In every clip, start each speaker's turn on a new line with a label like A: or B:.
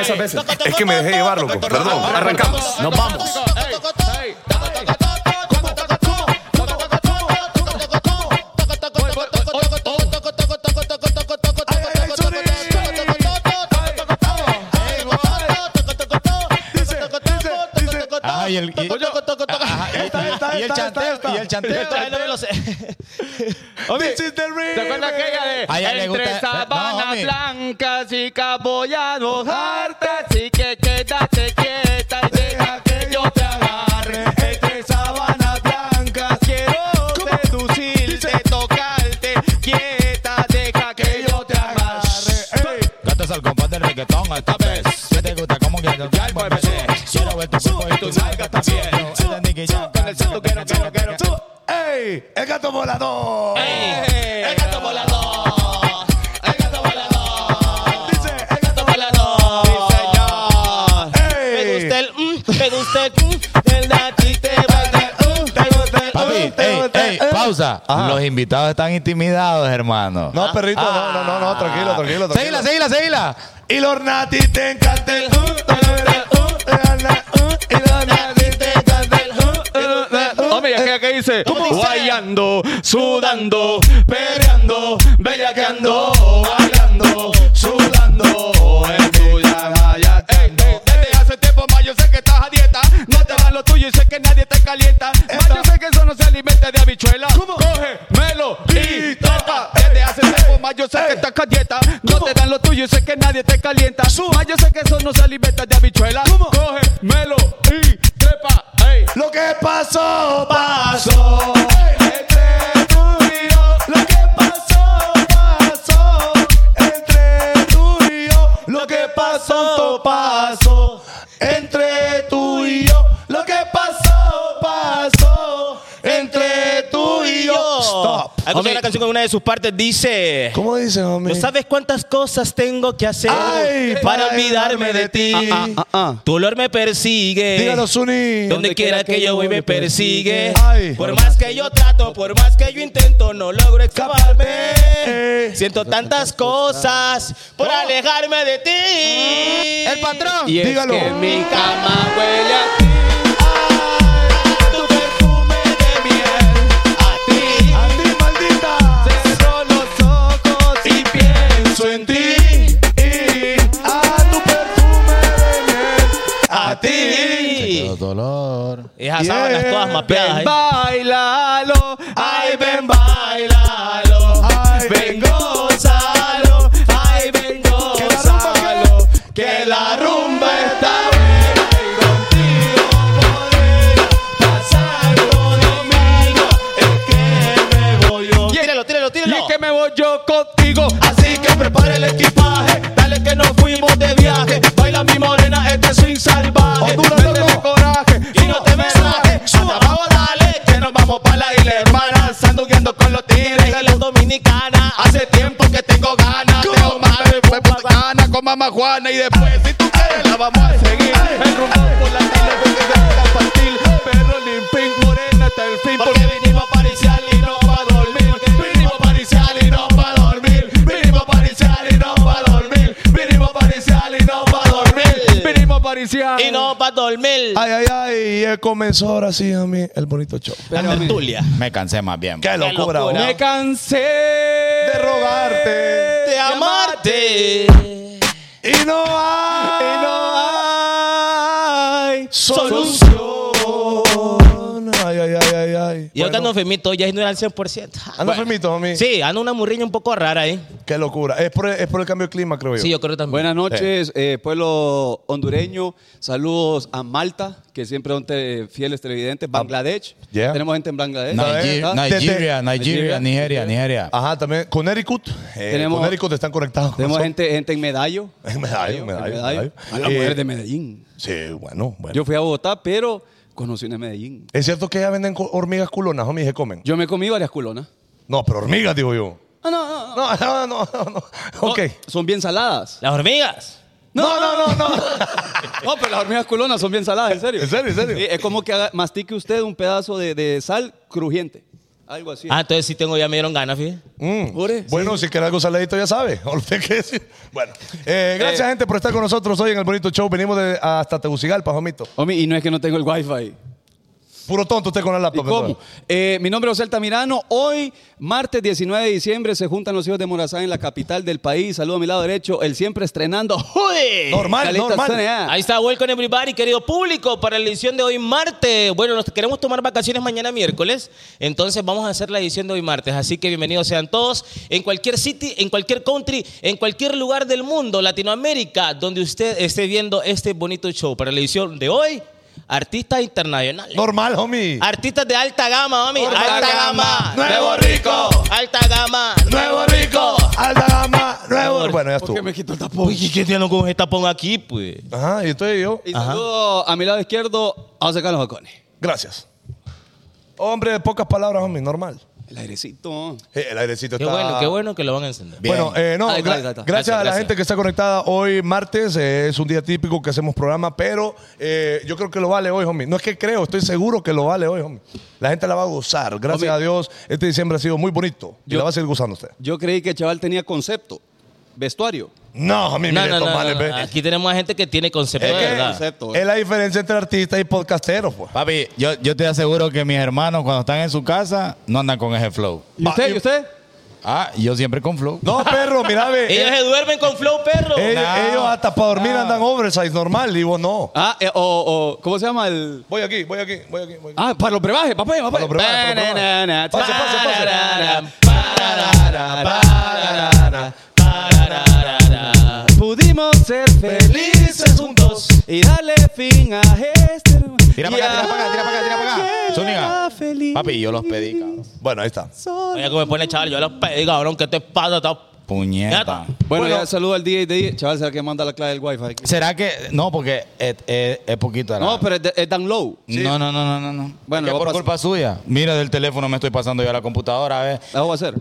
A: esas veces. Es que me dejé llevar, loco. Perdón, arrancamos.
B: Nos vamos. Ah, y el, y- ajá, y-
C: esta,
B: y-
C: esta,
B: y el
C: esta,
B: chanteo,
C: esta,
B: y el
D: Yo
B: chanteo.
D: todavía no me lo sé.
B: Oh,
C: Oye, This is the real.
D: ¿Se acuerda aquella de
B: A ella le
D: entre
B: gusta-
D: sabanas
B: no, homie.
D: blancas y cabollados hartas? Así que quédate quieta y deja que yo te agarre. Entre sabanas blancas quiero seducirte, tocarte. Quieta, deja que yo te agarre.
B: Cantas al compás del reggaetón esta vez. Que te gusta como que yo quiero volver. Quiero ver tu cuerpo y tus nalgas también. Es de Nicky Jam,
D: Con el santo quiero, quiero, quiero.
C: Tú, ¡Ey! ¡El gato volador!
D: El gato volador. El gato volador.
C: Dice, el gato
D: volador. Sí, señor. Me
C: ¡Ey!
D: gusta el mm, me gusta el mm, el Nachi te va a dar, mm, te gusta el
B: Papi,
D: mm.
B: ey, ey, pausa. Los invitados están intimidados, hermano.
C: No, perrito, no, no,
B: Ah,
C: no, no, tranquilo, tranquilo, tranquilo.
B: Seguila, seguila, seguila.
C: Y los nati te encanta el uh, te encanta el uh, te encanta el uh, y los nati te encanta el uh, y los nati- uh.
D: Hombre, ¿qué, qué dice?
C: ¿Cómo dice?
D: Guayando, sudando, peleando, bellaqueando, bailando, sudando, en tuya allá. Desde hace tiempo más yo sé que estás a dieta, no te va lo tuyo y sé que nadie te calienta. Más yo sé que eso no se alimenta de habichuela. Coge, melo y toca. Desde hace tiempo más yo sé que estás a dieta, no te dan lo tuyo y sé que nadie te calienta. Más yo sé que eso no se alimenta de habichuela. Coge, melo y trepa. Ey.
C: Lo que pasó, pasó. Entre tú y yo. Lo que pasó, pasó. Entre tú y yo. Lo que pasó, pasó. Entre tú y yo. Lo que pasó, pasó. Entre tú y yo. Stop.
D: Hay que escuchar
C: Homie,
D: la canción en una de sus partes dice.
C: ¿Cómo dice, homie?
D: No sabes cuántas cosas tengo que hacer
C: Ay,
D: para
C: para
D: olvidarme de ti.
C: Ah, ah, ah, ah.
D: Tu olor me persigue.
C: Dígalo, Zuni.
D: Donde quiera que yo voy me persigue.
C: Ay.
D: Por más que yo trato, por más que yo intento, no logro escaparme.
C: Eh.
D: Siento tantas cosas por alejarme de ti.
B: El patrón.
D: Y es
C: Dígalo.
D: que mi cama huele a ti. Ay, tu perfume de miel. A ti.
C: A ti, maldita.
D: Cierro los ojos y pienso en ti.
C: Y a tu perfume de miel.
D: A ti.
B: Dolor.
D: Esas
C: Yeah.
D: sábanas todas mapeadas. ¿eh?
C: Ven,
D: ahí. bailalo, ay, ven, bailalo.
C: Ay,
D: ven, gozalo, ay, ven, gozalo. Que la rumba está buena y contigo podría pasar un domingo. Es que me voy yo. Tíralo, tíralo, tíralo. Y es que me voy yo contigo. Así que prepara el equipaje. Dale que nos fuimos de viaje. Baila mi morena, este swing salvaje.
C: Honduras,
D: Métele
C: loco.
D: coraje y no te me rajes. Hasta abajo dale, que nos vamos para la isla hermana, sanduqueando con los tigres y las dominicanas. Hace tiempo que tengo ganas de Omar, fue por Cana con mamá Juana y después si tú quieres la vamos a seguir. El rumbo por la isla porque se va a partir, perro limpín, morena hasta el fin. Porque vinimos a pariciar y no va a dormir, vinimos a pariciar y no va a dormir, vinimos a pariciar y no va a dormir, vinimos a pariciar y no va a dormir, vinimos a pariciar y no va a dormir.
C: Ay, ay, ay, eh, comenzó ahora sí a mí el bonito show.
D: La tertulia.
B: Me cansé más bien.
C: Qué locura,
D: locura.
C: hombre.
D: Me
A: cansé
C: de rogarte
D: De amarte.
C: y no hay,
A: Y no hay.
C: solución. Ay, ay, ay, ay, ay.
D: Yo acá
C: Bueno,
D: ando enfermito, ya no era al 100%.
C: ando
D: Bueno.
C: enfermito, homie.
D: Sí, ando una murriña un poco rara ¿eh? ahí.
C: Qué locura. Es por, el, es por el cambio de clima, creo yo.
D: Sí, yo creo también.
E: Buenas noches, eh, pueblo hondureño. Saludos a Malta, que siempre son te- fieles televidentes. Bangladesh.
C: Ah, yeah.
E: Tenemos gente en Bangladesh.
B: Nigi-
C: Ah,
B: Nigeria, Nigeria,
C: Nigeria,
B: Nigeria, Nigeria.
C: Ajá, también Connecticut. Eh,
E: Tenemos-
C: Connecticut están conectados. con
E: Tenemos
C: nosotros.
E: gente, gente en Medallo.
C: En Medallo, Medallo, Medallo.
E: A la
C: Eh,
E: mujer de Medellín.
C: Sí, bueno, bueno.
E: Yo fui a Bogotá, pero conocí una en Medellín.
C: es cierto que ya venden co- hormigas culonas, homie, se comen.
E: Yo me comí varias culonas.
C: No, pero hormigas, digo yo.
E: Ah, no, no, no.
C: No, no, no, no. no. Ok.
E: Son bien saladas.
D: Las hormigas.
C: No, no, no, no.
E: No, pero las hormigas culonas son bien saladas, en serio.
C: ¿En serio, en serio?
E: Sí, es como que haga- mastique usted un pedazo de, de sal crujiente. Algo así.
F: Ah, entonces sí tengo, ya me dieron ganas, fíjate.
E: Jure,
C: Mm. Bueno, si quiere algo saladito ya sabe. O lo que quiere decir. Bueno, eh, gracias gente por estar con nosotros hoy en el bonito show. Venimos de Eh, hasta Tegucigalpa, Jomito.
E: Homie, y no es que no tengo el wifi.
C: Puro tonto usted con la
E: ¿Y
C: laptop.
E: cómo?
C: entonces.
E: Eh, mi nombre es José Mirano. Hoy, martes 19 de diciembre, se juntan los hijos de Morazán en la capital del país. Saludo a mi lado derecho, el siempre estrenando. ¡Jude!
C: Normal,
E: Caletas
C: normal.
E: TNA.
F: Ahí está, welcome everybody, querido público, para la edición de hoy martes. Bueno, nos queremos tomar vacaciones mañana miércoles, entonces vamos a hacer la edición de hoy martes. Así que bienvenidos sean todos en cualquier city, en cualquier country, en cualquier lugar del mundo, Latinoamérica, donde usted esté viendo este bonito show. Para la edición de hoy, artistas internacionales.
C: Normal, homie.
F: Artistas de alta gama, mami. Alta gama.
C: Nuevo rico.
F: Alta gama.
C: Nuevo rico. Alta gama. Nuevo. Bueno, ya
E: ¿Por qué
C: estuvo.
E: me quito el tapón?
F: Uy, ¿qué- ¿qué tiene con ese tapón aquí, pues?
C: Ajá, y estoy yo.
E: Y saludo a mi lado izquierdo, a José Carlos Jacones.
C: Gracias. Hombre de pocas palabras, homie. Normal.
E: El airecito.
C: Eh, El airecito
F: Qué
C: está.
F: bueno, qué bueno que lo van a encender.
D: Bien.
C: Bueno, eh, no,
E: Ahí está,
C: gra-
E: ahí está, ahí está.
C: gracias,
F: Gracias,
C: a la
F: gracias.
C: gente que está conectada hoy martes. eh, es un día típico que hacemos programa, pero eh, yo creo que lo vale hoy, homie. No es que creo, estoy seguro que lo vale hoy, homie. La gente la va a gozar. Gracias
E: Homie.
C: a Dios, este diciembre ha sido muy bonito. Y
E: Yo-
C: la va a seguir gozando usted.
E: Yo creí que el chaval tenía concepto, vestuario.
C: No, homie,
F: No,
C: mire,
F: no, no,
C: tomale,
F: no,
C: ve.
F: no. Ah, Aquí tenemos a gente que tiene concepto
C: Es
F: de
C: que-
F: verdad.
E: Concepto.
C: Es la diferencia entre artistas y podcasteros, pues.
B: Papi, yo, yo te aseguro que mis hermanos cuando están en su casa no andan con ese flow.
E: ¿Y usted? ¿Y usted?
B: Ah, yo siempre con flow.
C: No, perro, mira, ve.
F: Ellos
C: eh,
F: se duermen con flow, perro.
C: ellos,
B: No,
C: ellos hasta para dormir andan oversize normal, y vos no.
E: Ah, eh, o, o- ¿cómo se llama el...?
C: Voy aquí, voy aquí, voy aquí. Voy aquí.
E: Ah, para los brebajes, papá, papá.
C: Para los brebajes, para los brebajes.
E: Banana,
C: Pase, pase, pase.
E: tararara, pararara, pararara, pararara. Pudimos ser felices juntos y darle fin a este...
B: Tira para acá, tira para acá, tira para acá, tira para acá. Zúñiga. Papi, yo los pedí, cabrón.
C: Bueno, ahí está.
F: Oye, como me pone chaval, yo los pedí, cabrón, ¿qué te pasa? Está-
B: Puñeta.
E: Bueno,
C: Bueno.
E: ya saludo al DJ. de- Chaval, será que manda la clave del wifi.
B: ¿Será que.? No, porque es, es- es poquito. era.
E: No, pero es, de- es Dan Low.
B: No, no, no, no, no, no.
E: Bueno,
B: Es
E: lo
B: que por
E: pas-
B: culpa suya. Mira, del teléfono me estoy pasando yo a la computadora. A ver.
E: La voy a hacer.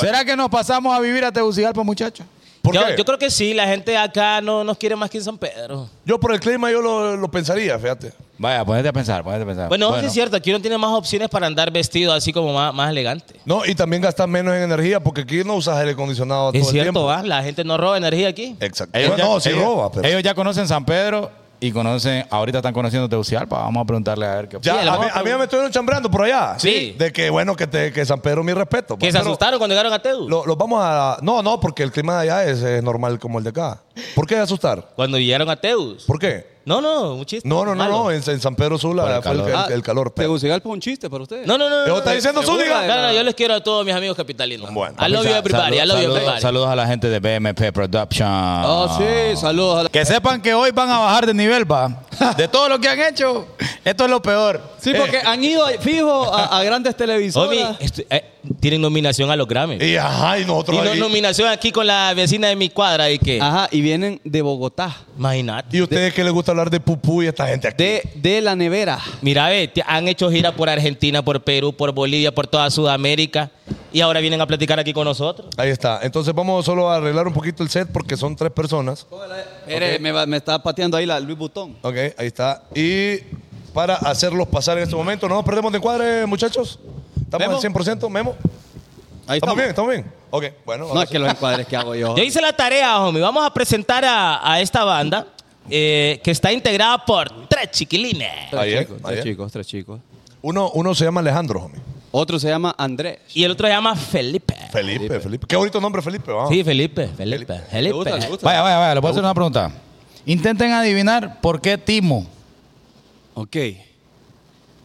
B: ¿Será que nos pasamos a vivir a Tegucigalpa, muchachos?
C: ¿Por
F: yo,
C: qué?
F: yo creo que sí, la gente acá no nos quiere más que en San Pedro.
C: Yo por el clima yo lo, lo pensaría, fíjate.
B: Vaya, ponete a pensar, ponete a pensar.
F: Bueno, sí es cierto, aquí uno tiene más opciones para andar vestido así como más, más elegante.
C: No, y también gastas menos en energía porque aquí no usas aire acondicionado todo
F: Es
C: el
F: cierto,
C: tiempo.
F: va, la gente no roba energía aquí.
C: Exacto.
B: Ellos
C: Bueno,
B: ya-
C: no, sí
B: ellos-
C: roba, pero.
B: Ellos ya conocen San Pedro y conocen, ahorita están conociendo Tegucigalpa. Vamos a preguntarle a ver qué
C: ya,
F: Sí, lo
C: a, mí,
F: vamos a
C: a mí ya me estuvieron chambrando por allá.
F: Sí.
C: De que, bueno, que, te- que San Pedro, mi respeto.
F: Que
C: pues,
F: se
C: pero
F: asustaron cuando llegaron a Teu.
C: Lo, los vamos a. No, no, porque el clima de allá es, eh, normal como el de acá. ¿Por qué asustar?
F: Cuando llegaron a Teus.
C: ¿Por qué?
F: No, no, un chiste.
C: No, no, no,
F: malo.
C: no. En, en San Pedro
B: Por
C: Sula
B: el
C: fue el,
B: calor.
C: el- el calor.
E: ¿Te
C: pero-
E: Ah, Tegucigalpa es un chiste para usted.
F: No, no, no.
C: Yo
F: no,
C: está
F: no.
C: diciendo
E: Seguro,
C: Zúñiga.
E: eh.
F: No, no, yo les quiero a todos mis amigos capitalinos.
C: Bueno.
F: I love you everybody, I love you
B: Saludos-
F: everybody. Oh,
B: Saludos a la gente de BMP Production.
E: Ah, sí, saludos a la...
B: Que sepan que hoy van a bajar de nivel, va. De todo lo que han hecho, esto es lo peor. Eh.
E: Sí, porque han ido fijo a, a grandes televisoras.
F: Homie, estu- eh, tienen nominación a los Grammy.
C: Y ajá, y nosotros.
F: Tienen
C: ahí-
F: nominación aquí con la vecina de mi cuadra y que.
E: Ajá, y vienen de Bogotá,
F: Imagínate.
C: ¿Y ustedes que les gusta hablar de pupú y esta gente aquí?
E: de, de la nevera.
F: Mira, ve, te- han hecho gira por Argentina, por Perú, por Bolivia, por toda Sudamérica. Y ahora vienen a platicar aquí con nosotros.
C: Ahí está. Entonces vamos solo a arreglar un poquito el set porque son tres personas.
E: Espere, me, va- me está pateando ahí la Luis Butón.
C: Ok, ahí está. Y para hacerlos pasar en este momento, no nos perdemos de encuadre, muchachos. Estamos
E: ¿Memo?
C: al 100%, Memo. ¿Estamos
E: Ahí estamos.
C: bien? ¿Estamos bien? Ok, bueno.
E: No
C: ahora
E: es
C: sí.
E: que los encuadres que hago yo.
F: Yo hice la tarea, homie. Vamos a presentar a, a esta banda eh, que está integrada por tres chiquilines.
E: Tres
C: Ayer,
E: chicos, tres
C: ayer.
E: chicos, tres chicos.
C: Uno, uno se llama Alejandro, homie.
E: Otro se llama Andrés.
F: Y el otro se llama Felipe.
C: Felipe, Felipe. Qué bonito nombre, Felipe. vamos.
F: Sí, Felipe, Felipe,
E: ¿Le
F: Felipe.
E: gusta? ¿Le gusta?
B: Vaya, vaya, vaya, les voy a hacer una pregunta. Intenten adivinar por qué Timo.
E: Ok.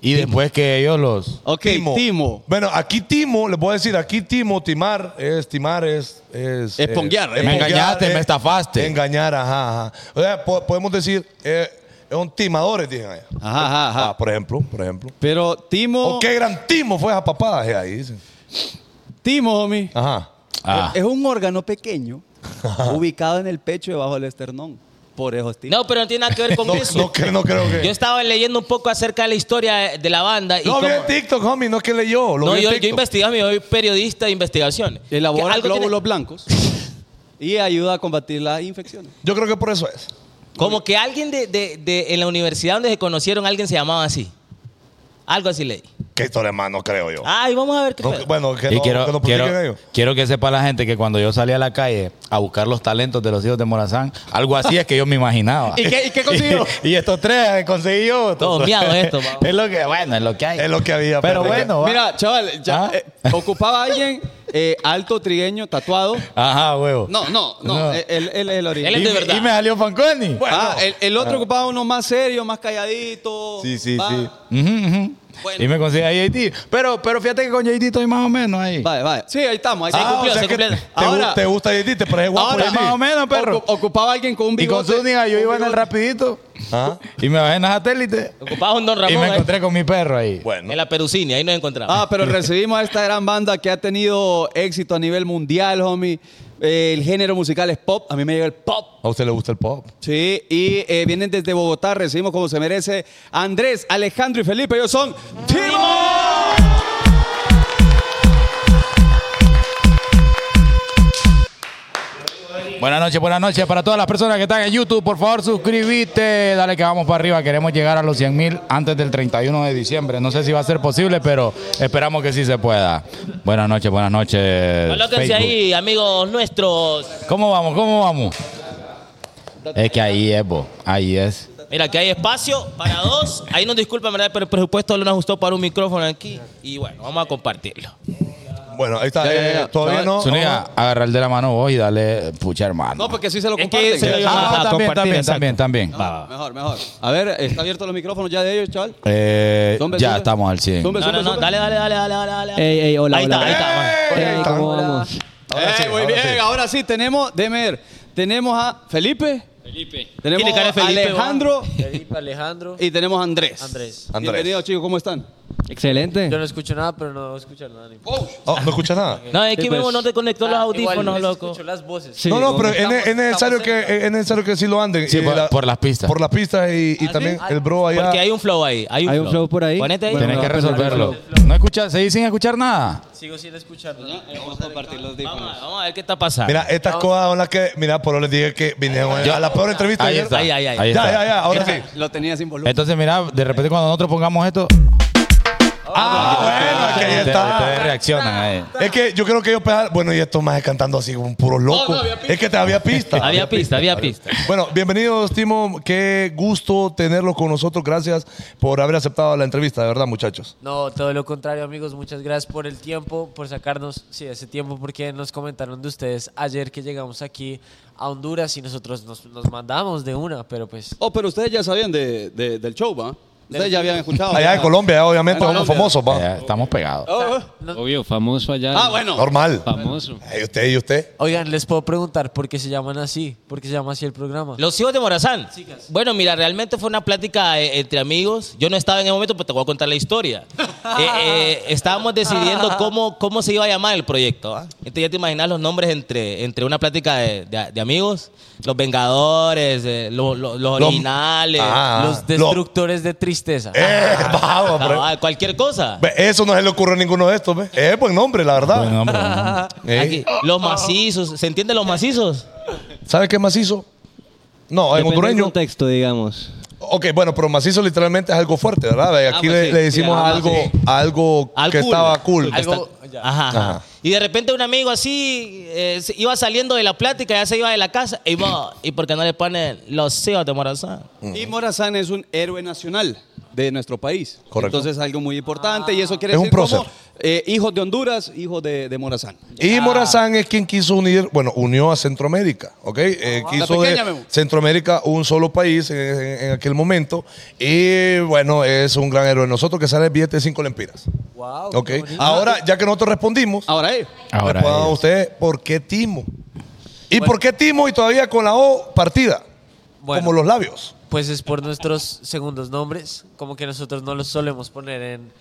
B: Y después Pues que ellos los.
E: Ok, Timo.
C: Bueno, aquí Timo, les voy a decir, aquí Timo, timar, es timar, es... Es,
E: Es ponguear, eh.
C: es
E: me
C: ponguear,
B: engañaste,
C: es
B: me estafaste.
C: Engañar, ajá, ajá. O sea, po- podemos decir, eh, son timadores, dicen allá.
E: Ajá, ajá, ajá.
C: Ah, por ejemplo, por ejemplo.
E: Pero Timo,
C: O qué gran Timo fue esa papada, eh, ahí dicen.
E: Timo, homie,
C: Ajá.
B: Ah.
E: es un órgano pequeño ubicado en el pecho debajo del esternón. Por eso es Timo.
F: No, pero no tiene nada que ver con
C: No,
F: eso.
C: no cre- no creo que-
F: Yo estaba leyendo un poco acerca de la historia de la banda. Y
C: Lo vi
F: cómo-
C: en TikTok, homie, no es que leyó. Lo
F: No,
C: vi en
F: yo, yo
C: TikTok.
F: investigaba, yo soy periodista de investigación.
E: Elabora
F: algo tiene-
E: glóbulos blancos y ayuda a combatir las infecciones.
C: Yo creo que por eso es.
F: Como que alguien de, de- de- en la universidad donde se conocieron, alguien se llamaba así. Algo así leí.
C: Que esto le mano, creo yo.
F: Ay, vamos a ver qué
C: No,
F: pedo.
C: bueno, que
B: Y
C: no,
B: quiero,
C: que no
B: quiero,
C: publiquen ellos.
B: quiero que sepa la gente que cuando yo salí a la calle a buscar los talentos de los hijos de Morazán, algo así es que yo me imaginaba.
F: ¿Y qué- y qué consiguió?
B: y, estos tres eh, conseguí yo.
F: Todo miado esto, vamos.
B: es lo que, bueno, es lo que hay.
C: Es lo que había,
B: Pero
C: fíjate que-
B: bueno, va.
E: Mira, chaval, ya,
B: Ah.
E: eh, ocupaba a alguien eh, alto, trigueño, tatuado.
B: Ajá, huevo.
E: No, no, no, eh,
B: No.
E: Él, él- él es el original.
F: Él es de
B: Y-
F: verdad.
B: Y me salió Fanconi.
E: Ah, el, el otro ocupaba uno más serio, más calladito.
C: Sí, sí,
E: va.
C: sí.
B: Ujú, ujú.
E: Bueno.
B: Y me conseguí a JD. Pero, pero fíjate que con JD estoy más o menos ahí.
E: Vale, vale. Sí, ahí estamos. Ahí
B: Ah,
F: Se
E: estamos.
C: Ah, o
F: cumplió,
C: sea
F: se
C: que
F: cumplió.
C: Te, gu-
E: Ahora-
C: te gusta JD, te pones guapo
E: Ahora-
C: JD.
B: más o menos, perro.
E: Ocu- ocupaba a alguien con un
B: Y con
E: bigote.
B: Zúñiga yo
E: un
B: iba en el
E: bigote.
B: rapidito.
C: Ajá.
B: Ah, Y me bajé en la satélite.
F: Ocupaba un Don Ramón
B: Y me
F: ahí,
B: encontré con mi perro ahí.
C: Bueno.
F: en la Perucini, ahí nos encontramos.
E: Ah, pero recibimos a esta gran banda que ha tenido éxito a nivel mundial, homie. Eh, el género musical es pop. A mí me llega el pop.
C: ¿A usted le gusta el pop?
E: Sí, y eh, vienen desde Bogotá. Recibimos como se merece Andrés, Alejandro y Felipe. Ellos son Timo.
B: Buenas noches, buenas noches. Para todas las personas que están en YouTube, por favor, suscríbete. Dale que vamos para arriba. Queremos llegar a los 100 mil antes del 31 de diciembre. No sé si va a ser posible, pero esperamos que sí se pueda. Buenas noches, buenas noches.
F: Colóquense
B: Facebook.
F: ahí, amigos nuestros.
B: ¿Cómo vamos? ¿Cómo vamos? Es que ahí es, bo. Ahí es.
F: Mira, que hay espacio para dos. Ahí nos disculpan, ¿verdad? Pero el presupuesto no nos ajustó para un micrófono aquí. Y bueno, vamos a compartirlo.
C: Bueno, ahí está.
E: Ya, ya, ya.
C: eh, Todavía
E: Ya,
C: no.
B: Zúñiga, agarrar de la mano vos y dale, pucha, hermano.
E: No, porque sí se lo
F: Es que
E: comparten.
F: se lo iba
B: Ah,
F: Ah,
B: también,
F: compartir,
B: también,
F: exacto.
B: también, también.
E: Mejor, mejor. A ver, está abierto los micrófonos ya de ellos, chaval.
B: Eh,
E: Zumbe,
B: ya
E: zumbe.
B: estamos al 100.
E: Zumbe,
F: No, no, no. Dale, dale, dale, dale, dale. dale.
G: Ey, ey, hola,
F: ahí
G: hola.
F: está, ahí está. bueno.
G: Ey, ¿Cómo
E: Hola.
G: vamos?
C: Ahora
E: Eh,
C: sí,
E: muy
C: ahora
E: bien,
C: sí.
E: ahora sí tenemos, Demer, tenemos a Felipe. Tenemos
F: Tiene cara de
E: a
F: Felipe,
E: Alejandro
H: Felipe Alejandro.
E: y tenemos a Andrés.
H: Andrés.
C: Andrés.
E: Bienvenidos, chicos, ¿cómo están?
G: Excelente.
H: Yo no escucho nada, pero no voy a escuchar nada. ni-
C: Oh, ¿No escuchas nada?
F: No, es que
G: Sí, pues.
F: mismo no te conectó los
H: Ah,
F: audífonos,
H: igual,
F: loco.
H: Escucho las voces.
G: Sí,
C: No, no, pero
H: Estamos-
C: es, es necesario
H: estamos
C: que,
H: cerca.
C: es necesario que sí lo anden.
B: Sí,
C: Y
B: por- por las pistas.
C: Por las pistas y, y también el bro allá.
F: Porque hay un flow ahí. Hay un,
G: Hay un flow por ahí.
F: Ponete ahí.
G: Bueno,
B: Tenés que
G: vamos a perder
B: resolverlo.
G: el
B: No escuchar, seguís sin escuchar nada.
H: Sigo sin escuchar nada.
E: eh, Vamos a compartir los
F: Vamos, a- vamos a ver qué está pasando.
C: Mira, estas cosas son las que. Mira, por lo les dije que vinieron a la peor entrevista.
B: Ahí
C: ayer.
B: está.
F: Ahí, ahí, ahí.
C: Ya, ya, ya, ahora sí.
E: Lo tenía sin volumen.
B: Entonces, mira, de repente cuando nosotros pongamos esto,
C: Ah, bueno, es que ahí
B: ustedes, ustedes
C: está.
B: reaccionan ahí.
C: Es que yo creo que ellos pegaron. Bueno, y estos más cantando así como un puro loco. Es que te había pista.
F: había pista, había pista.
C: Bueno, bienvenidos, Timo. Qué gusto tenerlo con nosotros. Gracias por haber aceptado la entrevista, de verdad, muchachos.
H: No, todo lo contrario, amigos. Muchas gracias por el tiempo, por sacarnos, sí, ese tiempo, porque nos comentaron de ustedes ayer que llegamos aquí a Honduras y nosotros nos, nos mandamos de una, pero pues.
E: Oh, pero ustedes ya sabían de, de- del show, ¿va? Ustedes ya habían escuchado.
C: Allá en Colombia, ya, obviamente,
E: En
C: somos
E: Colombia.
C: famosos, va.
B: Ya Eh, Estamos pegados.
E: Oh, oh.
F: Ah,
I: Obvio, famoso allá.
E: Ah, bueno.
C: Normal. Eh,
I: Famoso.
C: ¿Y usted y usted?
H: Oigan, les puedo preguntar por qué se llaman así, por qué se llama así el programa.
F: Los hijos de Morazán. Bueno, mira, realmente fue una plática eh, entre amigos. Yo no estaba en el momento, pero te voy a contar la historia. Eh, eh, estábamos decidiendo cómo, cómo se iba a llamar el proyecto. ¿ah? Entonces ya te imaginas los nombres entre, entre una plática de, de- de amigos. Los Vengadores, eh, lo- lo- los
C: Los-
F: originales.
C: Ah,
H: Los
C: lo-
H: destructores de tristeza.
C: Eh, vamos, bro.
F: cabal, cualquier cosa.
C: Ve, Eso no se le ocurre a ninguno de estos, ¿ve? Es buen nombre, la verdad.
B: Buen hombre, buen hombre.
C: Eh,
F: Aquí, los macizos. ¿Se entiende los macizos?
C: ¿Sabe qué macizo? No, en
G: Depende del
C: hondureño.
G: contexto, digamos.
C: Ok, bueno, pero macizo literalmente es algo fuerte, ¿verdad? Ve, Aquí
F: pues
C: le,
F: sí,
C: le
F: sí,
C: decimos
F: algo
C: algo,
F: así.
C: algo
F: Al
C: que
F: cool.
C: estaba cool.
F: Algo- ajá, ajá.
C: Ajá.
F: Y de repente un amigo así eh, se- iba saliendo de la plática, ya se iba de la casa. Y, va, ¿y por qué no le ponen los hijos de Morazán?
E: Y Morazán es un héroe nacional de nuestro país.
C: Correcto. Ah.
E: Entonces es algo muy importante y eso quiere
C: Es un
E: decir como
C: prócer.
E: eh, hijos de Honduras, hijos de, de Morazán.
F: Ah.
C: Y Morazán es quien quiso unir, bueno, unió a Centroamérica, ¿ok?
F: Ah,
C: Eh, quiso
E: La pequeña,
C: de
E: Memo.
C: Centroamérica un solo país en, en- en aquel momento. Y bueno, es un gran héroe. Nosotros que sale el billete de 5 lempiras.
H: Wow.
C: ¿Ok?
H: qué bonito.
C: Ahora, ya que nosotros respondimos,
E: Ahora ellos.
B: Ahora
C: respondan
B: ellos.
C: ustedes por qué Timo. ¿Y por qué Timo y todavía con la O partida?
H: Bueno.
C: Como los labios.
H: Pues es por nuestros segundos nombres, como que nosotros no los solemos poner en,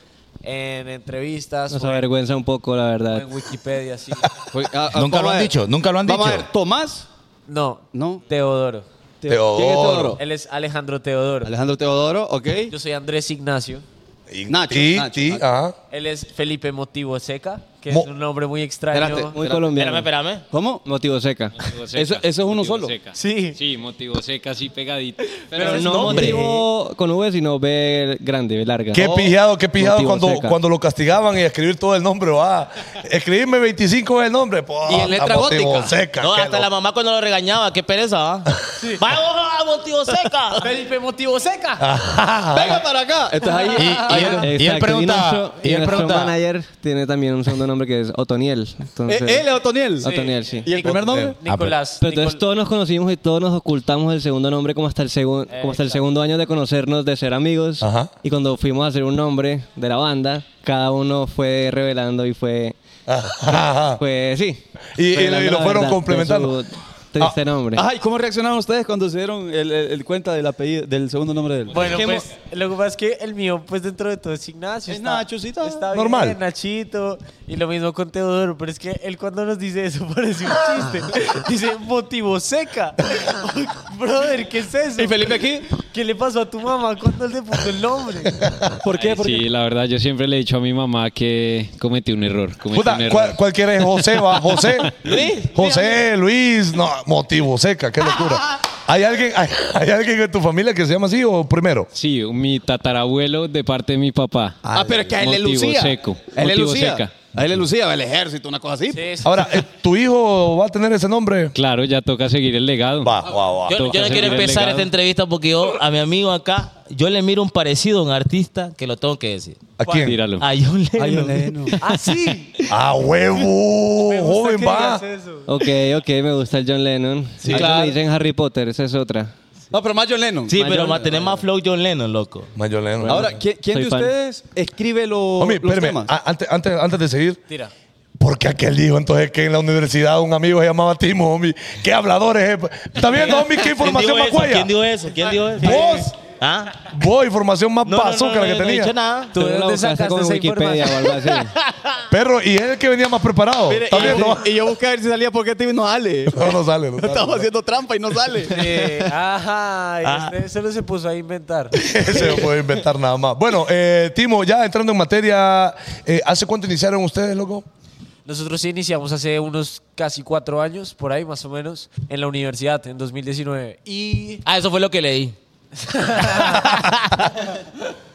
H: en entrevistas
G: Nos
H: o en,
G: avergüenza un poco, la
H: o
G: verdad.
H: en Wikipedia, así.
E: Fue- ah, ah,
B: Nunca lo
E: vamos a
B: han
E: ver.
B: dicho, nunca lo han
E: Vamos a
B: dicho.
E: ver, Tomás.
H: No,
E: No.
H: Teodoro.
E: Teo- ¿Quién es Teodoro?
H: Él es Alejandro Teodoro.
E: Alejandro Teodoro, ok.
H: Yo soy Andrés Ignacio.
C: Y-
E: Nacho,
C: y-
E: Nacho,
C: y-
E: Nacho.
C: ajá.
H: Él es Felipe Motivo Seca. que es
J: Mo-
H: un nombre muy extraño.
F: Espérate.
G: Muy colombiano.
F: Espérame, espérame.
E: ¿Cómo?
G: Motivo seca.
E: Eso- eso es uno solo.
H: Sí.
K: Sí, motivo seca, sí pegadito. Pero,
F: Pero es
K: no,
F: nombre.
G: Motivo con V, sino B grande, B larga.
C: Qué
G: Oh,
C: pijado, qué pijado
G: motivo
C: cuando,
G: seca.
C: cuando lo castigaban y escribir todo el nombre. Ah, escribirme 25 es el nombre. pues, po,
F: Y en letra
C: la motivo
F: gótica.
C: seca,
F: no,
C: qué
F: hasta
C: lo-
F: la mamá cuando lo regañaba, qué pereza, ¿va? ¡Vamos a Motivo Seca!
H: Felipe Motivo Seca.
E: Venga para acá. Estás ahí.
D: Y, y
E: ahí
D: él,
E: no.
D: y él
G: Exacto.
D: pregunta.
G: Y nuestro,
D: Y, él
G: nuestro
D: pregunta.
G: manager tiene también un segundo nombre que es Otoniel. Entonces,
E: Eh, ¿Él es Otoniel?
G: Otoniel, sí. Eh. Ah,
E: ¿Y el primer nombre?
H: Nicolás.
G: Pero entonces
H: Nicol-
G: todos nos conocimos y todos nos ocultamos el segundo nombre como hasta el, segun- como hasta el segundo año de conocernos, de ser amigos.
C: Ajá.
G: Y cuando fuimos a hacer un nombre de la banda, cada uno fue revelando y fue...
C: Ajá.
G: Pues sí.
C: Y- y- y
G: revelando
C: lo
G: la
C: fueron
G: verdad de
C: complementando.
G: su Triste nombre.
E: Ay, ¿cómo reaccionaron ustedes cuando se dieron el, el- el cuenta del apellido, del segundo nombre de él?
H: Bueno,
F: Dejemos-
H: pues lo que pasa es que el mío, pues dentro de todo es Ignacio.
E: Es
H: está-
E: Nacho, sí, está
H: está
C: normal.
H: bien, Nachito. Y lo mismo con Teodoro. Pero es que él cuando nos dice eso parece un chiste. dice motivo seca. Brother, ¿qué es eso?
E: ¿Y Felipe aquí?
H: ¿Qué le pasó a tu mamá cuando él le puso el nombre?
E: ¿Por qué?
K: Ay,
E: ¿Por
K: Sí, la verdad, yo siempre le he dicho a mi mamá que cometí un error. cometí
C: Puta,
K: un error.
C: ¿cuál, cuál quieres? José, va. José.
F: eh. Luis.
C: José, Luis. No, motivo seca, qué locura. ¿Hay alguien, hay, hay alguien en tu familia que se llama así o primero?
K: Sí, mi tatarabuelo de parte de mi papá.
E: Ah, pero es que a él le
K: Motivo
E: lucía.
K: seco.
E: A él le
K: Motivo
E: lucía. Ah,
K: seca.
E: A él le lucía, el ejército, una cosa así.
C: Ahora, eh, ¿tu hijo va a tener ese nombre?
K: Claro, ya toca seguir el legado.
C: Va, va, va.
F: Yo, yo
K: Toca
F: no quiero
K: seguir el
F: empezar este
K: legado.
F: esta entrevista porque yo, a mi amigo acá, yo le miro un parecido a un artista que lo tengo que decir.
C: ¿A quién?
K: Tíralo.
F: A John Lennon.
H: ¡Ah, sí!
C: ¡Ah, huevo!
H: gusta
C: ¡Joven,
H: que
C: va!
H: digas eso.
G: Ok, ok, me gusta el John Lennon. Sí,
E: claro.
G: Me dicen Harry Potter, esa es otra.
E: No, pero más John Lennon.
F: Sí, pero más, tenés más flow John Lennon, loco.
C: Mayoleno.
E: Ahora, ¿quién, quién
G: Soy
E: de
G: fan.
E: ustedes escribe lo-
C: Homie,
E: los
C: espérame,
E: temas?
C: a- antes, antes, antes de seguir,
H: Tira.
C: porque aquel dijo entonces que en la universidad un amigo se llamaba Timo, homie. ¡Qué habladores! ¿Está viendo, homie, qué
F: ¿Quién
C: información
F: dijo
C: más
F: eso?
C: cuella?
F: ¿Quién dijo eso? ¿Quién dijo eso?
C: ¿Vos?
F: ¿Ah?
C: Vos, información más bazooka la que
F: no he
C: tenía.
F: dicho nada.
H: ¿Tú de
G: la
H: dónde
G: buscaste
H: sacaste
G: como en
H: esa
G: Wikipedia o
H: información?
G: algo así.
C: Perro, y es el que venía más preparado.
E: Mire,
C: ¿Está
E: y-
C: viendo? va?
E: y, yo busqué a ver si salía porque este no sale.
C: No, no sale. No sale.
E: Estamos haciendo trampa y no sale.
H: Eh, ajá, y
F: Ah.
H: usted solo se puso a inventar.
C: Se lo puede inventar nada más. Bueno, eh, Timo, ya entrando en materia, eh, ¿hace cuánto iniciaron ustedes, loco?
H: Nosotros sí iniciamos hace unos casi cuatro años, por ahí más o menos, en la universidad, en 2019. Y
F: Ah, eso fue lo que leí.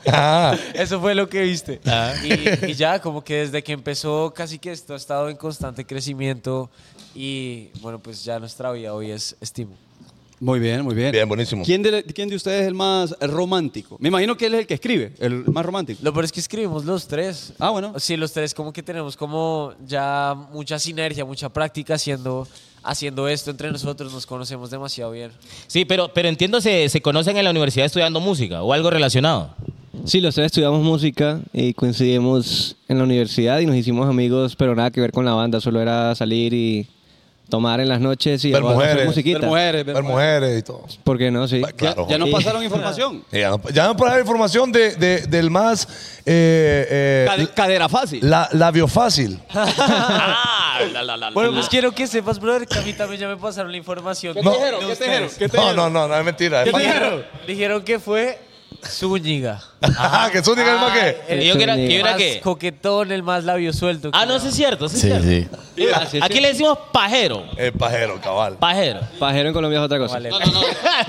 C: Ah,
H: eso fue lo que viste. Y, y ya, como que desde que empezó, casi que esto ha estado en constante crecimiento. Y bueno, pues ya nuestra vida hoy es Estimo.
E: Muy bien, muy bien.
C: bien, buenísimo.
E: ¿Quién de, ¿Quién de ustedes es el más romántico? Me imagino que él es el que escribe, el más romántico.
H: Lo peor es que escribimos los tres.
E: Ah, bueno.
H: Sí, los tres como que tenemos como ya mucha sinergia, mucha práctica haciendo, haciendo esto entre nosotros. Nos conocemos demasiado bien.
F: Sí, pero, pero entiendo, se, se conocen en la universidad estudiando música o algo relacionado.
G: Sí, los tres estudiamos música y coincidimos en la universidad y nos hicimos amigos, pero nada que ver con la banda, solo era salir y tomar en las noches y
C: Ver
G: hacer
C: mujeres.
G: musiquita.
E: Ver mujeres, ver
C: Ver mujeres y todo.
G: ¿Por qué no? Sí.
E: Ya,
C: Claro.
E: ya nos
G: Sí.
E: pasaron información.
C: Ya, no- ya no para la información de, de- del más eh, eh,
E: Cade- cadera fácil.
C: la, labio fácil.
F: Ah,
H: Bueno, pues quiero que sepas, brother, que a mí también ya me pasaron la información.
C: No.
H: de
E: dijeron? ¿Qué
H: ustedes.
E: te dijeron? ¿Qué te
C: No,
E: dijeron?
C: no, no, no es mentira. Es más-
H: Dijeron que fue Zúñiga. Ah,
C: Ajá, que Zúñiga es más que.
H: El
F: ¿Y yo qué era-
G: Zúñiga.
F: yo era
H: más
F: qué?
H: coquetón, el más labio suelto.
F: Ah, no, sí es cierto, sí es cierto. Aquí le decimos pajero.
C: El pajero, cabal.
F: Pajero.
G: Pajero en Colombia es otra cosa.
H: Vale.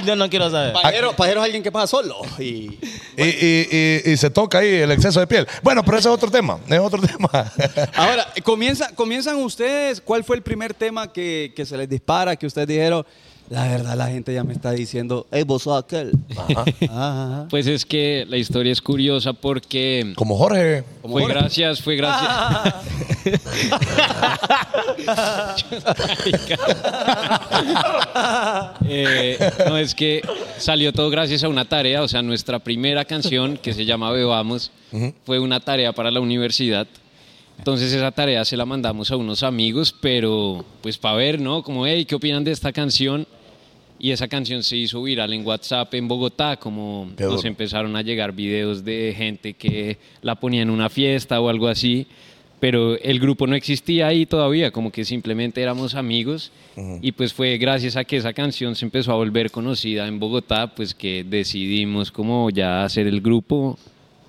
F: Yo no quiero saber.
E: Pajero, pajero es alguien que pasa solo. Y
C: Y, y- y- y se toca ahí el exceso de piel. Bueno, pero ese es otro tema. Es otro tema.
E: Ahora, eh, comienza, comienzan ustedes. ¿Cuál fue el primer tema que, que se les dispara? Que ustedes dijeron, la verdad, la gente ya me está diciendo, hey, vos sos aquel. Ah, Ajá, ajá.
K: Pues es que la historia es curiosa porque
C: Como Jorge.
K: fue gracias, fue gracias. Eh, no, es que salió todo gracias a una tarea, o sea, nuestra primera canción que se llama Bebamos fue una tarea para la universidad. Entonces esa tarea se la mandamos a unos amigos, pero pues para ver, ¿no? Como, hey, ¿qué opinan de esta canción? Y esa canción se hizo viral en WhatsApp en Bogotá, como
C: Qué
K: nos
C: duro.
K: empezaron a llegar videos de gente que la ponía en una fiesta o algo así, pero el grupo no existía ahí todavía, como que simplemente éramos amigos y pues fue gracias a que esa canción se empezó a volver conocida en Bogotá, pues que decidimos como ya hacer el grupo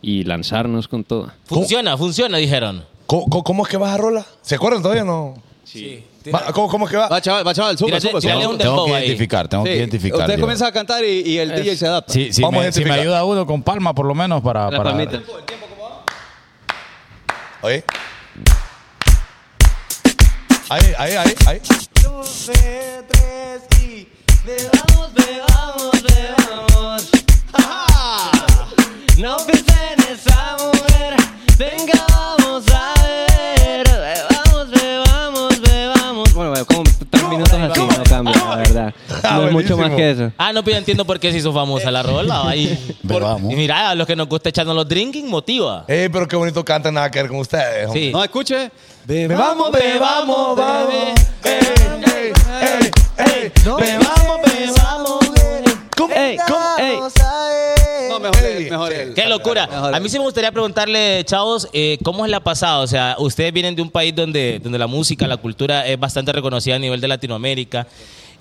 K: y lanzarnos con todo.
F: Funciona, funciona, dijeron.
C: ¿Cómo, cómo- cómo es que vas a rola? ¿Se acuerdan todavía o no?
H: Sí.
C: Va- ¿Cómo, cómo es que va?
E: Va, chaval, va, chaval, sube,
F: Tírate-
E: sube,
F: tírale
E: sube.
F: un
B: Tengo que
F: dembow ahí.
B: identificar, tengo
E: Sí,
B: que identificar.
E: Ustedes
B: yo.
E: comienzan a cantar y, y el DJ se adapta.
B: Sí, sí,
C: Vamos a
B: me, si me
C: identificar.
B: ayuda uno con palma, por lo menos, para.
K: La
B: para-
K: palmita.
C: Ahí. Ahí, ahí, ahí, ahí.
F: No pienses en esa mujer. Venga, vamos a ver. Vamos, bebamos, bebamos.
G: Bueno, bueno, como tres minutos así no cambia, la verdad.
C: Ah,
G: No es mucho
C: buenísimo.
G: más que eso.
F: Ah, no, pero yo entiendo por qué se hizo famosa la rola. Ahí.
B: Bebamos.
F: Y mira, a los que nos gusta echarnos los drinking, motiva.
C: Ey, pero qué bonito cantan nada que ver con ustedes. hombre.
F: Sí.
E: No, escuche.
C: Bebamos, bebamos, bebé. Ey, ey, ey, ey. Bebamos, bebamos, bebé. ¿Cómo?
G: ¡Ey! ¡Ey!
E: No, mejor
C: Ey.
E: él, mejor él.
F: Qué locura.
E: Mejor
F: A mí sí me gustaría preguntarle, chavos, eh, ¿cómo es la pasada? O sea, ustedes vienen de un país donde, donde la música, la cultura es bastante reconocida a nivel de Latinoamérica.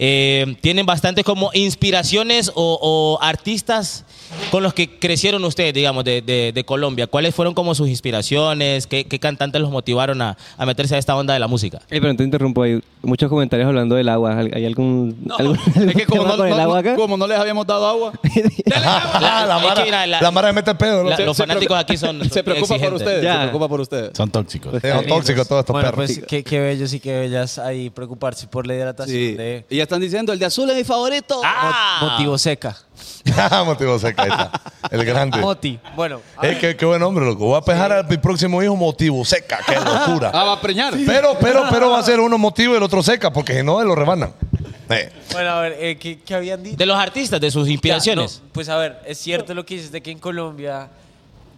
F: Eh, ¿Tienen bastantes como inspiraciones o, o artistas con los que crecieron ustedes, digamos, de, de- de Colombia? ¿Cuáles fueron como sus inspiraciones? ¿Qué, qué cantantes los motivaron a, a meterse a esta onda de la música?
G: Ey, pero te interrumpo, hay muchos comentarios hablando del agua. ¿Hay hay algún, algún, algún
E: Es que como
G: tema
E: no,
G: con el
E: no-
G: agua acá?
E: como no les habíamos dado agua,
C: Ah, la
F: Es que
C: mara,
F: mira, la-
C: la mara me mete el pedo, ¿no?
F: la- los
E: se
F: fanáticos aquí son.
E: se
F: son
E: preocupa por
F: exigentes.
E: ustedes.
G: Ya.
E: Se preocupa por ustedes.
B: Son tóxicos.
C: Son tóxicos todos estos
H: Bueno,
C: perros.
H: pues qué, qué bellos y qué bellas ahí preocuparse por la hidratación
E: Sí.
H: de
E: Y ya están diciendo, el de azul es mi favorito.
F: ¡Ah!
H: mo- motivo seca.
C: Motivo seca, ahí está. El grande.
H: Moti. Bueno, a
C: Ey, qué, qué buen hombre, loco. Voy a pejar a mi próximo hijo motivo seca. Qué locura.
E: Ah, va a preñar.
C: Pero, pero, pero va a ser uno motivo y el otro seca, porque si no, lo rebanan. Eh.
H: Bueno, a ver, eh, ¿qué, qué habían dicho?
F: De los artistas, de sus inspiraciones.
H: Ya, no, pues a ver, es cierto lo que dices de que en Colombia,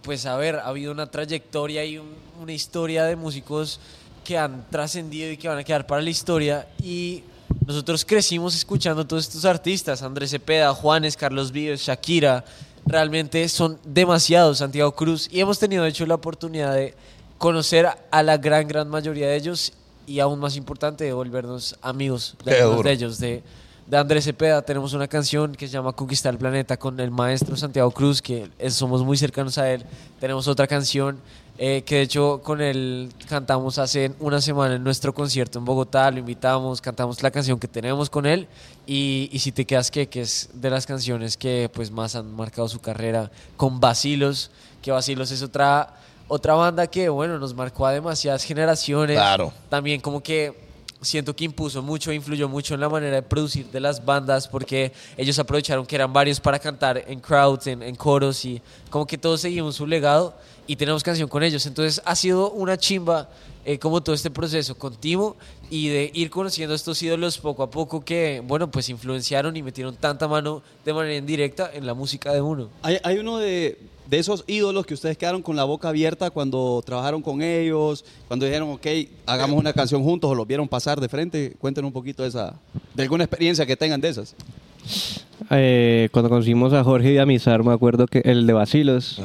H: pues a ver, ha habido una trayectoria y un- una historia de músicos que han trascendido y que van a quedar para la historia. Y nosotros crecimos escuchando a todos estos artistas, Andrés Cepeda, Juanes, Carlos Vives, Shakira. Realmente son demasiados, Santiago Cruz. Y hemos tenido, de hecho, la oportunidad de conocer a la gran, gran mayoría de ellos. Y aún más importante, de volvernos amigos de
C: Qué
H: algunos
C: duro.
H: de ellos. De, de Andrés Cepeda tenemos una canción que se llama Conquistar el Planeta con el maestro Santiago Cruz, que es- somos muy cercanos a él. Tenemos otra canción eh, que de hecho con él cantamos hace una semana en nuestro concierto en Bogotá, lo invitamos, cantamos la canción que tenemos con él y, y Si te quedas que, que es de las canciones que pues más han marcado su carrera con Basilos, que Basilos es otra, otra banda que bueno, nos marcó a demasiadas generaciones.
C: Claro.
H: También como que siento que impuso mucho, influyó mucho en la manera de producir de las bandas porque ellos aprovecharon que eran varios para cantar en crowds, en, en coros y como que todos seguimos su legado y tenemos canción con ellos. Entonces ha sido una chimba eh, como todo este proceso continuo y de ir conociendo a estos ídolos poco a poco que, bueno, pues influenciaron y metieron tanta mano de manera indirecta en la música de uno.
E: Hay, hay uno de, de esos ídolos que ustedes quedaron con la boca abierta cuando trabajaron con ellos, cuando dijeron, ok, hagamos una canción juntos o los vieron pasar de frente. Cuéntenos un poquito de esa, de alguna experiencia que tengan de esas.
G: Eh, cuando conocimos a Jorge Villamizar, me acuerdo que el de Basilos,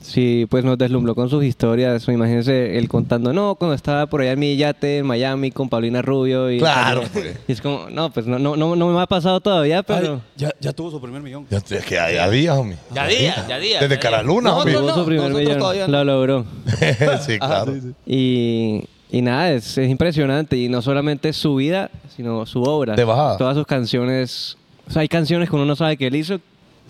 G: sí, pues nos deslumbró con sus historias. Imagínense él contando, no, cuando estaba por allá en mi yate en Miami con Paulina Rubio. Y,
C: Claro, pues.
G: Y es como, no, pues no, no, no, no me ha pasado todavía, pero.
E: ya, ya tuvo su primer millón.
C: Ya, es que ya, ya días, homie.
F: Ya días, ya días,
C: Desde
F: ya
C: Caraluna,
E: No,
C: homie.
E: no,
G: tuvo su primer
E: nosotros
G: millón,
E: todavía
G: lo
E: no.
G: logró.
C: sí, claro.
G: Y, y nada, es, es impresionante. Y no solamente su vida, sino su obra.
C: De bajada.
G: Todas sus canciones. O sea, hay canciones que uno no sabe que él hizo,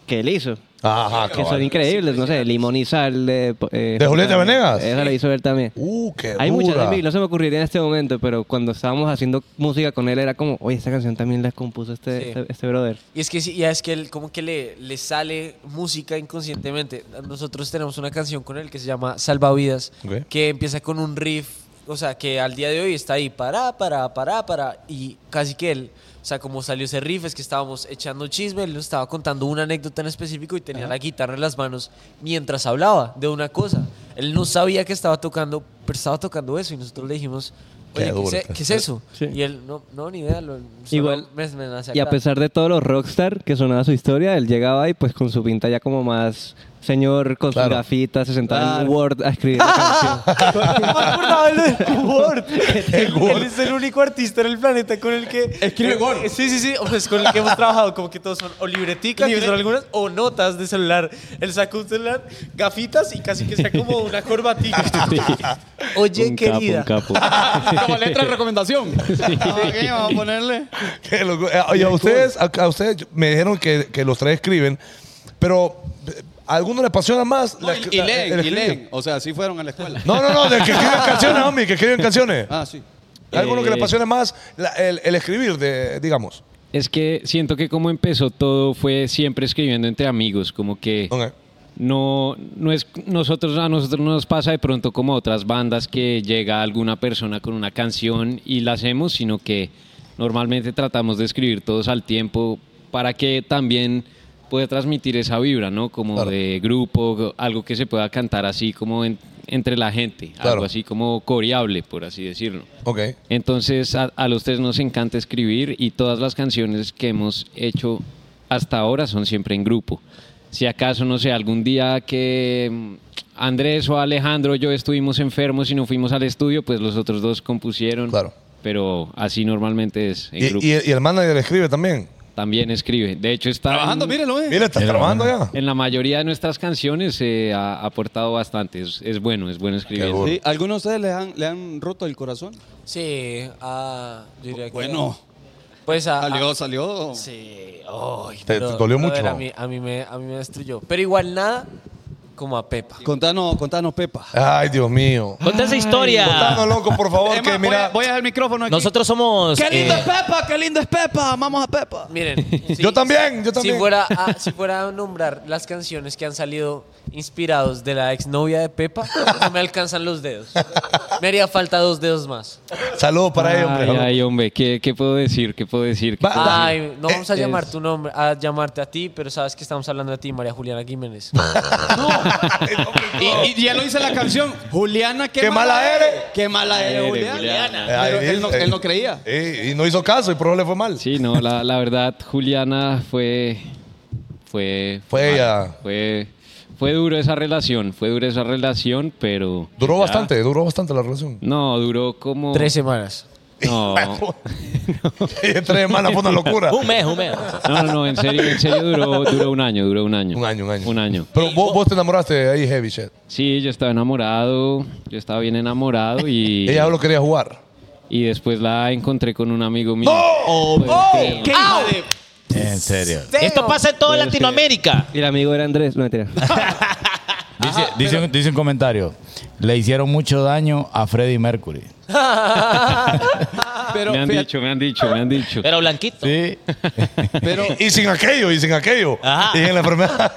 G: que él hizo.
C: Ajá,
G: que son
C: cabrón.
G: increíbles. No sé, Limón y Sal de... eh,
C: ¿De Julieta
G: Juan-
C: Venegas?
G: Esa la hizo él también.
C: Uh, qué
G: Hay muchas
C: dura.
G: de mí, no se me ocurriría en este momento, pero cuando estábamos haciendo música con él era como, oye, esta canción también la compuso este,
H: Sí.
G: este, este brother.
H: Y es que sí, ya es que él como que le, le sale música inconscientemente. Nosotros tenemos una canción con él que se llama Salvavidas,
C: Ok.
H: que empieza con un riff, o sea, que al día de hoy está ahí, para, para, para, para, y casi que él, o sea, como salió ese riff es que estábamos echando chisme, él nos estaba contando una anécdota en específico y tenía la guitarra en las manos mientras hablaba de una cosa. Él no sabía que estaba tocando, pero estaba tocando eso y nosotros le dijimos...
C: Qué
H: Oye, ¿qué,
C: duro.
H: es- e-, qué es eso?
G: Sí.
H: Y él, no, no, ni idea. lo- solo
G: Igual,
H: me- me nace
G: Y a
H: acá".
G: pesar de todos los rockstar que sonaba su historia, él llegaba ahí pues con su pinta ya como más señor con sus gafitas se sentaba en Word a escribir la canción.
H: me acordaba lo del Word. Él es el único artista en el planeta con el que.
E: Escribe Word.
D: Eh,
H: Eh, Sí, sí, sí. o sea, es con el que hemos trabajado. Como que todos son o libreticas, que son algunas, o notas de celular. Él sacó un celular, gafitas y casi que sea como una corbatita. Oye,
D: Un capo, un
H: querida. Ah,
D: capo.
E: Como letra de recomendación.
D: Ah,
L: vamos a ponerle.
C: Qué loco. Eh, Oye, a ustedes, a, a ustedes yo- me dijeron que, que los tres escriben, pero eh, ¿a alguno le apasiona más? la-
E: y
C: la- el
E: leen, y
C: escribir?
E: leen. O sea, sí fueron a la escuela.
C: No, no, no, de que escriben canciones, homie, que escriben canciones.
E: Ah, sí.
C: ¿Hay alguno que le
K: Eh.
C: apasiona más la- el, el escribir, de, digamos?
K: Es que siento que como empezó todo fue siempre escribiendo entre amigos, como que
C: Ok.
K: no, no es nosotros a nosotros no nos pasa de pronto como a otras bandas que llega alguna persona con una canción y la hacemos, sino que normalmente tratamos de escribir todos al tiempo para que también pueda transmitir esa vibra, ¿no? Como
C: Claro.
K: de grupo, algo que se pueda cantar así como en- entre la gente,
C: Claro.
K: algo así como coreable, por así decirlo.
C: Ok.
K: Entonces a, a los tres nos encanta escribir y todas las canciones que hemos hecho hasta ahora son siempre en grupo. Si acaso, no sé, algún día que mm, Andrés o Alejandro o yo estuvimos enfermos y no fuimos al estudio, pues los otros dos compusieron.
C: Claro.
K: Pero así normalmente es. En
C: Y,
K: grupo.
C: y- y el manager escribe también.
K: También escribe. De hecho, está
E: Trabajando,
K: en,
E: mírenlo, eh.
C: Mira, está
B: Mira,
C: trabajando ya.
K: en la mayoría de nuestras canciones eh, ha aportado bastante. Es, es bueno, es bueno escribir.
C: bueno.
E: Sí, ¿Algunos de ustedes le han, le han roto el corazón?
H: Sí, ah, yo diría que-
E: Bueno.
H: Pues a- a-
E: Salió, salió.
H: Sí, ay,
C: ¿Te- te dolió mucho?
H: A mí, a, mí me, a mí me destruyó. Pero igual nada como a Pepa.
E: Contanos, contanos, Pepa.
C: Ay, Dios mío.
F: Conta esa historia.
C: Contanos, loco, por favor, que mira.
E: voy a dejar el micrófono aquí.
F: Nosotros somos.
D: ¡Qué lindo
F: eh,
D: es Pepa! ¡Qué lindo es Pepa! ¡Amamos a Pepa!
H: Miren, si-
C: Yo también, yo también.
H: Si fuera, a, si fuera a nombrar las canciones que han salido inspirados de la exnovia de Pepa, no me alcanzan los dedos. Me haría falta dos dedos más.
C: Saludos para ellos, hombre.
K: Ay,
C: Saludos.
K: ay, hombre, ¿qué, qué puedo decir? ¿Qué puedo decir? ¿Qué
C: Va-
K: puedo decir?
H: Ay, no
D: Eh,
H: vamos a
K: Es-
H: llamar tu nombre, a llamarte a ti, pero sabes que estamos hablando de ti, María Juliana Jiménez.
D: Y, y ya lo dice la canción. Juliana, qué,
C: ¡Qué mala eres!
D: ¡Qué mala eres,
K: Eres,
D: Juliana!
K: Juliana.
D: Pero
C: Ay,
D: él, no,
C: eh,
D: él no creía.
C: eh, y no hizo caso y por eso le fue mal.
K: Sí, no, la, la verdad, Juliana fue. Fue.
C: Fue
K: mala.
C: ella.
K: Fue, fue duro esa relación, fue dura esa relación, pero.
C: Duró
K: ya-
C: bastante, duró bastante la relación.
K: No, duró como.
H: Tres semanas.
K: No.
C: Tres semanas fue una locura.
F: Un mes, un mes.
K: No, no, no, en serio, en serio duró, duró un año, duró un año.
C: Un año, un año.
K: Un año.
C: Pero vos, vos te enamoraste ahí, Heavy Shit.
K: Sí, yo estaba enamorado, yo estaba bien enamorado y.
C: Ella solo quería jugar.
K: Y después la encontré con un amigo mío.
C: Oh,
E: Oh,
D: ¡Qué hija de-
B: En serio.
F: Esto pasa en toda Latinoamérica.
G: Y el amigo era Andrés, no mentira.
B: Dice,
M: Ah,
B: dice un- dice un comentario. Le hicieron mucho daño a Freddie Mercury.
E: Pero,
K: me han
E: fíjate-
K: dicho, me han dicho, me han dicho.
F: Pero blanquito.
B: Sí.
E: pero
C: Y sin aquello, y sin aquello.
F: Ajá.
C: Y en la enfermedad.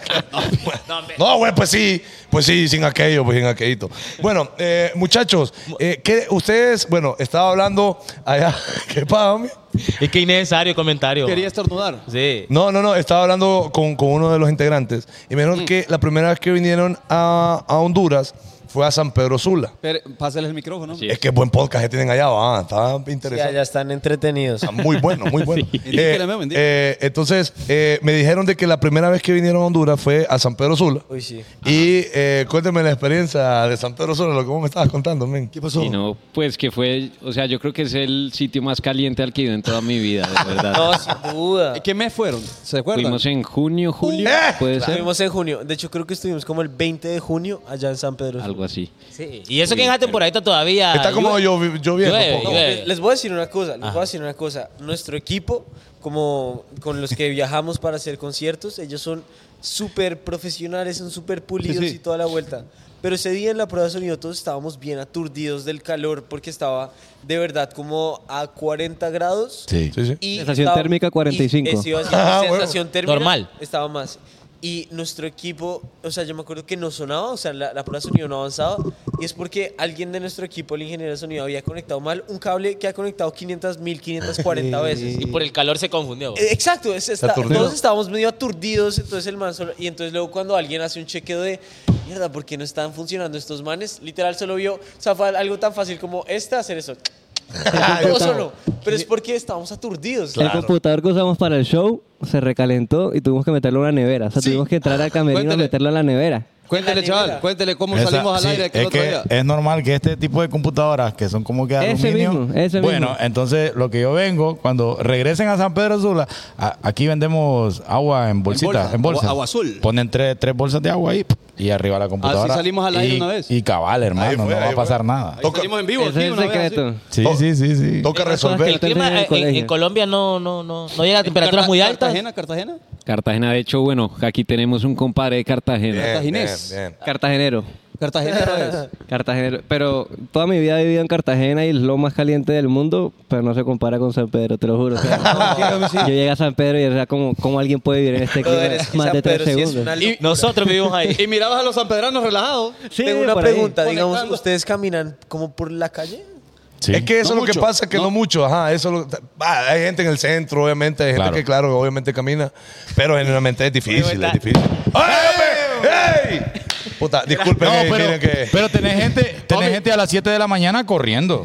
C: no, güey, pues sí, pues sí, sin aquello, pues sin aquellito. Bueno, eh, muchachos, eh, ¿qué- ustedes, bueno, estaba hablando allá. ¿Qué pasa, homie?
F: Es que innecesario comentario.
E: quería estornudar.
F: Sí.
C: No, no, no, estaba hablando con, con uno de los integrantes y me dijeron que la primera vez que vinieron a, a Honduras fue a San Pedro Sula.
E: Pero, pásale el micrófono.
K: Sí.
C: Es que buen podcast que tienen allá, va, está
H: Ya,
C: interesante.
H: ya están entretenidos.
C: Está Muy bueno, muy bueno.
E: Y dije que la me bendiga.
C: eh, entonces, eh, me dijeron de que la primera vez que vinieron a Honduras fue a San Pedro Sula.
H: Uy, sí.
C: Y eh, cuénteme la experiencia de San Pedro Sula, lo que vos me estabas contando, men. ¿Qué pasó?
K: Y no, pues que fue, o sea, yo creo que es el sitio más caliente al que he ido en toda mi vida, de verdad.
H: No, sin duda.
E: ¿Qué mes fueron? ¿Se acuerdan?
K: Fuimos en junio, julio,
C: ¡Eh!
K: puede ser,
H: Estuvimos en junio. De hecho, creo que estuvimos como el 20 de junio allá en San Pedro.
K: algo así.
H: Sí.
F: Y eso que en esa temporadita todavía.
C: Está como
F: llueve.
C: llovi- lloviendo.
F: llueve,
C: poco.
F: llueve.
H: Les voy a decir una cosa, les voy a decir una cosa. Nuestro equipo, como con los que viajamos para hacer conciertos, ellos son súper profesionales, son súper pulidos
E: Sí, sí.
H: y toda la vuelta. Pero ese día en la prueba de sonido todos estábamos bien aturdidos del calor porque estaba de verdad como a 40 grados.
B: Sí.
C: Sí, sí.
H: Y
G: Sensación térmica, 45.
H: y- eso iba a decir,
C: Ah, bueno.
H: sensación térmica.
F: Normal.
H: Estaba más. Y nuestro equipo, o sea, yo me acuerdo que no sonaba, o sea, la, la prueba de sonido no avanzaba. Y es porque alguien de nuestro equipo, el ingeniero de sonido, había conectado mal un cable que ha conectado 500, 1540 veces.
F: Y por el calor se confundió.
H: Eh, Exacto, es- está-
C: aturdió.
H: todos estábamos medio aturdidos, entonces el man solo- y entonces luego cuando alguien hace un chequeo de, mierda, ¿por qué no están funcionando estos manes? Literal solo vio, o sea, fue algo tan fácil como este, hacer eso. Todo solo. Pero es porque estábamos aturdidos.
C: Claro.
G: El computador que usamos para el show se recalentó y tuvimos que meterlo a una nevera. O sea, tuvimos que entrar al camerino
M: Cuéntale.
G: a meterlo a la nevera.
M: Cuéntele, chaval, cuéntele cómo
B: Esa-
M: salimos al
B: sí,
M: aire aquel
B: es
M: otro
B: que
M: día.
B: es normal que este tipo de computadoras que son como que de
G: Ese
B: aluminio
G: mismo, ese mismo.
B: bueno entonces lo que yo vengo cuando regresen a San Pedro Sula a- aquí vendemos agua en bolsitas
M: bolsa,
B: en bolsa
M: agua- agua azul. Ah,
B: ponen tres, tres bolsas de agua ahí y arriba la computadora
M: salimos al aire
B: y,
M: una vez.
B: y cabal hermano
C: Ahí fue,
B: no va
C: ahí
B: a pasar
C: fue.
B: nada
C: Toca-
M: Salimos en vivo
G: Ese
M: aquí
G: es el
M: una vez,
G: secreto.
M: así.
B: sí
C: to-
B: sí sí sí
C: Toca
F: Oh. El
C: resolver.
G: Entonces,
F: clima
G: en el
B: eh,
F: en, en
G: colegio.
F: Colombia no, no, no, no llega a temperaturas
M: Carta-
F: muy altas.
M: Cartagena, Cartagena.
K: Cartagena, de hecho, bueno, aquí tenemos un compadre de Cartagena.
C: Bien,
M: Cartaginés.
C: bien, bien.
G: Cartagenero.
M: Cartagena es.
G: Cartagenero. Pero toda mi vida he vivido en Cartagena y es lo más caliente del mundo, pero no se compara con San Pedro, te lo juro. O sea, yo llegué a San Pedro y era como, ¿cómo alguien puede vivir en este clima
H: Brother, es que
G: más
H: San
G: de tres
H: Pedro sí es
G: segundos?
H: una
F: Y Nosotros vivimos ahí.
M: Y mirabas a los sanpedranos relajados.
G: Sí,
H: Tengo una
G: por ahí.
H: pregunta, digamos,
M: Conectando.
H: ¿ustedes caminan como por la calle?
B: Sí.
C: Es que
M: No
C: eso es lo que
M: mucho,
C: pasa, que no, mucho, ajá, eso lo- ah, hay gente en el centro, obviamente, hay gente
B: Claro.
C: que claro, obviamente camina, pero generalmente es difícil, es
F: ¿verdad?
C: difícil. ¡Ey! ¡Ey! Puta, disculpen,
B: No,
C: eh, miren
B: pero,
C: que
B: pero tenés gente tenés gente a las 7 de la mañana corriendo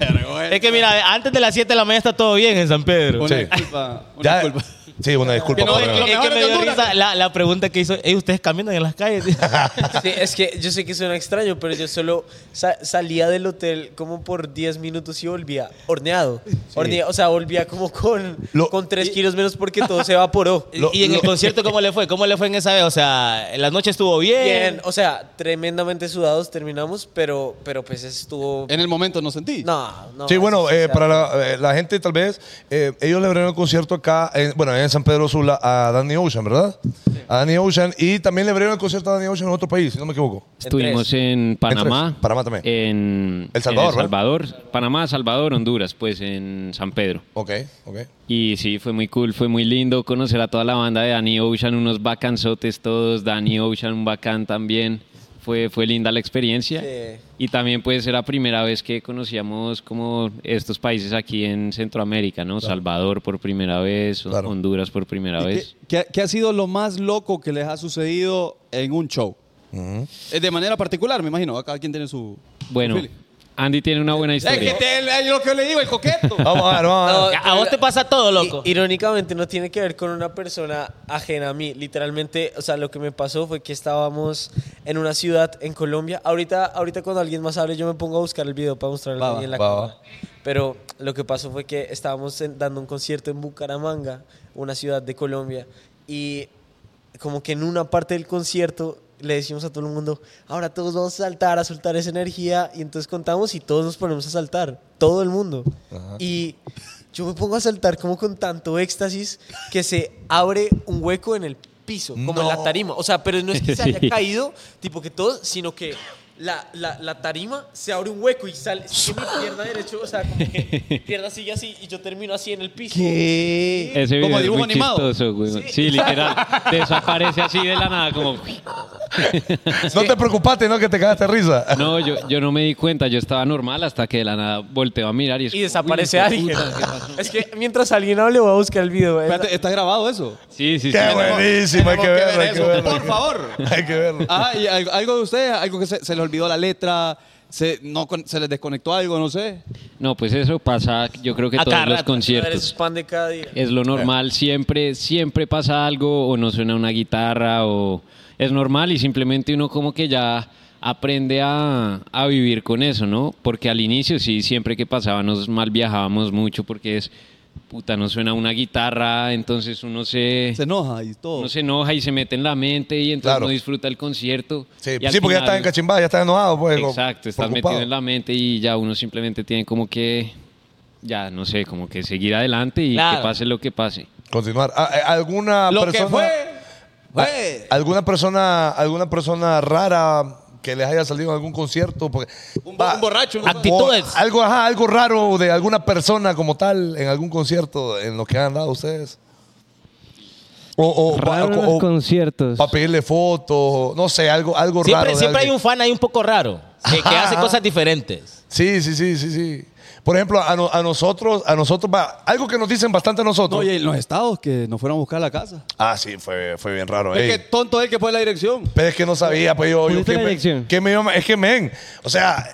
F: Es que mira, antes de las 7 de la mañana está todo bien en San Pedro.
M: Una
C: Sí.
M: disculpa. Una
C: ya-
M: disculpa.
C: Sí, una disculpa.
M: Que no,
C: por-
M: lo
F: Es que
M: mejor es
F: me
M: de
F: dio
M: Honduras.
F: risa la, la pregunta que hizo, "Ey, ¿ustedes caminan en las calles?
H: Sí, es que yo sé que suena extraño, pero yo solo sa- salía del hotel como por 10 minutos y volvía horneado. Hornea- o sea, volvía como con,
C: Lo-
H: con 3 kilos menos porque todo se evaporó.
C: Lo-
F: y en el
C: lo-
F: concierto, ¿cómo le fue? ¿Cómo le fue en esa vez? O sea, la noche estuvo bien.
H: Bien, o sea, tremendamente sudados terminamos, pero, pero pues estuvo...
M: En el momento no sentí.
H: No, no.
C: Sí, bueno,
H: eso sí
C: eh,
H: se
C: para la, eh, la gente tal vez, eh, ellos le abrieron el concierto acá, en- bueno, en San Pedro Sula, a Danny Ocean, ¿verdad? A Danny Ocean, y también le abrieron el concierto a Danny Ocean en otro país, si no me equivoco.
K: Estuvimos en Panamá.
C: tres. Panamá también.
K: En
C: El Salvador,
K: en El Salvador. Panamá, Salvador, Honduras, pues en San Pedro.
C: Ok, ok.
K: Y sí, fue muy cool, fue muy lindo conocer a toda la banda de Danny Ocean, unos bacanzotes todos, Danny Ocean, un bacán también. Fue, fue linda la experiencia.
H: Sí.
K: Y también pues era la primera vez que conocíamos como estos países aquí en Centroamérica, ¿no? Salvador por primera vez,
C: Claro.
K: Honduras por primera
M: ¿Y
K: vez.
M: ¿Qué, qué- qué ha sido lo más loco que les ha sucedido en un show?
C: Mm.
M: Eh, De manera particular, me imagino. Cada quien tiene su.
K: Bueno,
M: su feeling.
K: Andy tiene una buena
M: Es que
K: historia.
M: te- es lo que yo le digo, el coqueto.
C: Vamos a ver, vamos a ver.
H: No,
F: A vos te pasa todo, loco.
H: I- irónicamente no tiene que ver con una persona ajena a mí. Literalmente, o sea, lo que me pasó fue que estábamos en una ciudad en Colombia. Ahorita, ahorita cuando alguien más hable, yo me pongo a buscar el video para mostrarlo
M: Va,
H: ahí
M: va,
H: en la
C: va,
H: cámara. Pero lo que pasó fue que estábamos en- dando un concierto en Bucaramanga, una ciudad de Colombia, y como que en una parte del concierto le decimos a todo el mundo, ahora todos vamos a saltar, a soltar esa energía, y entonces contamos y todos nos ponemos a saltar, todo el mundo. Y yo me pongo a saltar como con tanto éxtasis que se abre un hueco en el piso, como en la tarima. O sea, pero no es que se haya
K: Sí.
H: caído, tipo que todos, sino que la, la- la tarima se abre un hueco y sale, sigue mi pierna derecha, o sea, como que pierna sigue así y yo termino así en el piso.
K: Ese video
M: Como
K: es
M: dibujo
K: muy
M: animado.
K: chistoso, güey. Sí. literal. Desaparece así de la nada, como...
C: No te preocupaste, ¿no? Que te cagaste de risa.
K: No, yo, yo no me di cuenta, yo estaba normal hasta que de la nada volteo a mirar y, es
H: Y
K: como,
H: desaparece
K: "Uy, hijo
H: alguien.
K: de puta, ¿qué pasó?".
H: Es que mientras alguien hable voy a buscar el video. ¿eh?
M: Espérate, ¿Está grabado eso?
K: Sí, sí, sí.
C: Qué buenísimo, hay que
M: Tenemos
C: verlo, hay que
M: eso,
C: verlo. hay
M: por
C: que-
M: favor.
C: Hay que verlo.
M: Ah, y algo, algo de ustedes, algo que se, se les olvidó la letra, se, no, con- se les desconectó algo, no sé.
K: No, pues eso pasa, yo creo que
F: A cada
K: todos los
F: rato,
H: Eres
K: conciertos.
H: fan de cada día.
K: Es lo normal, siempre, siempre pasa algo o no suena una guitarra o es normal y simplemente uno como que ya aprende a, a vivir con eso, ¿no? Porque al inicio sí, siempre que pasaba nos mal viajábamos mucho porque es, puta, no suena una guitarra, entonces uno se...
M: Se enoja y todo.
K: uno se enoja y se mete en la mente y entonces
C: Claro.
K: no disfruta el concierto.
C: Sí,
K: Y al
C: sí, porque ya
K: final-
C: estás encachimbado, ya estás enojado. Pues, como
K: Exacto, estás
C: preocupado.
K: metido en la mente y ya uno simplemente tiene como que, ya no sé, como que seguir adelante y
F: Claro.
K: que pase lo que pase.
C: Continuar. Ah, eh, ¿Alguna
M: Lo
C: persona...
M: que fue, fue.
C: Ah, ¿Alguna persona, alguna persona rara que les haya salido en algún concierto? Porque,
M: Un, bo-
C: Va,
M: un borracho. ¿no?
F: Actitud.
C: o
F: Actitudes.
C: algo, ajá, algo raro de alguna persona como tal en algún concierto en lo que han dado ustedes. O, o, pa-
G: Raro en los
C: o-
G: conciertos.
C: para pedirle fotos, o no sé, algo, algo raro.
F: Siempre,
C: de
F: siempre hay
C: alguien.
F: un fan ahí un poco raro, que, que hace
C: Ajá.
F: cosas diferentes.
C: Sí, sí, sí, sí, sí. Por ejemplo, a, no- a nosotros, a nosotros, va, algo que nos dicen bastante a
M: No,
C: nosotros.
M: y en los estados que nos fueron a buscar a la casa.
C: ah, sí, fue, fue bien raro.
M: Es
C: ey.
M: que tonto el que fue a la dirección.
C: Pero es que no sabía, pues yo... yo
G: ¿Pudiste
C: que
G: la
C: me-
G: dirección?
C: que me iba- es que, men, o sea,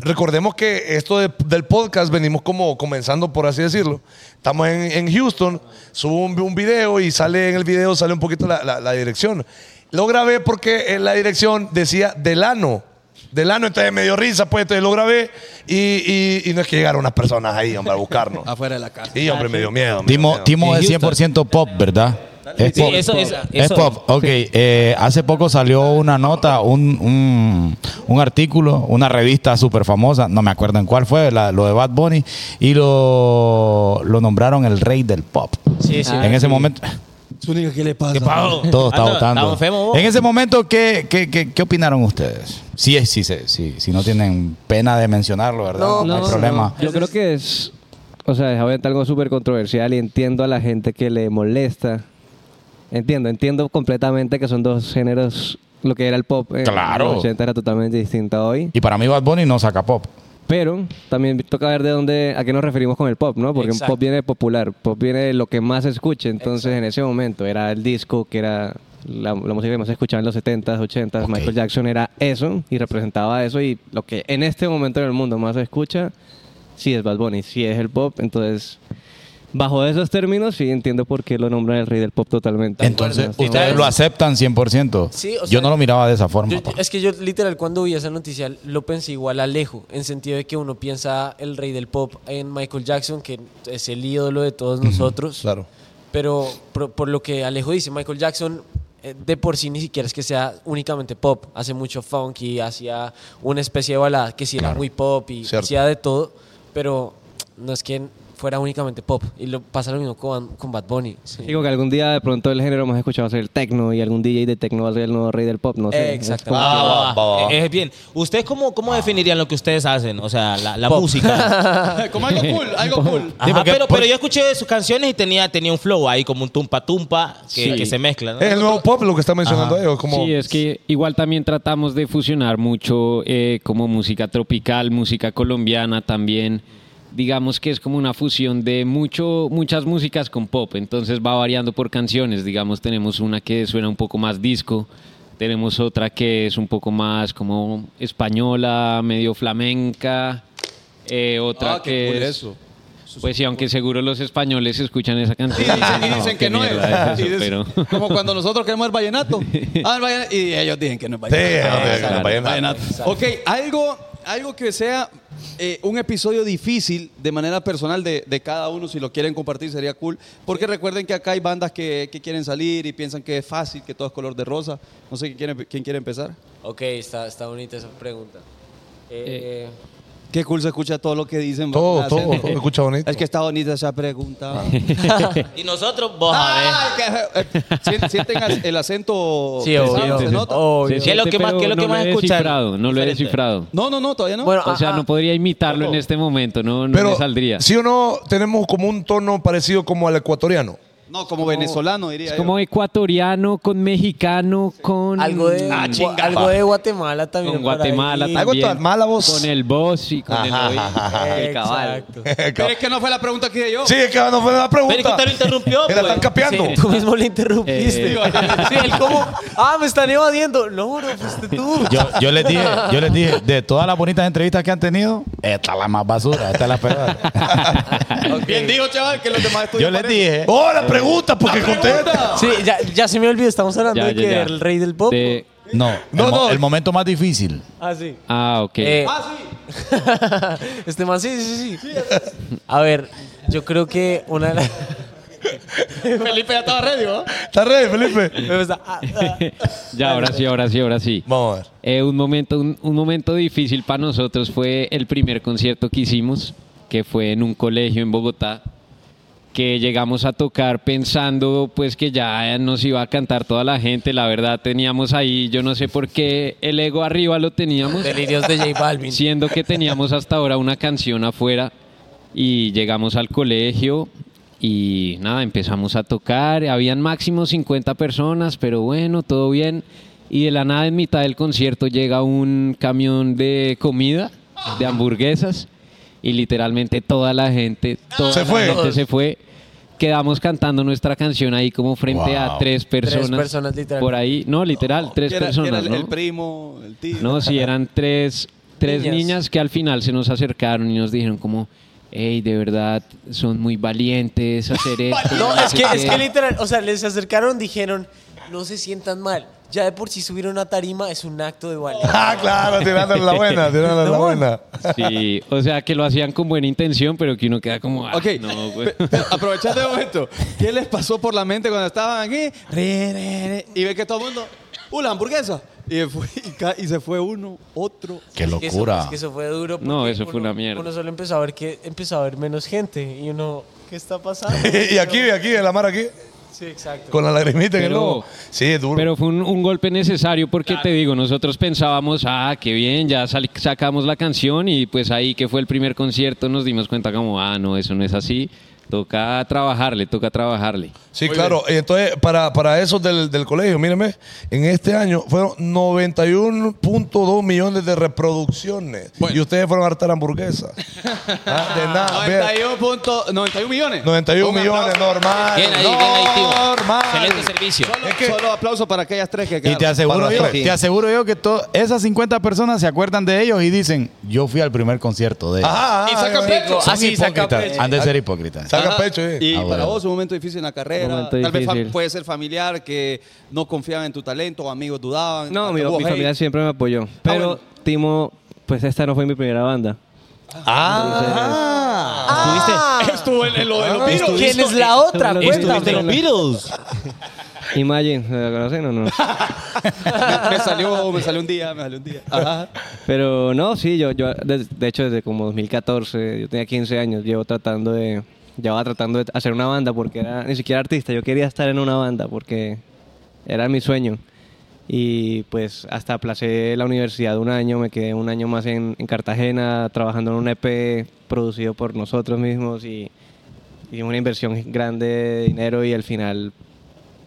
C: Recordemos que esto de- del podcast venimos como comenzando, por así decirlo. Estamos en, en Houston, subo un, un video y sale en el video, sale un poquito la, la- la dirección. Lo grabé porque en la dirección decía Delano. Delano, entonces me dio risa, pues entonces lo grabé y, y- y no es que llegaron unas personas ahí, hombre, a buscarnos.
E: Afuera de la casa.
C: Y hombre, me dio miedo. me dio
B: Timo,
C: miedo.
B: Timo
E: En
B: es 100% pop, ¿verdad? Es
F: Sí,
B: pop.
F: eso- eso-
B: Es
F: eso-
B: pop. Ok, eh, hace poco salió una nota, un, un, un artículo, una revista súper famosa, no me acuerdo en cuál fue, la- lo de Bad Bunny, y lo, lo nombraron el rey del pop.
N: Sí, sí.
B: en ese momento,
E: Zúñiga, ¿qué le pasa?
B: todo está
F: Ah, no,
B: votando.
F: estamos enfermos, vos.
B: en ese momento, ¿qué, qué, qué, qué opinaron ustedes? Sí, sí, sí, sí, si no tienen pena de mencionarlo, ¿verdad? No, hay problema.
G: Yo creo que es, o sea, es obviamente algo súper controversial y entiendo a la gente que le molesta. Entiendo, entiendo completamente que son dos géneros, lo que era el pop en
B: Claro.
G: los 80 era totalmente distinto a hoy.
B: Y para mí Bad Bunny no saca pop.
G: Pero también toca ver de dónde, a qué nos referimos con el pop, ¿no? Porque
H: Exacto.
G: pop viene de popular, pop viene de lo que más se escucha. Entonces, en ese momento era el disco, que era la, la música que más se escuchaba en los 70s, 80s. Michael Jackson era eso y representaba eso. Y lo que en este momento en el mundo más se escucha, sí es Bad Bunny, sí es el pop. Entonces, bajo esos términos, sí entiendo por qué lo nombran el rey del pop totalmente.
B: Entonces,
G: Entonces,
B: ustedes lo aceptan 100%.
H: Sí, o sea,
B: yo no lo miraba de esa forma. pues.
H: Yo-
B: pa.
H: es que yo literal cuando vi esa noticia lo pensé igual a Alejo, en sentido de que uno piensa el rey del pop en Michael Jackson, que es el ídolo de todos nosotros.
C: Claro.
H: Pero por, por lo que Alejo dice, Michael Jackson eh, de por sí ni siquiera es que sea únicamente pop, hace mucho funk y hacía una especie de balada que sí era muy pop y
C: Cierto.
H: hacía de todo, pero no es que fuera únicamente pop. Y lo pasa lo mismo con, con Bad Bunny. sí.
G: Digo que algún día de pronto el género más escuchado va a ser el techno y algún DJ de techno va a ser el nuevo rey del pop, no sé. Es
H: Exactamente.
G: como-
F: Ah,
C: va, va, va, va.
F: Es bien. ¿Ustedes cómo, cómo definirían lo que ustedes hacen? O sea, la, la música.
N: Como algo cool, algo cool.
F: Ajá,
B: porque-
F: pero,
B: por-
F: pero yo escuché sus canciones y tenía, tenía un flow ahí, como un tumpa tumpa que,
K: Sí.
F: que se mezcla. ¿no?
C: Es el nuevo pop lo que está mencionando ellos. Como,
K: Sí, es que igual también tratamos de fusionar mucho eh, como música tropical, música colombiana también. Digamos que es como una fusión de mucho, muchas músicas con pop, entonces va variando por canciones. Digamos, tenemos una que suena un poco más disco, tenemos otra que es un poco más como española, medio flamenca, eh, otra
E: Ah, qué
K: que
E: cool
K: es-
E: eso.
K: Pues sí, aunque seguro los españoles escuchan esa
N: Y
K: canción.
E: dicen-
N: dicen, y dicen que
K: qué
N: no es.
K: mierda es
N: Y
K: eso,
N: dicen-
K: pero-
E: Como cuando nosotros queremos el vallenato. Ah, el vallenato. Y ellos dicen que no es
C: Sí,
E: vallenato.
C: hombre,
K: Claro.
C: vallenato.
E: Ok, algo, algo que sea eh, un episodio difícil de manera personal de, de cada uno, si lo quieren compartir sería cool, porque recuerden que acá hay bandas que, que quieren salir y piensan que es fácil, que todo es color de rosa. No sé quién quiere, quién quiere empezar.
H: Ok, está, está bonita esa pregunta. Eh,
E: Qué cool se escucha todo lo que dicen.
C: Todo,
E: ¿verdad?
C: todo, todo se escucha bonito.
E: Es que está bonita esa pregunta.
F: Y nosotros, vos a
E: Ah, que- eh, sien- sienten as- el acento.
H: Sí,
E: pesado,
H: obvio.
E: ¿se nota?
H: obvio.
K: Se
F: ¿Qué es lo que
K: siente,
F: más-
K: pero
F: qué es lo que
K: no
F: más
K: he
F: escuchan?
K: descifrado, no lo he
F: Diferente.
K: descifrado.
E: No, no, no, todavía no.
H: Bueno,
K: O sea,
H: ah,
K: no podría imitarlo en este momento, no, no me saldría.
C: sí o no, tenemos como un tono parecido como al ecuatoriano.
E: no, como venezolano diría.
K: Es
E: yo.
K: como ecuatoriano con mexicano, con...
H: Algo de,
K: Ah,
H: Gua-
K: chinga.
H: algo de Guatemala también.
K: Con
H: por
K: Guatemala
H: ahí.
K: también.
C: Algo tan mala voz.
K: Con el boss y con
C: Ajá,
K: el
C: ajá, ajá.
K: oído. El cabal.
H: Eh, Exacto. Eh,
E: Pero es que no fue la pregunta que hice yo.
C: Sí, es que no fue la pregunta.
F: Pero es que usted lo interrumpió,
C: Me la están
F: pues.
C: capeando.
H: Tú mismo le interrumpiste.
K: Eh.
H: sí, él como, ah, me están evadiendo. No, no, fuiste tú.
B: Yo, yo les dije, yo les dije, de todas las bonitas entrevistas que han tenido, esta es la más basura, esta es la peor.
E: Bien dijo, chaval, que los demás
B: yo
K: Pues,
E: estudian
B: les dije,
C: Oh, la pregunta, porque contesta.
H: Sí, ya, ya se me olvidó, estamos hablando
K: Ya,
H: de
K: ya,
H: que
K: ya.
H: el rey del pop.
K: De-
B: no, el
C: No,
B: mo-
C: no.
B: el momento más difícil.
H: Ah, sí.
K: Ah, ok.
H: Eh, este man, sí, sí, sí. A ver, yo creo que una de las. Felipe ya estaba ready, ¿no?
C: ¿Está re, Felipe?
H: ah,
K: ya, ahora sí, ahora sí, ahora sí.
C: Vamos a ver.
K: Eh, un, momento, un, un momento difícil para nosotros fue el primer concierto que hicimos, que fue en un colegio en Bogotá, que llegamos a tocar pensando pues que ya nos iba a cantar toda la gente. La verdad teníamos ahí, yo no sé por qué el ego arriba lo teníamos,
H: Delirios de J Balvin.
K: siendo que teníamos hasta ahora una canción afuera y llegamos al colegio. Y nada, empezamos a tocar, habían máximo 50 personas, pero bueno, todo bien. Y de la nada, en mitad del concierto, llega un camión de comida, de hamburguesas, y literalmente toda la gente, toda
C: Se
K: la
C: fue.
K: gente se fue. Quedamos cantando nuestra canción ahí como frente a
B: Wow.
K: tres personas.
H: personas, literal.
K: Por ahí, no, literal, tres
E: Que era- que era
K: personas.
E: el-
K: ¿no?
E: El primo, el tío.
K: No, sí, eran tres, tres
H: Niñas.
K: niñas. que al final se nos acercaron y nos dijeron como, hey, de verdad, son muy valientes hacer esto.
H: No, es
K: sé
H: que, es
K: qué".
H: que literal, o sea, les acercaron, dijeron, no se sientan mal. Ya de por sí subir a una tarima es un acto de valor.
C: Ah, claro, tirándole la buena, tirándole la buena.
K: Sí, o sea, que lo hacían con buena intención, pero que uno queda como, ah,
E: Ok,
K: no, güey.
E: Aprovechad de momento. ¿Qué les pasó por la mente cuando estaban aquí? Re, re, re, y ve que todo el mundo, ¡uh, la hamburguesa! Y, fue- y ca- y se fue uno, otro.
B: Qué
H: Es que eso-
B: locura.
H: es que eso fue duro.
K: No,
H: porque
K: eso fue
H: uno-
K: una mierda.
H: Uno solo empezó a ver que empezó a ver menos gente y uno, ¿qué está pasando?
C: y aquí, y aquí, en la mar aquí,
H: Sí, exacto.
C: con la lagrimita en el
K: Pero-
C: ojo. Sí, es duro.
K: Pero fue un, un golpe necesario porque te digo, nosotros pensábamos, ah, qué bien, ya sal- sacamos la canción y pues ahí que fue el primer concierto nos dimos cuenta como, ah, no, eso no es así, toca trabajarle, toca trabajarle.
C: Sí, claro. Entonces, para, para esos del, del colegio, míreme, en este año fueron 91.2 millones de reproducciones. Y ustedes fueron a hartar hamburguesas. Ah, de nada. ve.
E: 91, punto- 91 millones.
C: 91
E: Un
C: millones,
E: aplauso.
C: normal.
F: Bien ahí, bien ahí, tío. Excelente servicio.
E: Solo, solo aplauso para aquellas tres que
B: Y te
E: quedaron.
B: aseguro,
C: Para
B: yo,
C: tres.
B: te aseguro yo que to- esas 50 personas se acuerdan de ellos y dicen, yo fui al primer concierto de ellos.
C: Ajá,
N: Y saca
C: ajá,
N: pecho.
B: Son
N: Así saca
B: hipócritas.
E: pues.
N: pecho.
B: Han de ser hipócritas.
C: Saca
E: Ajá.
C: pecho, eh.
E: Y
B: Ah,
E: para
B: bueno.
E: vos un momento difícil en la carrera.
G: Momento
E: Tal vez fa-
G: difícil.
E: puede ser familiar, que no confiaban en tu talento, amigos dudaban.
F: Ah,
G: No, mi,
E: Hubo
G: mi
E: hate.
G: familia siempre me apoyó. Pero
E: bueno.
G: Timo, pues esta no fue mi primera banda.
F: Ah.
D: Ah.
E: Ah.
N: Estuvo en, en lo de los virus.
H: ¿Quién es la otra?
G: Solo-
H: Cuéntame.
F: Estuviste Ah. en los Beatles.
G: Imagine, ¿la conocen o no?
E: me, salió, me salió un día, me salió un día. Ajá.
G: Pero no, sí, yo, yo de, de hecho desde como 2014, yo tenía 15 años, llevo tratando de, llevaba tratando de hacer una banda porque era ni siquiera artista, yo quería estar en una banda porque era mi sueño. Y pues hasta aplacé la universidad un año, me quedé un año más en, en Cartagena trabajando en un EP producido por nosotros mismos y hicimos una inversión grande de dinero y al final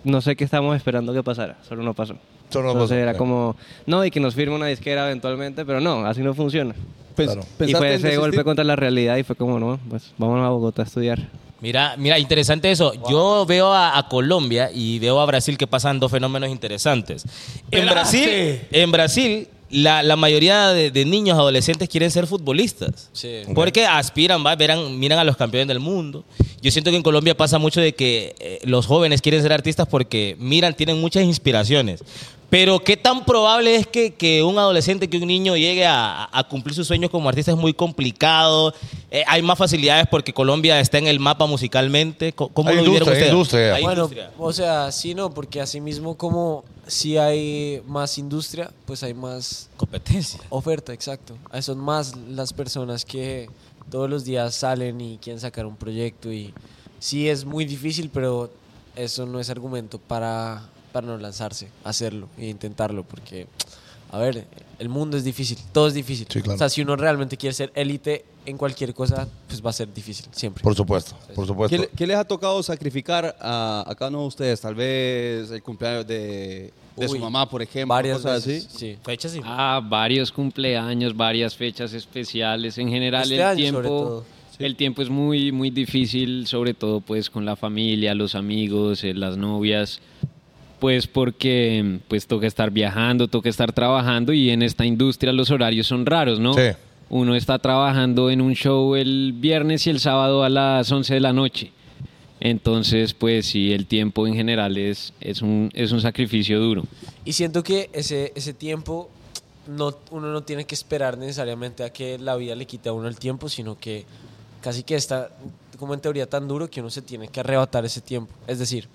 G: no sé qué estábamos esperando que pasara, solo no pasó.
C: Solo no
G: Entonces
C: pasó,
G: era
C: claro.
G: como, no, y que nos firme una disquera eventualmente, pero no, así no funciona.
E: Pens-
C: Claro.
G: Y
E: pensaste
G: fue
E: en
G: ese
E: desistir.
G: golpe contra la realidad y fue como, no, pues vámonos a Bogotá a estudiar.
F: Mira, mira, interesante eso. Yo veo a, a Colombia y veo a Brasil que pasan dos fenómenos interesantes. En Brasil, en Brasil, la, la mayoría de, de niños adolescentes quieren ser futbolistas. Porque aspiran, va, verán, miran a los campeones del mundo. Yo siento que en Colombia pasa mucho de que eh, los jóvenes quieren ser artistas porque miran, tienen muchas inspiraciones. Pero qué tan probable es que, que un adolescente, que un niño llegue a, a cumplir sus sueños como artista es muy complicado. Eh, hay más facilidades porque Colombia está en el mapa musicalmente. Co- ¿Cómo
C: Hay
F: lo vivieron
C: industria, hay
F: ustedes?
C: industria.
F: Hay
H: bueno,
F: industria.
H: o sea, sí, no, porque así mismo como si hay más industria, pues hay más
F: Competencia.
H: oferta, exacto. Ah, Son más las personas que todos los días salen y quieren sacar un proyecto y sí es muy difícil, pero eso no es argumento para, para no lanzarse, hacerlo e intentarlo, porque, a ver, el mundo es difícil, todo es difícil.
C: Sí, claro.
H: O sea, si uno realmente quiere ser élite en cualquier cosa, pues va a ser difícil, siempre.
C: Por supuesto, por supuesto.
E: ¿Qué, le- qué les ha tocado sacrificar a, a cada uno de ustedes? Tal vez el cumpleaños de, de su
H: Uy,
E: mamá, por ejemplo.
H: Varias
E: cosas
H: veces,
E: así.
H: sí.
F: Fecha sí.
K: Ah, varios cumpleaños, varias fechas especiales. En general,
H: Este
K: el
H: año,
K: tiempo.
H: sobre todo.
K: El tiempo es muy, muy difícil, sobre todo pues con la familia, los amigos, eh, las novias, pues porque pues toca estar viajando, toca estar trabajando y en esta industria los horarios son raros, ¿no?
C: Sí.
K: Uno está trabajando en un show el viernes y el sábado a las 11 de la noche. Entonces, pues sí, el tiempo en general es, es, un, es un sacrificio duro.
H: Y siento que ese, ese tiempo, no, uno no tiene que esperar necesariamente a que la vida le quite a uno el tiempo, sino que casi que está como en teoría tan duro que uno se tiene que arrebatar ese tiempo. Es decir,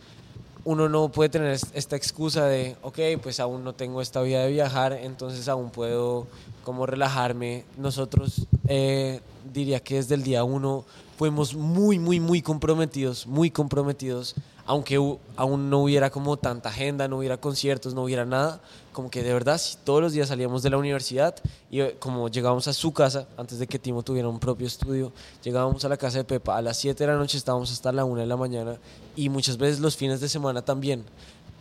H: uno no puede tener es- esta excusa de, ok, pues aún no tengo esta vida de viajar, entonces aún puedo como relajarme. Nosotros eh, diría que desde el día uno fuimos muy, muy, muy comprometidos, muy comprometidos, aunque hu- aún no hubiera como tanta agenda, no hubiera conciertos, no hubiera nada, como que de verdad si todos los días salíamos de la universidad y eh, como llegábamos a su casa, antes de que Timo tuviera un propio estudio, llegábamos a la casa de Pepa, a las 7 de la noche estábamos hasta la 1 de la mañana y muchas veces los fines de semana también.